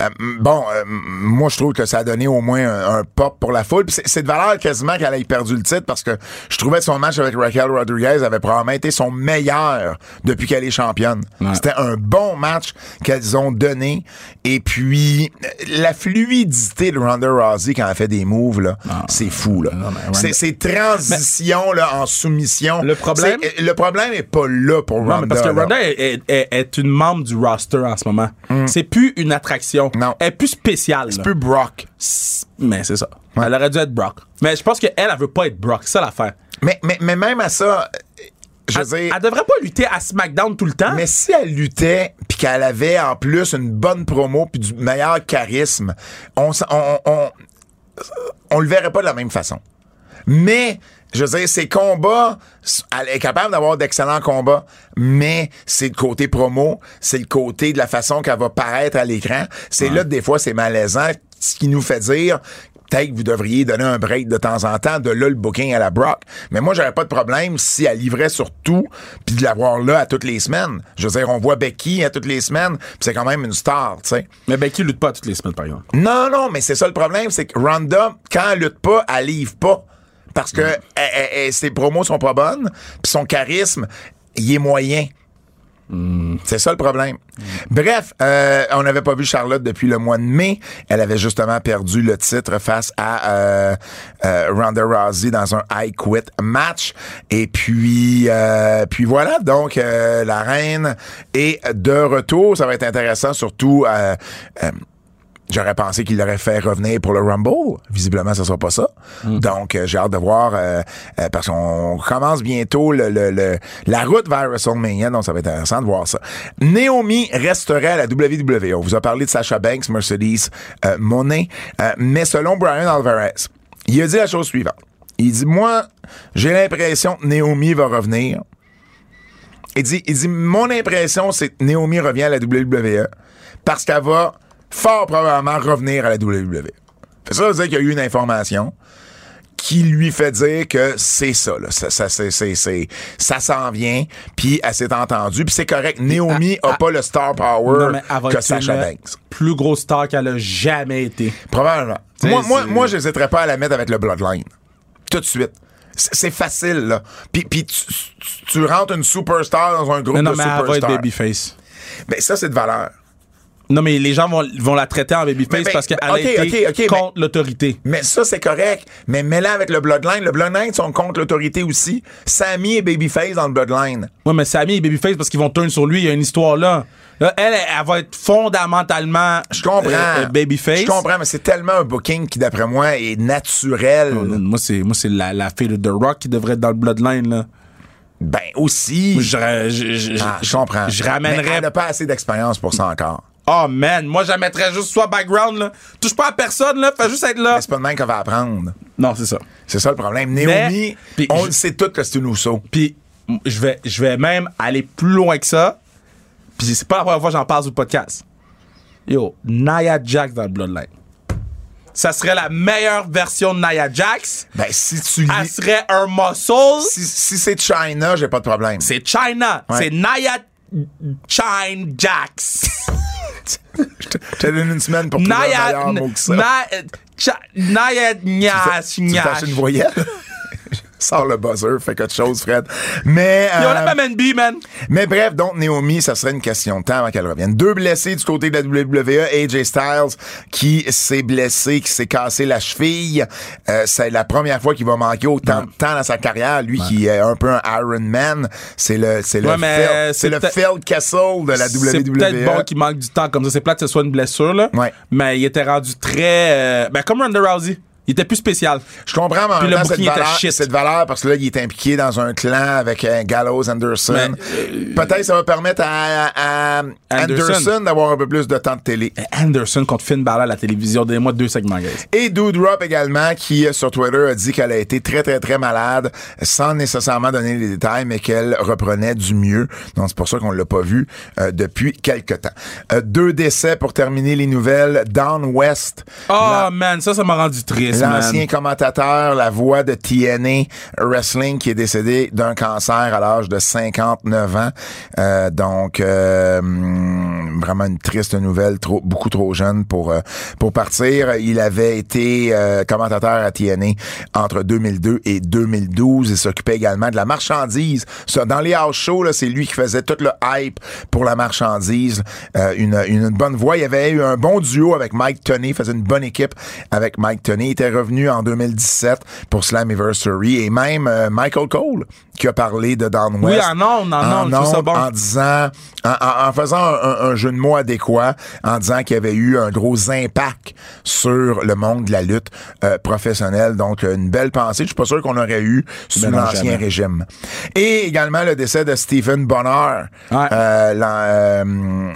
[SPEAKER 2] Euh, m- bon, euh, m- moi, je trouve que ça a donné au moins un, un pop pour la foule. Puis C'est c'est de valeur quasiment qu'elle ait perdu le titre parce que je trouvais que son match avec Raquel Rodriguez avait probablement été son meilleur depuis qu'elle est championne.
[SPEAKER 3] Ouais.
[SPEAKER 2] C'était un bon match qu'elles ont donné. Et puis, euh, la fluidité de Ronda Rousey quand elle fait des moves, là, c'est fou. Là.
[SPEAKER 3] Ah. mais Ronda-
[SPEAKER 2] C'est- Ces transitions là, en soumission.
[SPEAKER 3] Le problème-
[SPEAKER 2] c'est- Le problème est pas là pour Ronda.
[SPEAKER 3] Non, mais parce que
[SPEAKER 2] là.
[SPEAKER 3] Ronda est, est- est- est une membre du roster en ce moment. C'est plus une attraction.
[SPEAKER 2] Mm. Non.
[SPEAKER 3] Elle est plus spéciale. là.
[SPEAKER 2] peu Brock.
[SPEAKER 3] C'est- Mais c'est ça. Elle aurait dû être Brock. Mais je pense qu'elle, elle veut pas être Brock. C'est ça l'affaire.
[SPEAKER 2] Mais, mais, mais même à ça, euh, je
[SPEAKER 3] Elle,
[SPEAKER 2] veux dire,
[SPEAKER 3] elle devrait pas lutter à SmackDown tout le temps.
[SPEAKER 2] mais si elle luttait, puis qu'elle avait en plus une bonne promo, puis du meilleur charisme, on, s- on, on, on le verrait pas de la même façon. Mais, je veux dire, ses combats, s- elle est capable d'avoir d'excellents combats, mais c'est le côté promo, c'est le côté de la façon qu'elle va paraître à l'écran. C'est là que des fois, c'est malaisant, ce qui nous fait dire peut-être que vous devriez donner un break de temps en temps, de là le booking à la Brock. Mais moi, j'aurais pas de problème si elle livrait sur tout, puis de l'avoir là à toutes les semaines. Je veux dire, on voit Becky à toutes les semaines, puis c'est quand même une star, tu sais.
[SPEAKER 3] Mais Becky lutte pas toutes les semaines, par exemple.
[SPEAKER 2] Non, non, mais c'est ça le problème, c'est que Ronda, quand elle lutte pas, elle livre pas. Parce que elle- elle- elle- ses promos sont pas bonnes, puis son charisme, il est moyen. C'est ça le problème. Bref, euh, on n'avait pas vu Charlotte depuis le mois de mai. Elle avait justement perdu le titre face à euh, euh, Ronda Rousey dans un I Quit match. Et puis, euh, puis voilà, donc euh, la reine est de retour. Ça va être intéressant, surtout. euh, euh, J'aurais pensé qu'il l'aurait fait revenir pour le Rumble. Visiblement, ce sera pas ça. Donc, euh, j'ai hâte de voir euh, euh, parce qu'on commence bientôt le, le- le- la route vers WrestleMania. Donc, ça va être intéressant de voir ça. Naomi resterait à la WWE. On vous a parlé de Sasha Banks, Mercedes, euh, Monet. Euh, mais selon Brian Alvarez, il a dit la chose suivante. Il dit, moi, j'ai l'impression que Naomi va revenir. Il dit, il dit, mon impression, c'est que Naomi revient à la WWE E parce qu'elle va fort probablement revenir à la WWE. Fait ça veut dire qu'il y a eu une information qui lui fait dire que c'est ça, là. Ça, ça, c'est- c'est- c'est- ça s'en vient, puis elle s'est entendue, puis c'est correct. Naomi a
[SPEAKER 3] ah,
[SPEAKER 2] pas le star
[SPEAKER 3] Non,
[SPEAKER 2] power
[SPEAKER 3] mais elle va
[SPEAKER 2] que
[SPEAKER 3] être
[SPEAKER 2] Sasha
[SPEAKER 3] une
[SPEAKER 2] Banks.
[SPEAKER 3] plus grosse star qu'elle a jamais été.
[SPEAKER 2] Probablement.
[SPEAKER 3] sais,
[SPEAKER 2] Moi, moi,
[SPEAKER 3] c'est-
[SPEAKER 2] moi j'hésiterais pas à la mettre avec le Bloodline. Tout de suite. C'est c'est facile, là. Puis, puis tu, tu- tu rentres une superstar dans un groupe
[SPEAKER 3] Non, non,
[SPEAKER 2] de
[SPEAKER 3] mais elle va être
[SPEAKER 2] superstars.
[SPEAKER 3] babyface.
[SPEAKER 2] Ben, ça, c'est de valeur.
[SPEAKER 3] Non, mais les gens vont, vont la traiter en babyface
[SPEAKER 2] Mais, mais,
[SPEAKER 3] parce qu'elle
[SPEAKER 2] ok,
[SPEAKER 3] a été
[SPEAKER 2] ok, ok, mais-
[SPEAKER 3] contre l'autorité.
[SPEAKER 2] Mais ça, c'est correct. Mais mets-la avec le Bloodline. Le Bloodline sont contre l'autorité aussi. Sammy et Babyface dans le Bloodline.
[SPEAKER 3] Ouais, mais Sammy et Babyface parce qu'ils vont turn sur lui, il y a une histoire là. Là, elle, elle, elle va être fondamentalement
[SPEAKER 2] Je comprends.
[SPEAKER 3] euh, euh, Babyface.
[SPEAKER 2] Je comprends, mais c'est tellement un booking qui, d'après moi, est naturel.
[SPEAKER 3] Oh, Non, non, Moi, c'est, moi, c'est la, la fille de The Rock qui devrait être dans le Bloodline, là.
[SPEAKER 2] Ben, aussi.
[SPEAKER 3] Moi, Je, ra- je, je-
[SPEAKER 2] Ah, je comprends.
[SPEAKER 3] je
[SPEAKER 2] Mais
[SPEAKER 3] ramènerais.
[SPEAKER 2] elle n'a pas assez d'expérience pour ça encore.
[SPEAKER 3] Oh, man. Moi, j'amènerais juste soit background, là. Touche pas à personne, là. Fais juste être là.
[SPEAKER 2] Mais c'est pas de même qu'on va apprendre.
[SPEAKER 3] Non, c'est ça.
[SPEAKER 2] C'est ça le problème.
[SPEAKER 3] Ah. Mais-
[SPEAKER 2] Naomi,
[SPEAKER 3] Puis
[SPEAKER 2] on
[SPEAKER 3] je-
[SPEAKER 2] le sait tout que c'est une Uso.
[SPEAKER 3] Puis, m- je vais, je vais même aller plus loin que ça. Puis, c'est pas la première fois que j'en parle sur le podcast. Yo, Nia Jax dans le Bloodline. Ça serait la meilleure version de Nia Jax.
[SPEAKER 2] Ben, si tu lis-
[SPEAKER 3] Elle serait un muscle.
[SPEAKER 2] Si, si c'est China, j'ai pas de problème.
[SPEAKER 3] C'est China.
[SPEAKER 2] Ouais.
[SPEAKER 3] C'est Nia Chine Jax.
[SPEAKER 2] Je te donne une semaine pour trouver un
[SPEAKER 3] Naya.
[SPEAKER 2] meilleur mot que ça.
[SPEAKER 3] Naya. Nia.
[SPEAKER 2] Tu me fasses une voyelle? Sors le buzzer, fais quelque chose, Fred. Mais,
[SPEAKER 3] Yo,
[SPEAKER 2] euh,
[SPEAKER 3] la même NB, man.
[SPEAKER 2] mais bref, donc Naomi, ça serait une question de temps avant qu'elle revienne. Deux blessés du côté de la WWE, AJ Styles qui s'est blessé, qui s'est cassé la cheville. Euh, c'est la première fois qu'il va manquer autant de temps dans sa carrière. Lui qui est un peu un Iron Man, c'est le c'est le
[SPEAKER 3] Ouais, mais
[SPEAKER 2] Phil-
[SPEAKER 3] c'est
[SPEAKER 2] c'est le
[SPEAKER 3] peut-être-
[SPEAKER 2] Phil Castle de la E. WWE.
[SPEAKER 3] C'est peut-être bon qu'il manque du temps comme ça. C'est plate que ce soit une blessure, là.
[SPEAKER 2] Ouais.
[SPEAKER 3] Mais il était rendu très. euh, ben, comme Ronda Rousey. Il était plus spécial.
[SPEAKER 2] Je comprends, mais en
[SPEAKER 3] Puis
[SPEAKER 2] même
[SPEAKER 3] le
[SPEAKER 2] temps, cette
[SPEAKER 3] booking était
[SPEAKER 2] valeur,
[SPEAKER 3] shit.
[SPEAKER 2] cette valeur, parce que là, il est impliqué dans un clan avec euh, Gallows, Anderson.
[SPEAKER 3] Mais, euh,
[SPEAKER 2] Peut-être ça va permettre à, à- à Anderson,
[SPEAKER 3] Anderson.
[SPEAKER 2] d'avoir un peu plus de temps de télé.
[SPEAKER 3] Anderson contre Finn Balor à la télévision. Donnez-moi deux segments, guys.
[SPEAKER 2] Et Dude Rop également, qui euh, sur Twitter a dit qu'elle a été très, très, très malade, sans nécessairement donner les détails, mais qu'elle reprenait du mieux. Donc, c'est pour ça qu'on l'a pas vu euh, depuis quelque temps. Euh, deux décès pour terminer les nouvelles. Down West,
[SPEAKER 3] Oh, man, ça, ça m'a rendu triste, man.
[SPEAKER 2] L'ancien commentateur, la voix de TNA Wrestling, qui est décédé d'un cancer à l'âge de 59 ans. Euh, donc, euh, hum, vraiment une triste nouvelle, trop, beaucoup trop jeune pour, euh, pour partir. Il avait été euh, commentateur à TNA entre 2002 et 2012. Il s'occupait également de la marchandise. Ça, dans les house shows, là, c'est lui qui faisait tout le hype pour la marchandise. Euh, une, une bonne voix. Il avait eu un bon duo avec Mike Tony. Il faisait une bonne équipe avec Mike Tony. Il était revenu en 2017 pour Slammiversary. Et même euh, Michael Cole qui a parlé de Don
[SPEAKER 3] Oui,
[SPEAKER 2] West.
[SPEAKER 3] en ondes, en ondes, je trouve ça
[SPEAKER 2] ondes,
[SPEAKER 3] bon.
[SPEAKER 2] en disant, en, en- en faisant un, un- un jeu de mots adéquat, en disant qu'il y avait eu un gros impact sur le monde de la lutte euh, professionnelle. Donc, une belle pensée. Je suis pas sûr qu'on aurait eu sous
[SPEAKER 3] Ben non,
[SPEAKER 2] l'ancien
[SPEAKER 3] jamais.
[SPEAKER 2] régime. Et également le décès de Stephen Bonner,
[SPEAKER 3] Ouais.
[SPEAKER 2] euh, l'an- euh, euh,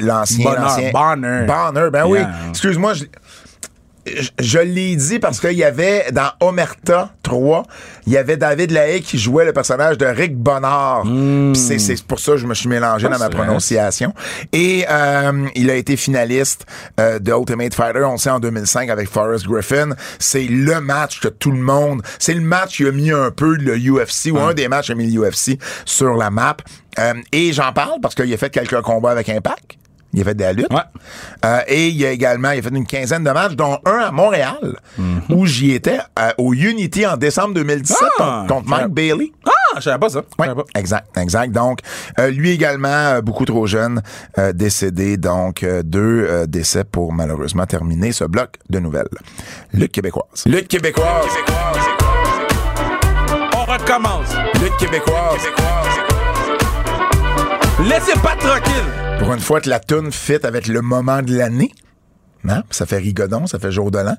[SPEAKER 2] l'ancien,
[SPEAKER 3] Bonner,
[SPEAKER 2] l'ancien-
[SPEAKER 3] Bonner.
[SPEAKER 2] Bonner, ben oui.
[SPEAKER 3] Yeah.
[SPEAKER 2] Excuse-moi, je, je- je l'ai dit parce qu'il y avait dans Omerta 3, il y avait David Lahaye qui jouait le personnage de Rick Bonnard. Puis C'est, c'est pour ça que je me suis mélangé dans ma prononciation. Et euh, il a été finaliste euh, de Ultimate Fighter, on le sait, en 2005 avec Forrest Griffin. C'est le match que tout le monde... C'est le match qui a mis un peu le UFC, ou un des matchs qui a mis le UFC sur la map. Euh, et j'en parle parce qu'il a fait quelques combats avec Impact. Il a fait de la lutte.
[SPEAKER 3] Ouais.
[SPEAKER 2] Euh, et il a également il a fait une quinzaine de matchs, dont un à Montréal, où j'y étais euh, au Unity en décembre 2017
[SPEAKER 3] Ah!
[SPEAKER 2] contre, contre Mike Bailey.
[SPEAKER 3] Ah, je savais pas ça. Je
[SPEAKER 2] Ouais,
[SPEAKER 3] savais pas.
[SPEAKER 2] exact, exact. Donc, euh, lui également, euh, beaucoup trop jeune, euh, décédé. Donc, euh, deux euh, décès pour malheureusement terminer ce bloc de nouvelles. Lutte québécoise. Lutte québécoise.
[SPEAKER 3] On recommence.
[SPEAKER 2] Lutte québécoise.
[SPEAKER 3] Laissez pas tranquille.
[SPEAKER 2] Pour une fois que la toune fit avec le moment de l'année, hein? ça fait rigodon, ça fait jour de l'an.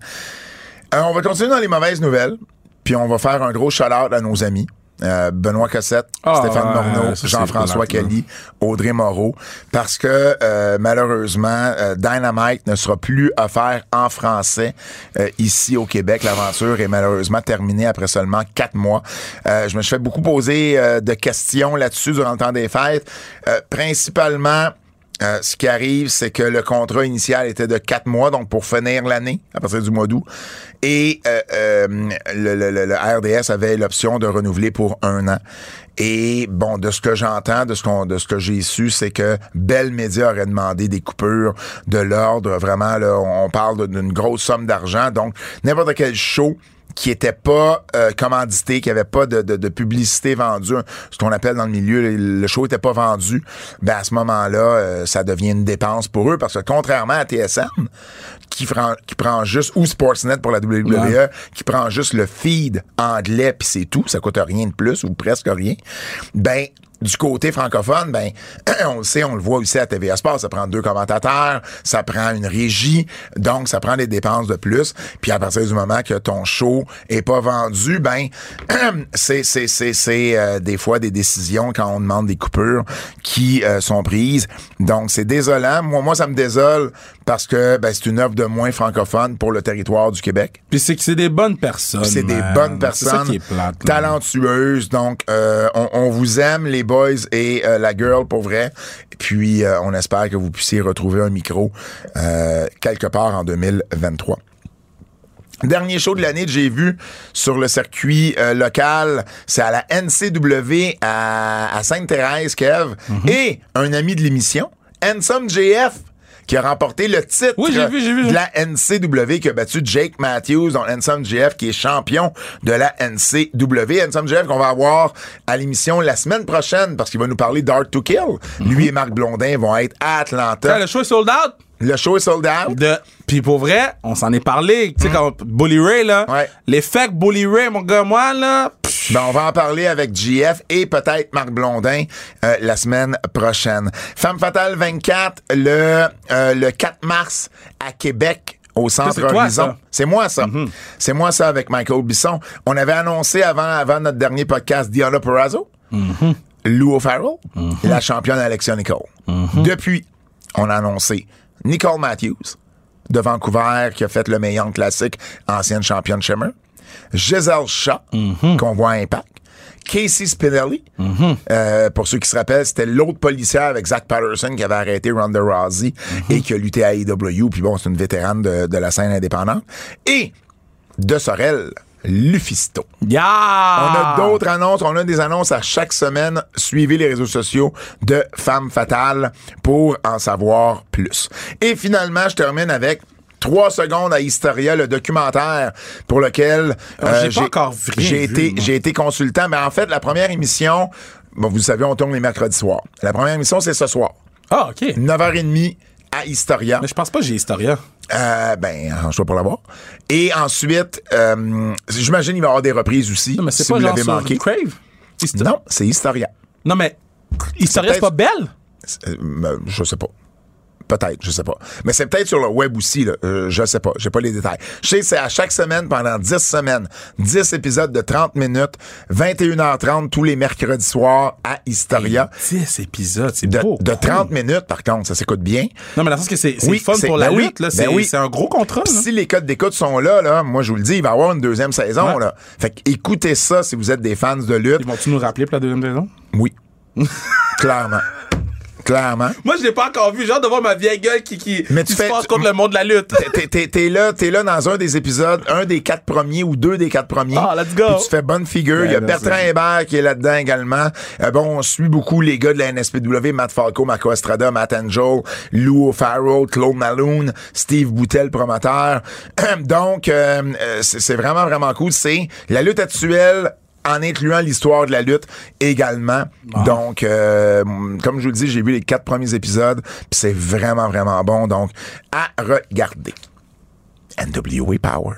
[SPEAKER 2] Euh, on va continuer dans les mauvaises nouvelles, puis on va faire un gros shout-out à nos amis. Euh, Benoît Cossette,
[SPEAKER 3] Ah,
[SPEAKER 2] Stéphane
[SPEAKER 3] ouais,
[SPEAKER 2] Morneau,
[SPEAKER 3] ça, c'est
[SPEAKER 2] Jean-François
[SPEAKER 3] plate, là.
[SPEAKER 2] Kelly, Audrey Moreau, parce que euh, malheureusement, euh, Dynamite ne sera plus offert en français euh, ici au Québec. L'aventure est malheureusement terminée après seulement quatre mois. Euh, je me suis fait beaucoup poser euh, de questions là-dessus durant le temps des fêtes, euh, principalement Euh, ce qui arrive, c'est que le contrat initial était de quatre mois, donc pour finir l'année, à partir du mois d'août. Et euh, euh, le, le- le- le RDS avait l'option de renouveler pour un an. Et bon, de ce que j'entends, de ce qu'on, de ce que j'ai su, c'est que Bell Media aurait demandé des coupures de l'ordre. Vraiment, là, on parle de- d'une grosse somme d'argent. Donc, n'importe quel show qui était pas euh, commandité, qui avait pas de, de- de publicité vendue, ce qu'on appelle dans le milieu, le- le show était pas vendu, ben à ce moment-là, euh, ça devient une dépense pour eux parce que contrairement à TSN, qui prend, qui prend juste, ou Sportsnet pour la E, WWE, qui prend juste le feed anglais puis c'est tout, ça coûte rien de plus ou presque rien, ben du côté francophone, ben, on le sait, on le voit aussi à TVA Sport, ça prend deux commentateurs, ça prend une régie, donc ça prend des dépenses de plus. Puis à partir du moment que ton show est pas vendu, ben, c'est, c'est, c'est, c'est euh, des fois des décisions quand on demande des coupures qui euh, sont prises. Donc c'est désolant. Moi, moi, ça me désole parce que ben, c'est une offre de moins francophone pour le territoire du Québec.
[SPEAKER 4] Puis c'est que c'est des bonnes personnes.
[SPEAKER 2] C'est des
[SPEAKER 4] man.
[SPEAKER 2] bonnes
[SPEAKER 4] C'est ça
[SPEAKER 2] personnes,
[SPEAKER 4] qui est plate. là.
[SPEAKER 2] talentueuses. Donc, euh, on, on vous aime, les boys et euh, la girl, pour vrai. Puis, euh, on espère que vous puissiez retrouver un micro euh, quelque part en 2023. Dernier show de l'année que j'ai vu sur le circuit euh, local, c'est à la NCW à, à Sainte-Thérèse, Kev,
[SPEAKER 4] Mm-hmm.
[SPEAKER 2] et un ami de l'émission, Handsome JF, qui a remporté le titre
[SPEAKER 4] Oui, j'ai vu, j'ai vu, j'ai
[SPEAKER 2] de la NCW, qui a battu Jake Matthews, dont Handsome JF, qui est champion de la NCW. Handsome JF qu'on va avoir à l'émission la semaine prochaine, parce qu'il va nous parler d'Art to Kill. Lui et Marc Blondin vont être à
[SPEAKER 4] Là,
[SPEAKER 2] Atlanta.
[SPEAKER 4] le show est sold out.
[SPEAKER 2] Le show est sold out.
[SPEAKER 4] De... Puis pour vrai, on s'en est parlé. Tu sais, quand Bully Ray, là.
[SPEAKER 2] Mm. Ouais.
[SPEAKER 4] Les fakes Bully Ray, mon gars, moi, là. pff,
[SPEAKER 2] Ben, on va en parler avec JF et peut-être Marc Blondin euh, la semaine prochaine. Femme Fatale 24, le, euh, le 4 mars à Québec. Au centre
[SPEAKER 4] c'est toi,
[SPEAKER 2] Horizon.
[SPEAKER 4] ça. Mm-hmm.
[SPEAKER 2] C'est moi, ça. C'est moi, ça, avec Michael Bisson. On avait annoncé avant, avant notre dernier podcast Diana Perazzo, Lou O'Farrell, la championne Alexia Nicole. Depuis, on a annoncé Nicole Matthews de Vancouver qui a fait le meilleur classique, ancienne championne Shimmer. Giselle Shaw, qu'on voit à Impact. Casey Spinelli, Euh, pour ceux qui se rappellent, c'était l'autre policière avec Zach Patterson qui avait arrêté Ronda Rousey et qui a lutté à AEW. Puis bon, c'est une vétérane de, de la scène indépendante. Et de Sorel, Lufisto.
[SPEAKER 4] Yeah!
[SPEAKER 2] On
[SPEAKER 4] Ah.
[SPEAKER 2] a d'autres annonces. On a des annonces à chaque semaine. Suivez les réseaux sociaux de Femmes Fatales pour en savoir plus. Et finalement, je termine avec trois secondes à Hysteria, le documentaire pour lequel
[SPEAKER 4] Ah,
[SPEAKER 2] euh,
[SPEAKER 4] j'ai pas encore rien
[SPEAKER 2] j'ai
[SPEAKER 4] vu,
[SPEAKER 2] été,
[SPEAKER 4] moi.
[SPEAKER 2] j'ai été consultant. Mais en fait, la première émission, bon, vous le savez, on tourne les mercredis soirs. La première émission, c'est ce soir.
[SPEAKER 4] Ah, OK.
[SPEAKER 2] 9h30 à Hysteria.
[SPEAKER 4] Mais je pense pas que j'ai Historia.
[SPEAKER 2] Euh, ben, arrange-toi pour l'avoir. Et ensuite, euh, j'imagine il va y avoir des reprises aussi.
[SPEAKER 4] Non, mais c'est
[SPEAKER 2] si
[SPEAKER 4] pas
[SPEAKER 2] vous
[SPEAKER 4] genre
[SPEAKER 2] l'avez
[SPEAKER 4] sur
[SPEAKER 2] manqué.
[SPEAKER 4] Crave. Histo-
[SPEAKER 2] Non, c'est Historia.
[SPEAKER 4] Non, mais Historia, c'est pas
[SPEAKER 2] Peut-être-
[SPEAKER 4] belle?
[SPEAKER 2] C'est- euh, ben, je sais pas. Peut-être, je sais pas. Mais c'est peut-être sur le web aussi, là. Euh, je sais pas. J'ai pas les détails. Je sais que c'est à chaque semaine pendant 10 semaines. 10 épisodes de 30 minutes, 21h30 tous les mercredis soirs à Historia.
[SPEAKER 4] 10 épisodes, c'est
[SPEAKER 2] De,
[SPEAKER 4] beau.
[SPEAKER 2] de 30 minutes, par contre, ça s'écoute bien.
[SPEAKER 4] Non, mais dans le sens que c'est c'est
[SPEAKER 2] Oui,
[SPEAKER 4] fun
[SPEAKER 2] c'est-
[SPEAKER 4] pour la
[SPEAKER 2] ben oui,
[SPEAKER 4] lutte, là.
[SPEAKER 2] ben
[SPEAKER 4] C'est
[SPEAKER 2] oui.
[SPEAKER 4] c'est un gros contrat,
[SPEAKER 2] Pis
[SPEAKER 4] là.
[SPEAKER 2] si les codes d'écoute sont là, là, moi je vous le dis, il va y avoir une deuxième saison.
[SPEAKER 4] Ouais.
[SPEAKER 2] Là. Fait que écoutez ça si vous êtes des fans de
[SPEAKER 4] Ils
[SPEAKER 2] lutte.
[SPEAKER 4] vont-tu nous rappeler pour la deuxième saison?
[SPEAKER 2] Oui. Clairement. Clairement.
[SPEAKER 4] Moi, je l'ai pas encore vu. J'ai hâte de voir ma vieille gueule qui, qui,
[SPEAKER 2] Mais
[SPEAKER 4] qui
[SPEAKER 2] tu
[SPEAKER 4] se
[SPEAKER 2] fais-
[SPEAKER 4] passe contre le monde de la lutte.
[SPEAKER 2] T'es- T'es t'es là, t'es là dans un des épisodes, un des quatre premiers ou deux des quatre premiers.
[SPEAKER 4] Ah, let's go.
[SPEAKER 2] Puis tu fais bonne figure. Il y
[SPEAKER 4] Ouais,
[SPEAKER 2] a
[SPEAKER 4] Ben là,
[SPEAKER 2] Bertrand
[SPEAKER 4] c'est-
[SPEAKER 2] Hébert qui est là-dedans également. Euh, bon, on suit beaucoup les gars de la NSPW, Matt Falco, Marco Estrada, Matt Angel, Lou O'Farrell, Claude Malone, Steve Boutel, promoteur. Donc, euh, euh, c'est c'est vraiment, vraiment cool. C'est la lutte actuelle en incluant l'histoire de la lutte également. Donc, euh, comme je vous le dis, j'ai vu les quatre premiers épisodes, puis c'est vraiment, vraiment bon. Donc, à regarder. NWA Power.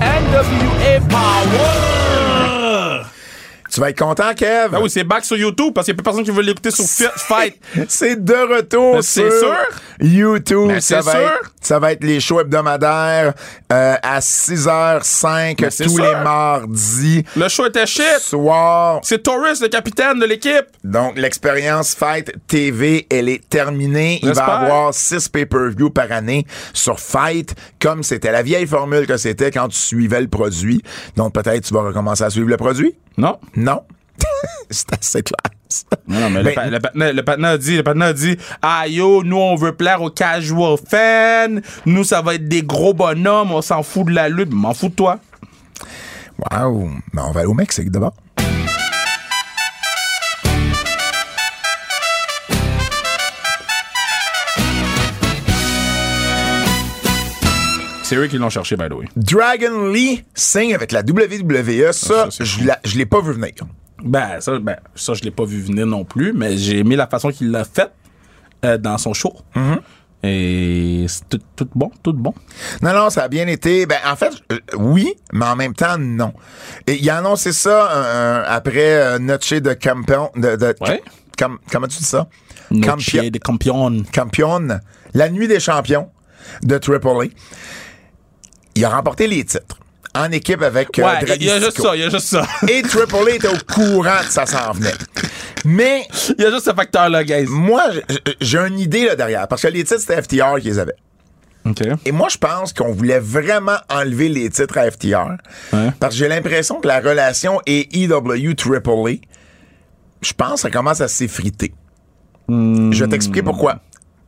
[SPEAKER 4] NWA Power!
[SPEAKER 2] Tu vas être content, Kev?
[SPEAKER 4] Ah oui, c'est back sur YouTube parce qu'il n'y a plus personne qui veut l'écouter sur Fit Fight.
[SPEAKER 2] C'est de retour
[SPEAKER 4] Mais
[SPEAKER 2] sur
[SPEAKER 4] Ben, c'est sûr.
[SPEAKER 2] YouTube.
[SPEAKER 4] Mais
[SPEAKER 2] ça,
[SPEAKER 4] c'est
[SPEAKER 2] va
[SPEAKER 4] sûr.
[SPEAKER 2] Être, ça va être les shows hebdomadaires euh, à 6h05
[SPEAKER 4] Mais
[SPEAKER 2] tous
[SPEAKER 4] Ben, c'est sûr.
[SPEAKER 2] les mardis
[SPEAKER 4] Le show était shit.
[SPEAKER 2] soir.
[SPEAKER 4] C'est Taurus, le capitaine de l'équipe.
[SPEAKER 2] Donc, l'expérience Fight TV, elle est terminée. Il va
[SPEAKER 4] J'espère.
[SPEAKER 2] avoir six pay-per-view par année sur Fight, comme c'était la vieille formule que c'était quand tu suivais le produit. Donc, peut-être tu vas recommencer à suivre le produit?
[SPEAKER 4] Non.
[SPEAKER 2] Non. C'est assez clair.
[SPEAKER 3] Non, non, mais
[SPEAKER 2] Ben-
[SPEAKER 3] le, pa- le patineur- le patineur a dit, le patineur a dit, ah yo, nous on veut plaire aux casual fans, nous ça va être des gros bonhommes, on s'en fout de la lutte, m'en fous de toi.
[SPEAKER 2] Wow! Ben, on va aller au Mexique d'abord.
[SPEAKER 3] C'est eux qui l'ont cherché, by the way.
[SPEAKER 2] Dragon Lee signe avec la WWE. Ça,
[SPEAKER 3] Ah, ça, c'est
[SPEAKER 2] je
[SPEAKER 3] cool.
[SPEAKER 2] la- je l'ai pas vu venir.
[SPEAKER 3] Ben ça, ben, ça je l'ai pas vu venir non plus, mais j'ai aimé la façon qu'il l'a faite euh, dans son show. Et c'est tout, tout bon, tout bon.
[SPEAKER 2] Non, non, ça a bien été. Ben, en fait, euh, oui, mais en même temps, non. Et il a annoncé ça euh, après euh, Noche de Campion. De, de-
[SPEAKER 3] Ouais.
[SPEAKER 2] Cam- comment tu dis ça?
[SPEAKER 3] Notre
[SPEAKER 2] Campion-
[SPEAKER 3] chien des campions.
[SPEAKER 2] Campion, la nuit des champions de Triple A. Il a remporté les titres en équipe avec euh,
[SPEAKER 3] Ouais, il y a
[SPEAKER 2] Dragistico.
[SPEAKER 3] juste ça, il y a juste ça.
[SPEAKER 2] Et Triple A était au courant que ça s'en venait. Mais
[SPEAKER 3] Il y a juste ce facteur-là, guys.
[SPEAKER 2] moi, j- j- j'ai une idée là derrière, parce que les titres, c'était FTR qui les avait.
[SPEAKER 3] OK.
[SPEAKER 2] Et moi, je pense qu'on voulait vraiment enlever les titres à FTR.
[SPEAKER 3] Ouais.
[SPEAKER 2] Parce que j'ai l'impression que la relation AEW Triple A, je pense que ça commence à s'effriter.
[SPEAKER 3] Hmm.
[SPEAKER 2] Je vais t'expliquer pourquoi.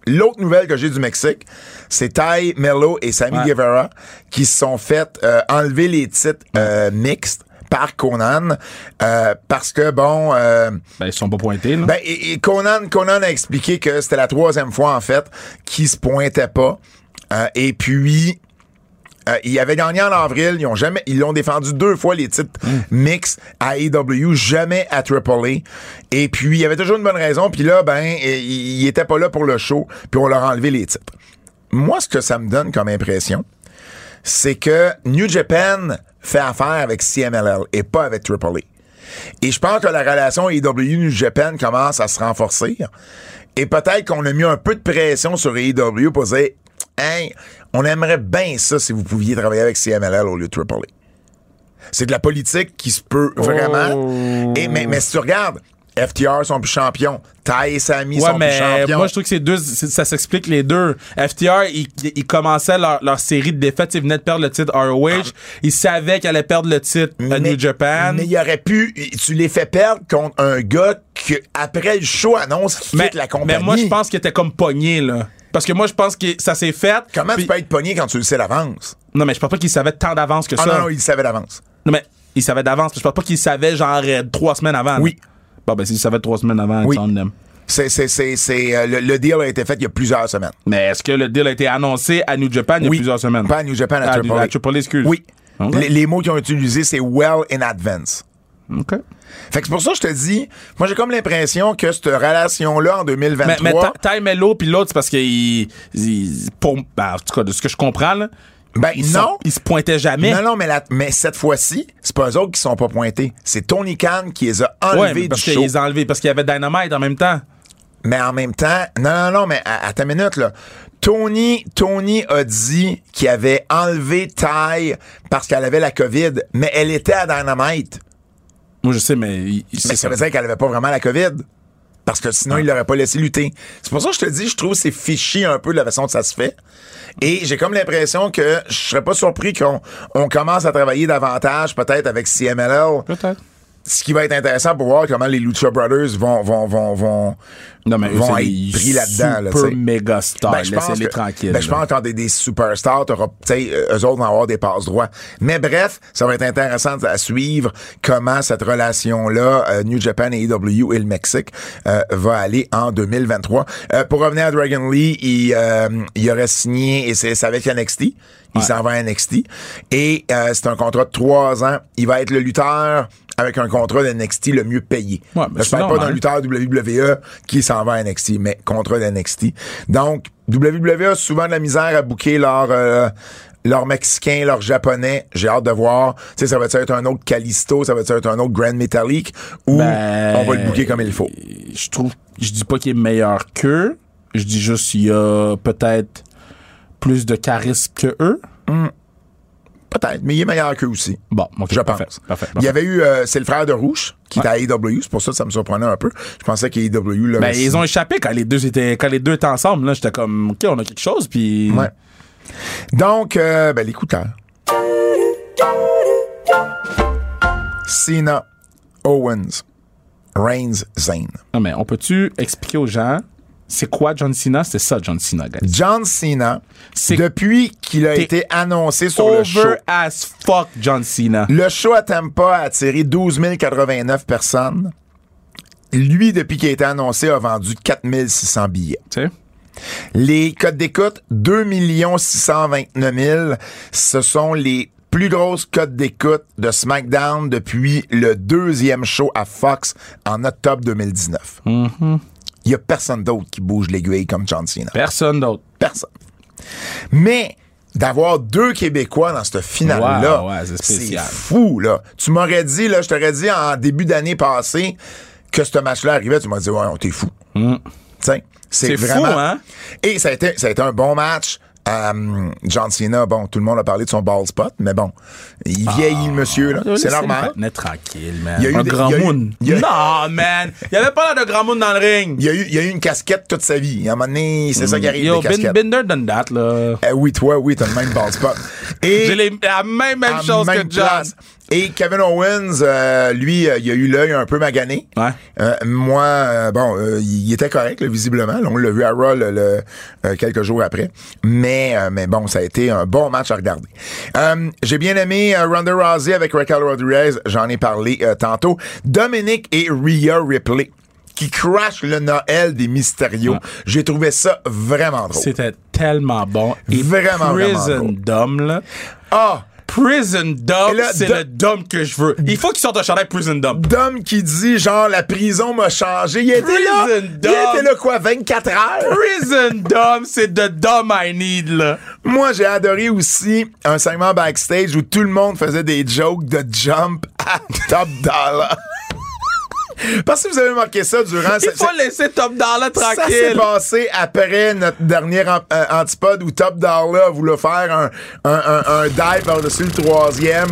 [SPEAKER 2] L'autre nouvelle que j'ai du Mexique, c'est Ty Mello et Sammy
[SPEAKER 3] Ouais.
[SPEAKER 2] Guevara qui se sont fait euh, enlever les titres euh, mixtes par Conan euh, parce que, bon... euh,
[SPEAKER 3] Ben, ils sont pas pointés, là.
[SPEAKER 2] ben, et- et Conan, Conan a expliqué que c'était la troisième fois, en fait, qu'il se pointait pas. Euh, et puis, euh, ils avaient gagné en avril. Ils ont jamais, ils l'ont défendu deux fois, les titres mix à AEW, jamais à AAA. Et puis, il y avait toujours une bonne raison. Puis là, ben, ils n'étaient pas là pour le show. Puis, on leur a enlevé les titres. Moi, ce que ça me donne comme impression, c'est que New Japan fait affaire avec CMLL et pas avec AAA. Et je pense que la relation AEW-New Japan commence à se renforcer. Et peut-être qu'on a mis un peu de pression sur AEW pour dire Hey, on aimerait bien ça si vous pouviez travailler avec CMLL au lieu de AAA. C'est de la politique qui se peut vraiment.
[SPEAKER 3] Oh.
[SPEAKER 2] Et, mais, mais si tu regardes, FTR sont plus champions. Ty et Sammy
[SPEAKER 3] Ouais,
[SPEAKER 2] sont plus
[SPEAKER 3] mais
[SPEAKER 2] champions.
[SPEAKER 3] moi, je trouve que c'est deux, c'est- ça s'explique les deux. FTR, ils, ils commençaient leur, leur série de défaites. Ils venaient de perdre le titre ROH. Ils savaient qu'ils allaient perdre le titre à
[SPEAKER 2] Ah. Mais-
[SPEAKER 3] New Japan.
[SPEAKER 2] Mais il aurait pu. Tu les fais perdre contre un gars qui, après le show, annonce qu'il quitte la compagnie.
[SPEAKER 3] mais moi, je pense qu'ils étaient comme pognés, là. Parce que moi, je pense que ça s'est fait.
[SPEAKER 2] Comment
[SPEAKER 3] puis-
[SPEAKER 2] tu peux être pogné quand tu le sais d'avance?
[SPEAKER 3] Non, mais je pense pas qu'ils savaient tant d'avance que
[SPEAKER 2] Ah
[SPEAKER 3] ça.
[SPEAKER 2] non, non, il le savait d'avance.
[SPEAKER 3] Non, mais ils savaient d'avance. Je pense pas qu'ils savaient, genre, euh, trois semaines avant. là.
[SPEAKER 2] Oui.
[SPEAKER 3] Bon, ben, s'ils savaient trois semaines avant,
[SPEAKER 2] Oui.
[SPEAKER 3] ils them.
[SPEAKER 2] C'est, c'est, c'est, c'est, euh, le, le deal a été fait il y a plusieurs semaines.
[SPEAKER 3] Mais est-ce que le deal a été annoncé à New Japan il y a plusieurs semaines? Ah,
[SPEAKER 2] Pas à New Japan, à
[SPEAKER 3] À
[SPEAKER 2] Triple A.
[SPEAKER 3] Triple A, excuse. Ah
[SPEAKER 2] Oui.
[SPEAKER 3] Ok.
[SPEAKER 2] Les, les mots qu'ils ont utilisés, c'est well in advance.
[SPEAKER 3] OK.
[SPEAKER 2] Fait que c'est pour ça que je te dis, moi j'ai comme l'impression que cette relation-là en
[SPEAKER 3] Mais,
[SPEAKER 2] 2023.
[SPEAKER 3] mais Ty Ty Mello puis l'autre, c'est parce que il, il- pour, ben, en tout cas, de ce que je comprends, là,
[SPEAKER 2] ben
[SPEAKER 3] ils, sont-
[SPEAKER 2] non!
[SPEAKER 3] ils se pointaient jamais.
[SPEAKER 2] Non, non, mais, la- mais cette fois-ci, c'est pas eux autres qui sont pas pointés. C'est Tony Khan qui les a
[SPEAKER 3] ouais,
[SPEAKER 2] enlevés
[SPEAKER 3] mais parce
[SPEAKER 2] du show.
[SPEAKER 3] qu'ils ont enlevé parce qu'il y avait Dynamite en même temps.
[SPEAKER 2] Mais en même temps, non, non, non, mais à, à ta minute, là. Tony, Tony a dit qu'il avait enlevé Ty parce qu'elle avait la COVID, mais elle était à Dynamite.
[SPEAKER 3] Moi, je sais, mais, il- il-
[SPEAKER 2] Mais
[SPEAKER 3] c'est
[SPEAKER 2] ça
[SPEAKER 3] ça.
[SPEAKER 2] veut dire qu'elle avait pas vraiment la COVID. Parce que sinon, il l'aurait pas laissé lutter. C'est pour ça que je te dis, je trouve que c'est fichi un peu de la façon que ça se fait. Et j'ai comme l'impression que je serais pas surpris qu'on on commence à travailler davantage, peut-être avec CMLL.
[SPEAKER 3] Peut-être.
[SPEAKER 2] Ce qui va être intéressant pour voir comment les Lucha Brothers vont, vont, vont, vont,
[SPEAKER 3] Non, mais eux,
[SPEAKER 2] vont
[SPEAKER 3] c'est
[SPEAKER 2] être
[SPEAKER 3] des
[SPEAKER 2] pris là-dedans. là, tu
[SPEAKER 3] Super
[SPEAKER 2] sais.
[SPEAKER 3] méga star.
[SPEAKER 2] Ben, je pense
[SPEAKER 3] Laissez-les
[SPEAKER 2] que-
[SPEAKER 3] tranquilles.
[SPEAKER 2] ben, je
[SPEAKER 3] là.
[SPEAKER 2] pense que quand t'es des superstars, t'auras, tu sais, euh, eux autres vont avoir des passes droits. Mais bref, ça va être intéressant à suivre comment cette relation-là, euh, New Japan et EW et le Mexique, euh, va aller en 2023. Euh, pour revenir à Dragon Lee, il, euh, il aurait signé, et c'est c'est avec NXT. Il s'en va à NXT. Et euh, c'est un contrat de trois ans. Il va être le lutteur avec un contrat de NXT le mieux payé.
[SPEAKER 3] Ouais, mais
[SPEAKER 2] Là, je
[SPEAKER 3] c'est hein.
[SPEAKER 2] parle pas
[SPEAKER 3] normal.
[SPEAKER 2] d'un lutteur lutteur WWE E qui s'en va à NXT, mais contre NXT. Donc, WWE a souvent de la misère à bouquer leurs euh, leurs Mexicains, leurs Japonais. J'ai hâte de voir. Tu sais, ça va être un autre Calisto, ça va être un autre Grand Metallic, ou
[SPEAKER 3] Ben,
[SPEAKER 2] on va le bouquer comme il faut.
[SPEAKER 3] je trouve, je dis pas qu'il est meilleur qu'eux. Je dis juste qu'il y a peut-être plus de charisme que eux.
[SPEAKER 2] Peut-être, mais il est meilleur qu'eux aussi.
[SPEAKER 3] Bon, ok,
[SPEAKER 2] Je
[SPEAKER 3] parfait,
[SPEAKER 2] pense.
[SPEAKER 3] Parfait.
[SPEAKER 2] Il y
[SPEAKER 3] parfait.
[SPEAKER 2] avait eu, euh, c'est le frère de Rouge qui était à AEW, c'est pour ça que ça me surprenait un peu. Je pensais E qu'AEW l'aurait
[SPEAKER 3] Ben,
[SPEAKER 2] signé.
[SPEAKER 3] ils ont échappé quand les deux étaient, quand les deux étaient ensemble. Là, j'étais comme, OK, on a quelque chose, puis.
[SPEAKER 2] Ouais. Donc, euh, ben, l'écouteur. Cena, Owens, Reigns Zane.
[SPEAKER 3] Non, mais on peut-tu expliquer aux gens c'est quoi John Cena? C'est ça, John Cena, guys.
[SPEAKER 2] John Cena,
[SPEAKER 3] C'est-
[SPEAKER 2] depuis qu'il a
[SPEAKER 3] T'es
[SPEAKER 2] été annoncé sur le show,
[SPEAKER 3] Over as fuck, John Cena.
[SPEAKER 2] le show à Tampa a attiré 12 089 personnes. Lui, depuis qu'il a été annoncé, a vendu 4 600 billets.
[SPEAKER 3] Tu sais?
[SPEAKER 2] Les codes d'écoute, 2 629 000. Ce sont les plus grosses codes d'écoute de SmackDown depuis le deuxième show à Fox en octobre 2019. Il y a personne d'autre qui bouge l'aiguille comme John Cena.
[SPEAKER 3] Personne d'autre.
[SPEAKER 2] Personne. Mais d'avoir deux Québécois dans cette finale-là,
[SPEAKER 3] Wow, ouais, c'est
[SPEAKER 2] c'est
[SPEAKER 3] spécial.
[SPEAKER 2] fou, là. Tu m'aurais dit, là, je t'aurais dit en début d'année passée que ce match-là arrivait, tu m'aurais dit, ouais, on t'est fou. Tiens, c'est
[SPEAKER 3] Mm. C'est fou,
[SPEAKER 2] vraiment.
[SPEAKER 3] hein?
[SPEAKER 2] Et ça a été, ça a été un bon match. Euh, John Cena, bon, tout le monde a parlé de son ball spot, mais bon,
[SPEAKER 3] Ah,
[SPEAKER 2] il vieillit, le monsieur, là. C'est normal.
[SPEAKER 3] Mais tranquille, man.
[SPEAKER 2] Il y a eu
[SPEAKER 3] un
[SPEAKER 2] des-
[SPEAKER 3] grand
[SPEAKER 2] il y a eu-
[SPEAKER 3] moon.
[SPEAKER 2] il y a-
[SPEAKER 3] Non, man. Il y avait pas l'air de grand moon dans le ring.
[SPEAKER 2] Il y a eu, il y a eu une casquette toute sa vie. À un moment donné, c'est ça qui arrive,
[SPEAKER 3] Mm. Yo,
[SPEAKER 2] les
[SPEAKER 3] Ben been,
[SPEAKER 2] casquettes.
[SPEAKER 3] been there done that, là.
[SPEAKER 2] Eh oui, toi, oui, t'as le même ball spot. Et
[SPEAKER 3] J'ai les- la même, même
[SPEAKER 2] à
[SPEAKER 3] chose
[SPEAKER 2] même
[SPEAKER 3] que John.
[SPEAKER 2] place. Et Kevin Owens, euh, lui, euh, il a eu l'œil un peu magané.
[SPEAKER 3] Ouais.
[SPEAKER 2] Euh, moi, euh, bon, euh, il était correct, là, visiblement. Là, on l'a vu à Raw le- le- euh, quelques jours après. Mais, euh, mais bon, ça a été un bon match à regarder. Euh, J'ai bien aimé euh, Ronda Rousey avec Raquel Rodriguez. J'en ai parlé euh, tantôt. Dominique et Rhea Ripley qui crashent le Noël des Mysterios. J'ai trouvé ça vraiment drôle.
[SPEAKER 3] C'était tellement bon. Et
[SPEAKER 2] Vraiment, vraiment
[SPEAKER 3] Prison
[SPEAKER 2] drôle.
[SPEAKER 3] Dom, là.
[SPEAKER 2] Ah!
[SPEAKER 3] Prison
[SPEAKER 2] Et
[SPEAKER 3] Dom,
[SPEAKER 2] là,
[SPEAKER 3] c'est
[SPEAKER 2] Dom-
[SPEAKER 3] le Dom que je veux. Il faut qu'il sorte un chandail Prison Dom.
[SPEAKER 2] Dom qui dit genre la prison m'a changé. Il était là.
[SPEAKER 3] Prison Dom.
[SPEAKER 2] Il était là quoi 24 heures.
[SPEAKER 3] Prison Dom, c'est the Dom I need, là.
[SPEAKER 2] Moi, j'ai adoré aussi un segment backstage où tout le monde faisait des jokes de jump à Top Dollar. Parce que vous avez marqué ça durant
[SPEAKER 3] Il
[SPEAKER 2] ce-
[SPEAKER 3] faut laisser Tom Dollar
[SPEAKER 2] Ça s'est
[SPEAKER 3] tranquille.
[SPEAKER 2] passé après notre dernier an- euh, antipode où Top Dollar voulait faire un, un, un, un dive par-dessus le troisième.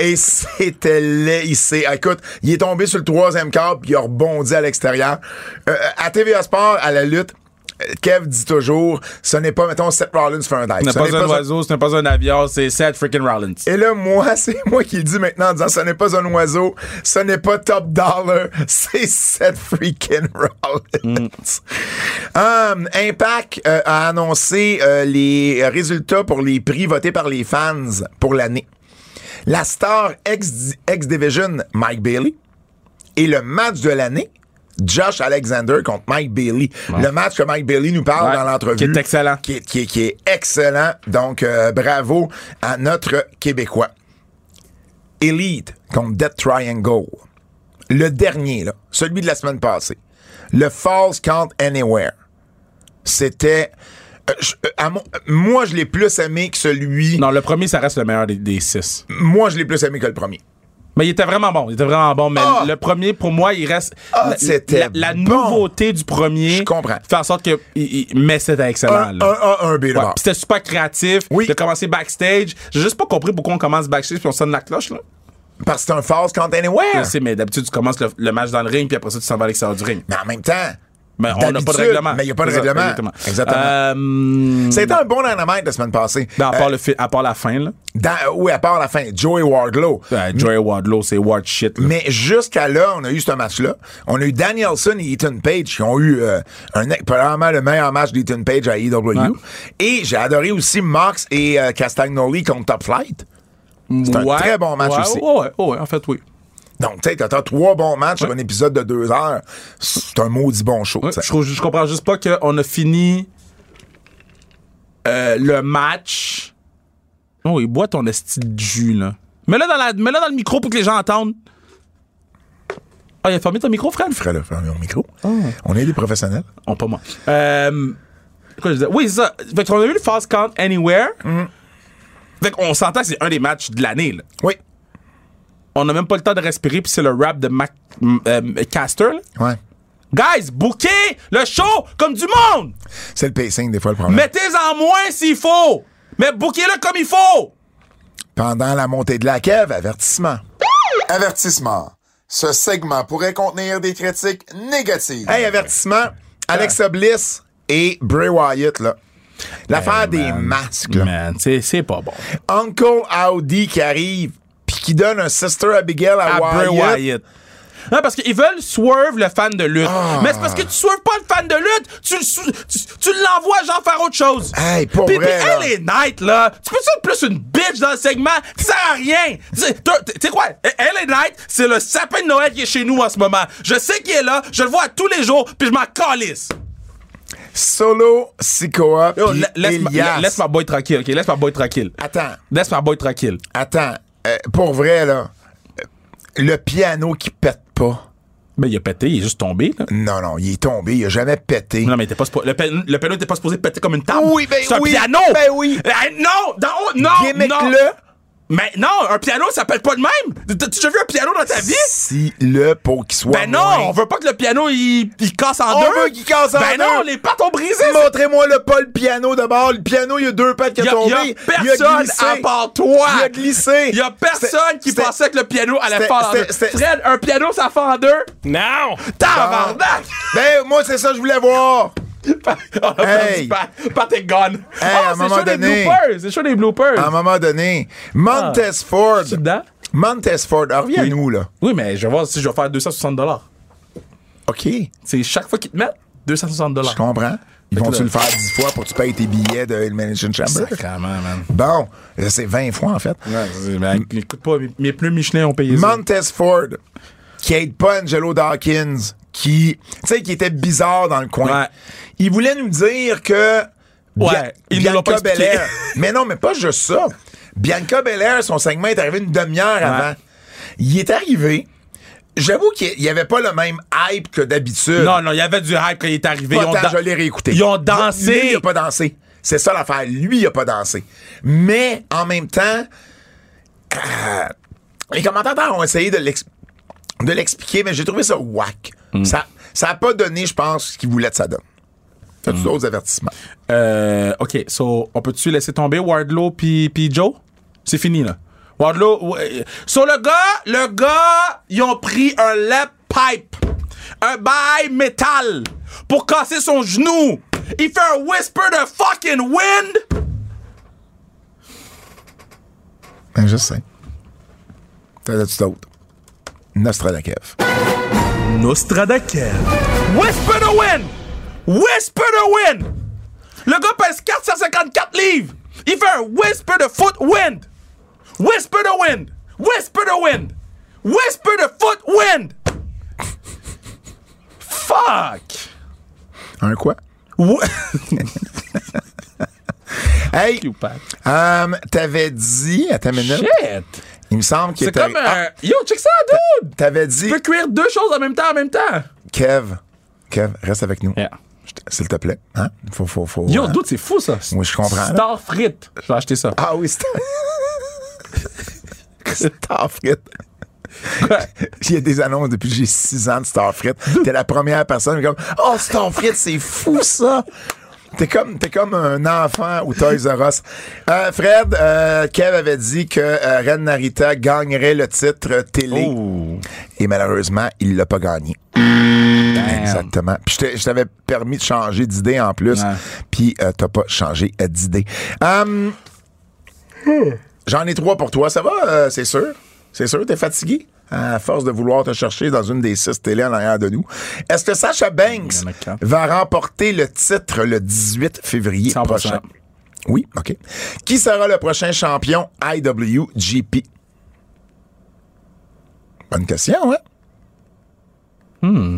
[SPEAKER 2] Et c'était laid. Il s'est, écoute, il est tombé sur le troisième quart puis il a rebondi à l'extérieur. Euh, à TVA Sport, à la lutte, euh, Kev dit toujours, ce n'est pas, mettons, Seth Rollins fait un dive.
[SPEAKER 3] Ce n'est
[SPEAKER 2] Ce
[SPEAKER 3] pas
[SPEAKER 2] n'est
[SPEAKER 3] un
[SPEAKER 2] pas un-
[SPEAKER 3] oiseau, ce n'est pas un avion, c'est Seth freaking Rollins.
[SPEAKER 2] et là, moi, c'est moi qui le dis maintenant en disant ce n'est pas un oiseau, ce n'est pas Top Dollar, c'est Seth freaking Rollins. Hum, Impact euh, a annoncé euh, les résultats pour les prix votés par les fans pour l'année. La star ex- ex-division, Mike Bailey, et le match de l'année, Josh Alexander contre Mike Bailey. Le match que Mike Bailey nous parle
[SPEAKER 3] Ouais,
[SPEAKER 2] dans l'entrevue.
[SPEAKER 3] qui est excellent.
[SPEAKER 2] Qui est, qui est- qui est excellent. Donc, euh, bravo à notre Québécois. Elite contre Death Triangle. Le dernier, là, celui de la semaine passée. Le False Count Anywhere. C'était... euh, je- euh, à mon- euh, moi, je l'ai plus aimé que celui...
[SPEAKER 3] Non, le premier, ça reste le meilleur des, des six.
[SPEAKER 2] Moi, je l'ai plus aimé que le premier.
[SPEAKER 3] Mais il était vraiment bon. Il était vraiment bon. Mais
[SPEAKER 2] Ah!
[SPEAKER 3] le premier, pour moi, il reste.
[SPEAKER 2] Ah,
[SPEAKER 3] la-
[SPEAKER 2] c'était
[SPEAKER 3] la, la
[SPEAKER 2] bon.
[SPEAKER 3] nouveauté du premier.
[SPEAKER 2] Je comprends.
[SPEAKER 3] Fait en sorte que. il- il- mais c'était excellent.
[SPEAKER 2] Un
[SPEAKER 3] là.
[SPEAKER 2] A, un B,
[SPEAKER 3] Ouais,
[SPEAKER 2] là
[SPEAKER 3] pis c'était super créatif.
[SPEAKER 2] Oui.
[SPEAKER 3] De commencer backstage. J'ai juste pas compris pourquoi on commence backstage puis on sonne la cloche, là.
[SPEAKER 2] Parce que c'est un False Count
[SPEAKER 3] Je
[SPEAKER 2] Anywhere.
[SPEAKER 3] sais, mais d'habitude, tu commences le, le match dans le ring puis après ça, tu s'en vas à l'extérieur du ring.
[SPEAKER 2] Mais en même temps,
[SPEAKER 3] Mais Ben, on n'a pas de
[SPEAKER 2] d'habitude,
[SPEAKER 3] règlement.
[SPEAKER 2] Mais il n'y a pas de
[SPEAKER 3] C'est ça,
[SPEAKER 2] règlement.
[SPEAKER 3] Exactement.
[SPEAKER 2] Exactement.
[SPEAKER 3] Euh,
[SPEAKER 2] C'était un bon dynamite la semaine passée.
[SPEAKER 3] ben, à,
[SPEAKER 2] Euh,
[SPEAKER 3] part le fi- à part la fin, là.
[SPEAKER 2] dans- oui, à part la fin. Joey Wardlow.
[SPEAKER 3] Euh, Joey Wardlow, c'est Ward shit. là.
[SPEAKER 2] Mais jusqu'à là, on a eu ce match-là. On a eu Danielson et Ethan Page qui ont eu euh, un, probablement le meilleur match d'Ethan Page à EW. Et j'ai adoré aussi Mox et euh, Castagnoli contre Top Flight. c'est un très bon match
[SPEAKER 3] ouais,
[SPEAKER 2] aussi.
[SPEAKER 3] Ouais, ouais, ouais, en fait, oui.
[SPEAKER 2] Donc, tu sais, t'as t'as trois bons matchs sur un épisode de deux heures. C'est un maudit bon show.
[SPEAKER 3] Ouais,
[SPEAKER 2] t'sais.
[SPEAKER 3] je, trouve- je comprends juste pas qu'on a fini euh, le match. Oh, il boit ton esti de jus, là. Mets-le dans, la- mets-le dans le micro pour que les gens entendent. Ah, il a fermé ton micro, Fred?
[SPEAKER 2] Fred a fermé mon micro.
[SPEAKER 3] Ah.
[SPEAKER 2] On est des professionnels.
[SPEAKER 3] Oh, pas moi. Euh, quoi je disais? Oui, c'est ça. Fait qu'on a eu le Fast Count Anywhere. Fait qu'on s'entend que c'est un des matchs de l'année, là.
[SPEAKER 2] Oui.
[SPEAKER 3] On n'a même pas le temps de respirer, puis c'est le rap de Mac, m- euh, Caster, là.
[SPEAKER 2] Ouais.
[SPEAKER 3] Guys, bouquez le show comme du monde!
[SPEAKER 2] C'est le pacing, des fois, le problème.
[SPEAKER 3] Mettez-en moins s'il faut, mais bouquez-le comme il faut.
[SPEAKER 2] Pendant la montée de la cave, avertissement. Avertissement. Ce segment pourrait contenir des critiques négatives. Hey, avertissement. Alexa Bliss et Bray Wyatt, là. L'affaire des masques, là.
[SPEAKER 3] Eh, Man, c'est c'est pas bon.
[SPEAKER 2] Uncle Audi qui arrive, puis qui donne un Sister Abigail à,
[SPEAKER 3] À Bray
[SPEAKER 2] Wyatt.
[SPEAKER 3] Wyatt. Hein, parce qu'ils veulent swerve le fan de lutte.
[SPEAKER 2] Ah.
[SPEAKER 3] Mais c'est parce que tu swerves pas le fan de lutte, tu, le sou- tu, tu l'envoies genre faire autre chose.
[SPEAKER 2] Hey, pour
[SPEAKER 3] Puis,
[SPEAKER 2] vrai,
[SPEAKER 3] puis
[SPEAKER 2] là.
[SPEAKER 3] elle est night, là. Tu peux être plus une bitch dans le segment? Ça sert à rien. Tu sais, t'as- Tu sais quoi? Elle est night, c'est le sapin de Noël qui est chez nous en ce moment. Je sais qu'il est là, je le vois à tous les jours, puis je m'en calisse.
[SPEAKER 2] Solo, Sikoa,
[SPEAKER 3] Yo,
[SPEAKER 2] puis
[SPEAKER 3] la- laisse, ma,
[SPEAKER 2] Elias.
[SPEAKER 3] la- laisse ma boy tranquille, ok? Laisse ma boy tranquille.
[SPEAKER 2] Attends,
[SPEAKER 3] Laisse ma boy tranquille.
[SPEAKER 2] attends. Euh, pour vrai, là, euh, le piano qui pète pas.
[SPEAKER 3] Mais il a pété, il est juste tombé, là.
[SPEAKER 2] Non, non, il est tombé, il a jamais pété.
[SPEAKER 3] Non, mais t'es pas suppo- le, pe- le piano était pas supposé péter comme une table.
[SPEAKER 2] Oui, ben
[SPEAKER 3] C'est un
[SPEAKER 2] oui,
[SPEAKER 3] piano!
[SPEAKER 2] ben oui.
[SPEAKER 3] Eh, non! Dans, oh, non! non.
[SPEAKER 2] Gimmick-le.
[SPEAKER 3] Mais non, un piano, ça pète pas de même! T'as-tu déjà vu un piano dans ta vie?
[SPEAKER 2] Si le pour qu'il soit.
[SPEAKER 3] Ben non,
[SPEAKER 2] moins-
[SPEAKER 3] on veut pas que le piano il, il casse en
[SPEAKER 2] On
[SPEAKER 3] deux.
[SPEAKER 2] veut qu'il casse en
[SPEAKER 3] Ben non,
[SPEAKER 2] deux.
[SPEAKER 3] les pattes ont brisé. c'est-
[SPEAKER 2] Montrez-moi le pas le piano d'abord. Le piano, il y a deux pattes qui
[SPEAKER 3] Y a-
[SPEAKER 2] sont
[SPEAKER 3] y a
[SPEAKER 2] tombées.
[SPEAKER 3] personne à part toi.
[SPEAKER 2] Il a glissé.
[SPEAKER 3] Il y a personne qui
[SPEAKER 2] C'était-
[SPEAKER 3] pensait que le piano allait
[SPEAKER 2] c'était-
[SPEAKER 3] faire en deux.
[SPEAKER 2] c'était- c'était-
[SPEAKER 3] Fred, un piano ça fend en deux?
[SPEAKER 5] Non!
[SPEAKER 3] Tabarnak!
[SPEAKER 2] Ben, moi, c'est ça que je voulais voir.
[SPEAKER 3] On a
[SPEAKER 2] Hey.
[SPEAKER 3] perdu Pat. Pat est gone.
[SPEAKER 2] à un
[SPEAKER 3] c'est
[SPEAKER 2] moment
[SPEAKER 3] chaud des
[SPEAKER 2] donné-
[SPEAKER 3] bloopers. C'est chaud des bloopers.
[SPEAKER 2] À un moment donné, Montez Ford.
[SPEAKER 3] Tu Ah. dedans?
[SPEAKER 2] Montez Ford, ah, reviens-nous, là.
[SPEAKER 3] Oui, mais je vais voir si je vais faire 260 dollars.
[SPEAKER 2] OK. Je
[SPEAKER 3] C'est chaque fois qu'ils te mettent 260 dollars.
[SPEAKER 2] comprends. Ils
[SPEAKER 3] Fait que
[SPEAKER 2] vont-tu
[SPEAKER 3] là-
[SPEAKER 2] le faire 10 fois pour que tu payes tes billets de Elimination Chamber?
[SPEAKER 3] Sacrement, man.
[SPEAKER 2] Bon, là, c'est 20 fois, en fait.
[SPEAKER 3] Ben, écoute pas, mes, mes pneus Michelin ont payé ça.
[SPEAKER 2] Montez Ford, qui aide pas Angelo Dawkins, qui, tu sais, qui était bizarre dans le coin.
[SPEAKER 3] Ouais.
[SPEAKER 2] Il voulait nous dire que
[SPEAKER 3] Ouais,
[SPEAKER 2] Bia-
[SPEAKER 3] ils nous l'ont pas
[SPEAKER 2] Bianca
[SPEAKER 3] expliqué.
[SPEAKER 2] Belair. mais non, mais pas juste ça. Bianca Belair, son segment est arrivé une demi-heure avant. Il est arrivé. J'avoue qu'il n'y avait pas le même hype que d'habitude.
[SPEAKER 3] Non, non, il y avait du hype quand il est arrivé.
[SPEAKER 2] pas
[SPEAKER 3] Ils ont
[SPEAKER 2] tant,
[SPEAKER 3] dan-
[SPEAKER 2] je l'ai réécouté.
[SPEAKER 3] Ils ont
[SPEAKER 2] Lui,
[SPEAKER 3] dansé.
[SPEAKER 2] il a pas dansé. C'est ça l'affaire. Lui, il a pas dansé. Mais, en même temps, euh, les commentateurs ont essayé de l'ex- de l'expliquer, mais j'ai trouvé ça whack.
[SPEAKER 3] Mm.
[SPEAKER 2] Ça ça a pas donné, je pense, ce qu'ils voulaient que ça donne.
[SPEAKER 3] Mm.
[SPEAKER 2] T'as-tu d'autres avertissements?
[SPEAKER 3] Euh, OK, so, on peut-tu laisser tomber Wardlow puis puis Joe? C'est fini, là. Wardlow... ouais. So, le gars, le gars, ils ont pris un lap pipe, un bail métal, pour casser son genou. Il fait un whisper de fucking wind.
[SPEAKER 2] Ben, je sais. T'en as-tu d'autres? Nostradakev.
[SPEAKER 3] Nostradakev. Whisper de wind. Whisper de wind. Le gars pèse 454 livres. Il fait un whisper de foot wind. Whisper de wind. Whisper de wind. Whisper de foot wind. Fuck.
[SPEAKER 2] Un quoi? Hey!
[SPEAKER 3] Pat.
[SPEAKER 2] euh, T'avais dit. Attends une minute.
[SPEAKER 3] Shit.
[SPEAKER 2] Il me semble qu'il
[SPEAKER 3] C'est
[SPEAKER 2] était.
[SPEAKER 3] comme
[SPEAKER 2] Ah,
[SPEAKER 3] un... Yo, check ça, dude.
[SPEAKER 2] T'avais dit.
[SPEAKER 3] Tu peux cuire deux choses en même temps, en même temps.
[SPEAKER 2] Kev, Kev, reste avec nous.
[SPEAKER 3] Yeah.
[SPEAKER 2] S'il te plaît. Hein? Faut, faut, faut.
[SPEAKER 3] Yo,
[SPEAKER 2] hein?
[SPEAKER 3] dude, c'est fou, ça.
[SPEAKER 2] Oui, je comprends.
[SPEAKER 3] Star frites. Je vais acheter ça.
[SPEAKER 2] Ah oui, c'est. Starfrit. Ah, Il y a des annonces depuis que j'ai 6 ans de Starfrit. T'es la première personne comme Oh, Starfrit, c'est fou ça! T'es comme, t'es comme un enfant ou Toys R Us. Euh, Fred, euh, Kev avait dit que euh, Ren Narita gagnerait le titre télé.
[SPEAKER 3] Oh.
[SPEAKER 2] Et malheureusement, il l'a pas gagné. Exactement. Puis je t'ai- je t'avais permis de changer d'idée en plus.
[SPEAKER 3] Ouais.
[SPEAKER 2] Puis euh, t'as pas changé euh, d'idée. Hum, J'en ai trois pour toi. Ça va, euh, c'est sûr? C'est sûr, t'es fatigué? À force de vouloir te chercher dans une des six télé en arrière de nous. Est-ce que Sacha
[SPEAKER 3] Il y en a
[SPEAKER 2] Banks
[SPEAKER 3] quatre.
[SPEAKER 2] va remporter le titre le 18 février
[SPEAKER 3] 100%.
[SPEAKER 2] prochain? Oui, OK. Qui sera le prochain champion IWGP? Bonne question, hein?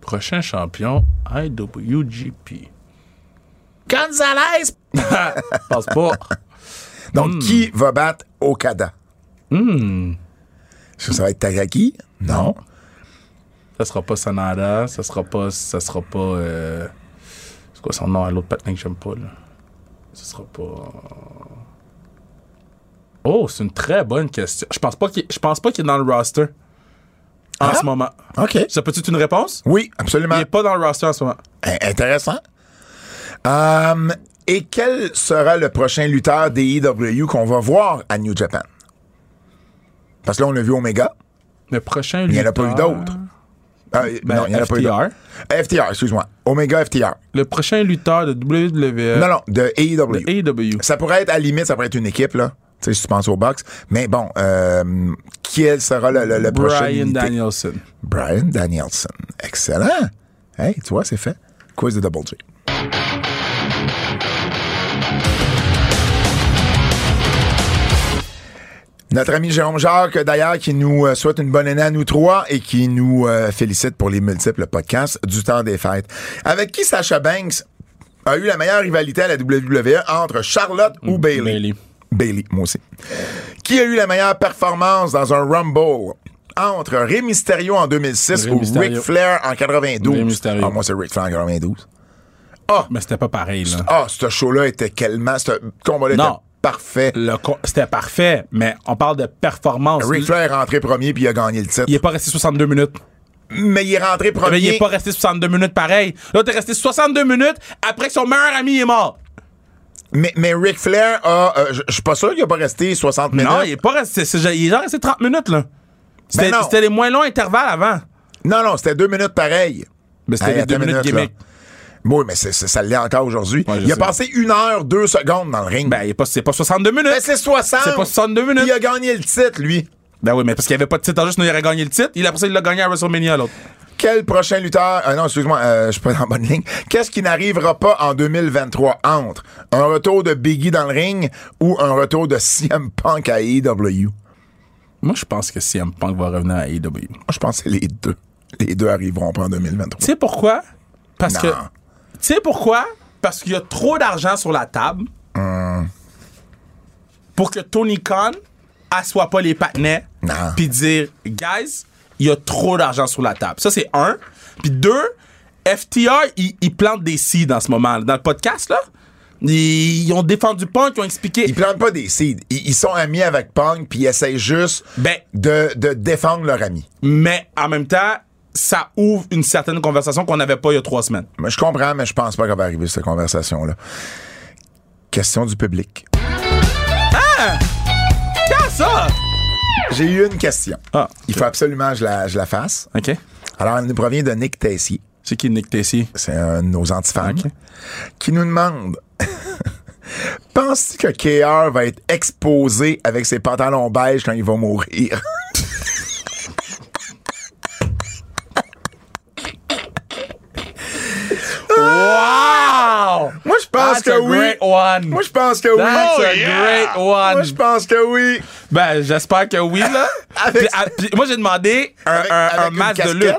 [SPEAKER 3] Prochain champion, IWGP.
[SPEAKER 2] Gonzalez!
[SPEAKER 3] Pense pas.
[SPEAKER 2] Donc, qui va battre Okada? Est-ce que ça va être Takaki? Non.
[SPEAKER 3] Ça sera pas Sanada, ça sera pas. Ça sera pas. euh, C'est quoi son nom à l'autre patin que j'aime pas, là? Ça sera pas. Oh, c'est une très bonne question. Je pense pas qu'il je pense pas qu'il est dans le roster. En
[SPEAKER 2] Ah?
[SPEAKER 3] ce moment.
[SPEAKER 2] OK.
[SPEAKER 3] Ça peut-tu être une réponse?
[SPEAKER 2] Oui,
[SPEAKER 3] Il
[SPEAKER 2] absolument.
[SPEAKER 3] est pas dans le roster en ce moment.
[SPEAKER 2] In- Intéressant. Hum, et quel sera le prochain lutteur des IW qu'on va voir à New Japan? Parce que là, on a vu Omega.
[SPEAKER 3] Le prochain.
[SPEAKER 2] Il n'y en a pas eu d'autres. Euh,
[SPEAKER 3] Ben,
[SPEAKER 2] non, il n'y en a pas eu d'autres. FTR, excuse-moi. Omega FTR.
[SPEAKER 3] Le prochain lutteur de E, WWE.
[SPEAKER 2] Non, non, de E AEW.
[SPEAKER 3] AEW.
[SPEAKER 2] Ça pourrait être, à la limite, ça pourrait être une équipe, là. Tu sais, si tu penses au box. Mais bon, euh, qui quel sera le, le- le prochain
[SPEAKER 3] Brian
[SPEAKER 2] invité.
[SPEAKER 3] Danielson.
[SPEAKER 2] Brian Danielson. Excellent. Hey, tu vois, c'est fait. Quiz de Double J. Notre ami Jérôme Jacques, d'ailleurs, qui nous euh, souhaite une bonne année à nous trois et qui nous euh, félicite pour les multiples podcasts du temps des fêtes. Avec qui Sacha Banks a eu la meilleure rivalité à la WWE entre Charlotte ou Bailey?
[SPEAKER 3] Bayley.
[SPEAKER 2] Bailey, moi aussi. Qui a eu la meilleure performance dans un Rumble? Entre Rey Mysterio en 2006
[SPEAKER 3] Rey
[SPEAKER 2] ou
[SPEAKER 3] Mysterio.
[SPEAKER 2] Ric Flair en 92?
[SPEAKER 3] Rey Mysterio.
[SPEAKER 2] Ah, moi, c'est Ric Flair en 92.
[SPEAKER 3] Mais c'était pas pareil, là.
[SPEAKER 2] Ah, ce show-là était quellement... Ce combat-là était
[SPEAKER 3] Non.
[SPEAKER 2] parfait.
[SPEAKER 3] Le co- C'était parfait, mais on parle de performance.
[SPEAKER 2] Ric Flair est rentré premier puis il a gagné le titre.
[SPEAKER 3] Il est pas resté 62 minutes.
[SPEAKER 2] Mais il est rentré premier.
[SPEAKER 3] Mais il est pas resté 62 minutes pareil. Là, t'es resté 62 minutes après que son meilleur ami est mort.
[SPEAKER 2] Mais, mais Ric Flair a. euh, je je suis pas sûr qu'il a pas resté 60 minutes.
[SPEAKER 3] non, il est pas resté. c'est- c'est- il est genre resté 30 minutes, là. C'était
[SPEAKER 2] non.
[SPEAKER 3] c'était les moins longs intervalles avant.
[SPEAKER 2] Non, non, c'était deux minutes pareil.
[SPEAKER 3] Mais c'était
[SPEAKER 2] Hey,
[SPEAKER 3] les
[SPEAKER 2] attends
[SPEAKER 3] deux
[SPEAKER 2] une
[SPEAKER 3] minutes
[SPEAKER 2] minute,
[SPEAKER 3] gimmick.
[SPEAKER 2] là. Oui, mais c'est- c'est- ça l'est encore aujourd'hui.
[SPEAKER 3] Ouais, je
[SPEAKER 2] il a
[SPEAKER 3] sais.
[SPEAKER 2] passé une heure, deux secondes dans le ring.
[SPEAKER 3] Ben, il est pas- c'est pas 62 minutes.
[SPEAKER 2] Mais c'est 60.
[SPEAKER 3] c'est pas 62 minutes.
[SPEAKER 2] Il a gagné le titre, lui.
[SPEAKER 3] Ben oui, mais parce qu'il n'y avait pas de titre en jeu, sinon il aurait gagné le titre. Il a pour ça, il l'a gagné à WrestleMania, l'autre.
[SPEAKER 2] Quel prochain lutteur. Ah non, excuse-moi, euh, je suis pas dans la bonne ligne. Qu'est-ce qui n'arrivera pas en 2023 entre un retour de Biggie dans le ring ou un retour de CM Punk à E AEW?
[SPEAKER 3] Moi, je pense que CM Punk va revenir à E AEW.
[SPEAKER 2] Moi, je pense que c'est les deux. Les deux arriveront pas en 2023.
[SPEAKER 3] Tu sais pourquoi? Parce
[SPEAKER 2] Non.
[SPEAKER 3] que. Tu sais pourquoi? Parce qu'il y a trop d'argent sur la table Hmm. pour que Tony Khan assoie pas les patinets
[SPEAKER 2] Non.
[SPEAKER 3] puis dire, guys, il y a trop d'argent sur la table. Ça, c'est un. Puis deux, FTR, ils ils plantent des seeds en ce moment. Dans le podcast, là, ils, ils ont défendu Punk, ils ont expliqué.
[SPEAKER 2] Ils plantent pas des seeds. Ils, ils sont amis avec Punk, puis ils essayent juste
[SPEAKER 3] Ben,
[SPEAKER 2] de, de défendre leur ami.
[SPEAKER 3] mais en même temps, ça ouvre une certaine conversation qu'on n'avait pas il y a trois semaines.
[SPEAKER 2] Mais Je comprends, mais je pense pas qu'elle va arriver cette conversation-là. Question du public.
[SPEAKER 3] Quand ça?
[SPEAKER 2] J'ai eu une question.
[SPEAKER 3] Ah,
[SPEAKER 2] Il faut absolument que je la, je la fasse.
[SPEAKER 3] OK.
[SPEAKER 2] Alors, elle nous provient de Nick Tessier.
[SPEAKER 3] C'est qui Nick Tessier?
[SPEAKER 2] C'est un de nos antifans.
[SPEAKER 3] Ok.
[SPEAKER 2] Qui nous demande Penses-tu que KR va être exposé avec ses pantalons beige quand il va mourir
[SPEAKER 3] Wow!
[SPEAKER 2] Moi, je pense
[SPEAKER 3] That's
[SPEAKER 2] que
[SPEAKER 3] a
[SPEAKER 2] oui.
[SPEAKER 3] great one.
[SPEAKER 2] Moi, je pense que oui.
[SPEAKER 3] That's a great one.
[SPEAKER 2] Moi, je pense que oui.
[SPEAKER 3] Ben, j'espère que oui, là.
[SPEAKER 2] Avec-
[SPEAKER 3] Puis, à- puis, moi, j'ai demandé un,
[SPEAKER 2] Avec-
[SPEAKER 3] un-
[SPEAKER 2] avec
[SPEAKER 3] un
[SPEAKER 2] une
[SPEAKER 3] match de
[SPEAKER 2] casquette?
[SPEAKER 3] lutte.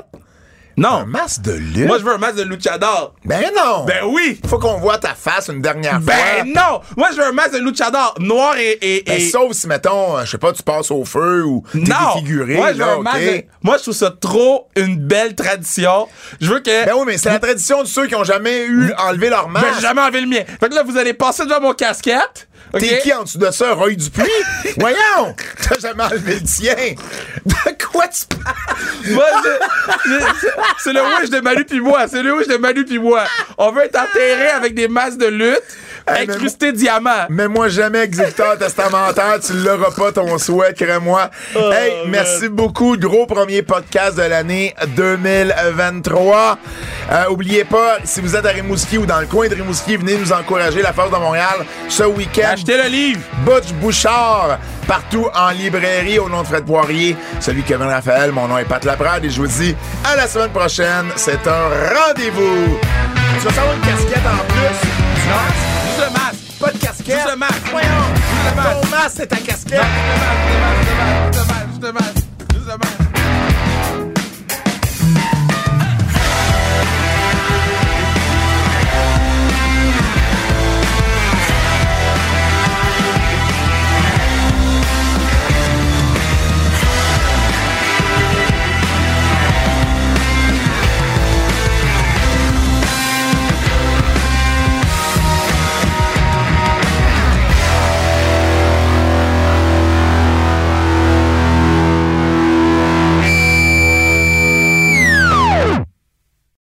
[SPEAKER 2] Un
[SPEAKER 3] Non.
[SPEAKER 2] masque de lutte.
[SPEAKER 3] Moi, je veux un match de luchador.
[SPEAKER 2] Ben non.
[SPEAKER 3] Ben oui!
[SPEAKER 2] Faut qu'on voit ta face une dernière fois.
[SPEAKER 3] Ben non! Moi, je veux un match de luchador noir et. et,
[SPEAKER 2] Ben,
[SPEAKER 3] et-
[SPEAKER 2] sauf si, mettons, euh, je sais pas, tu passes au feu ou t'es
[SPEAKER 3] non!
[SPEAKER 2] défiguré.
[SPEAKER 3] moi, je veux
[SPEAKER 2] là,
[SPEAKER 3] un match
[SPEAKER 2] OK.
[SPEAKER 3] de- Moi, je trouve ça trop une belle tradition. Je veux que.
[SPEAKER 2] Ben oui, mais c'est la tradition de ceux qui ont jamais eu enlevé leur
[SPEAKER 3] Ben,
[SPEAKER 2] masque.
[SPEAKER 3] j'ai jamais enlevé le mien. Fait que là, vous allez passer devant mon casquette. OK?
[SPEAKER 2] T'es qui en dessous de ça, Roy Dupuis? Voyons! T'as jamais enlevé le tien! De quoi tu parles?
[SPEAKER 3] Moi, je- je- c'est- c'est le wish de Manu puis moi. C'est le wish de Manu puis moi. On veut être enterré avec des masses de lutte
[SPEAKER 2] Hey, mais
[SPEAKER 3] incrustés de diamants.
[SPEAKER 2] Mets-moi jamais exécuteur testamentaire, tu l'auras pas ton souhait, crée-moi. hey, merci beaucoup. Gros premier podcast de l'année 2023. Euh, oubliez pas, si vous êtes à Rimouski ou dans le coin de Rimouski, venez nous encourager la Force de Montréal ce week-end.
[SPEAKER 3] Achetez le livre.
[SPEAKER 2] Butch Bouchard, partout en librairie au nom de Fred Poirier, celui de Kevin Raphaël, mon nom est Pat Laprade et je vous dis à la semaine prochaine, c'est un rendez-vous. Tu vas savoir une casquette en plus?
[SPEAKER 3] Non, juste le masque.
[SPEAKER 2] Pas de casquette?
[SPEAKER 3] Juste le masque.
[SPEAKER 2] Voyons!
[SPEAKER 3] Juste le masque.
[SPEAKER 2] Ton masque, c'est ta casquette!
[SPEAKER 3] Juste le masque, juste le masque, juste le masque, juste le masque, juste le masque.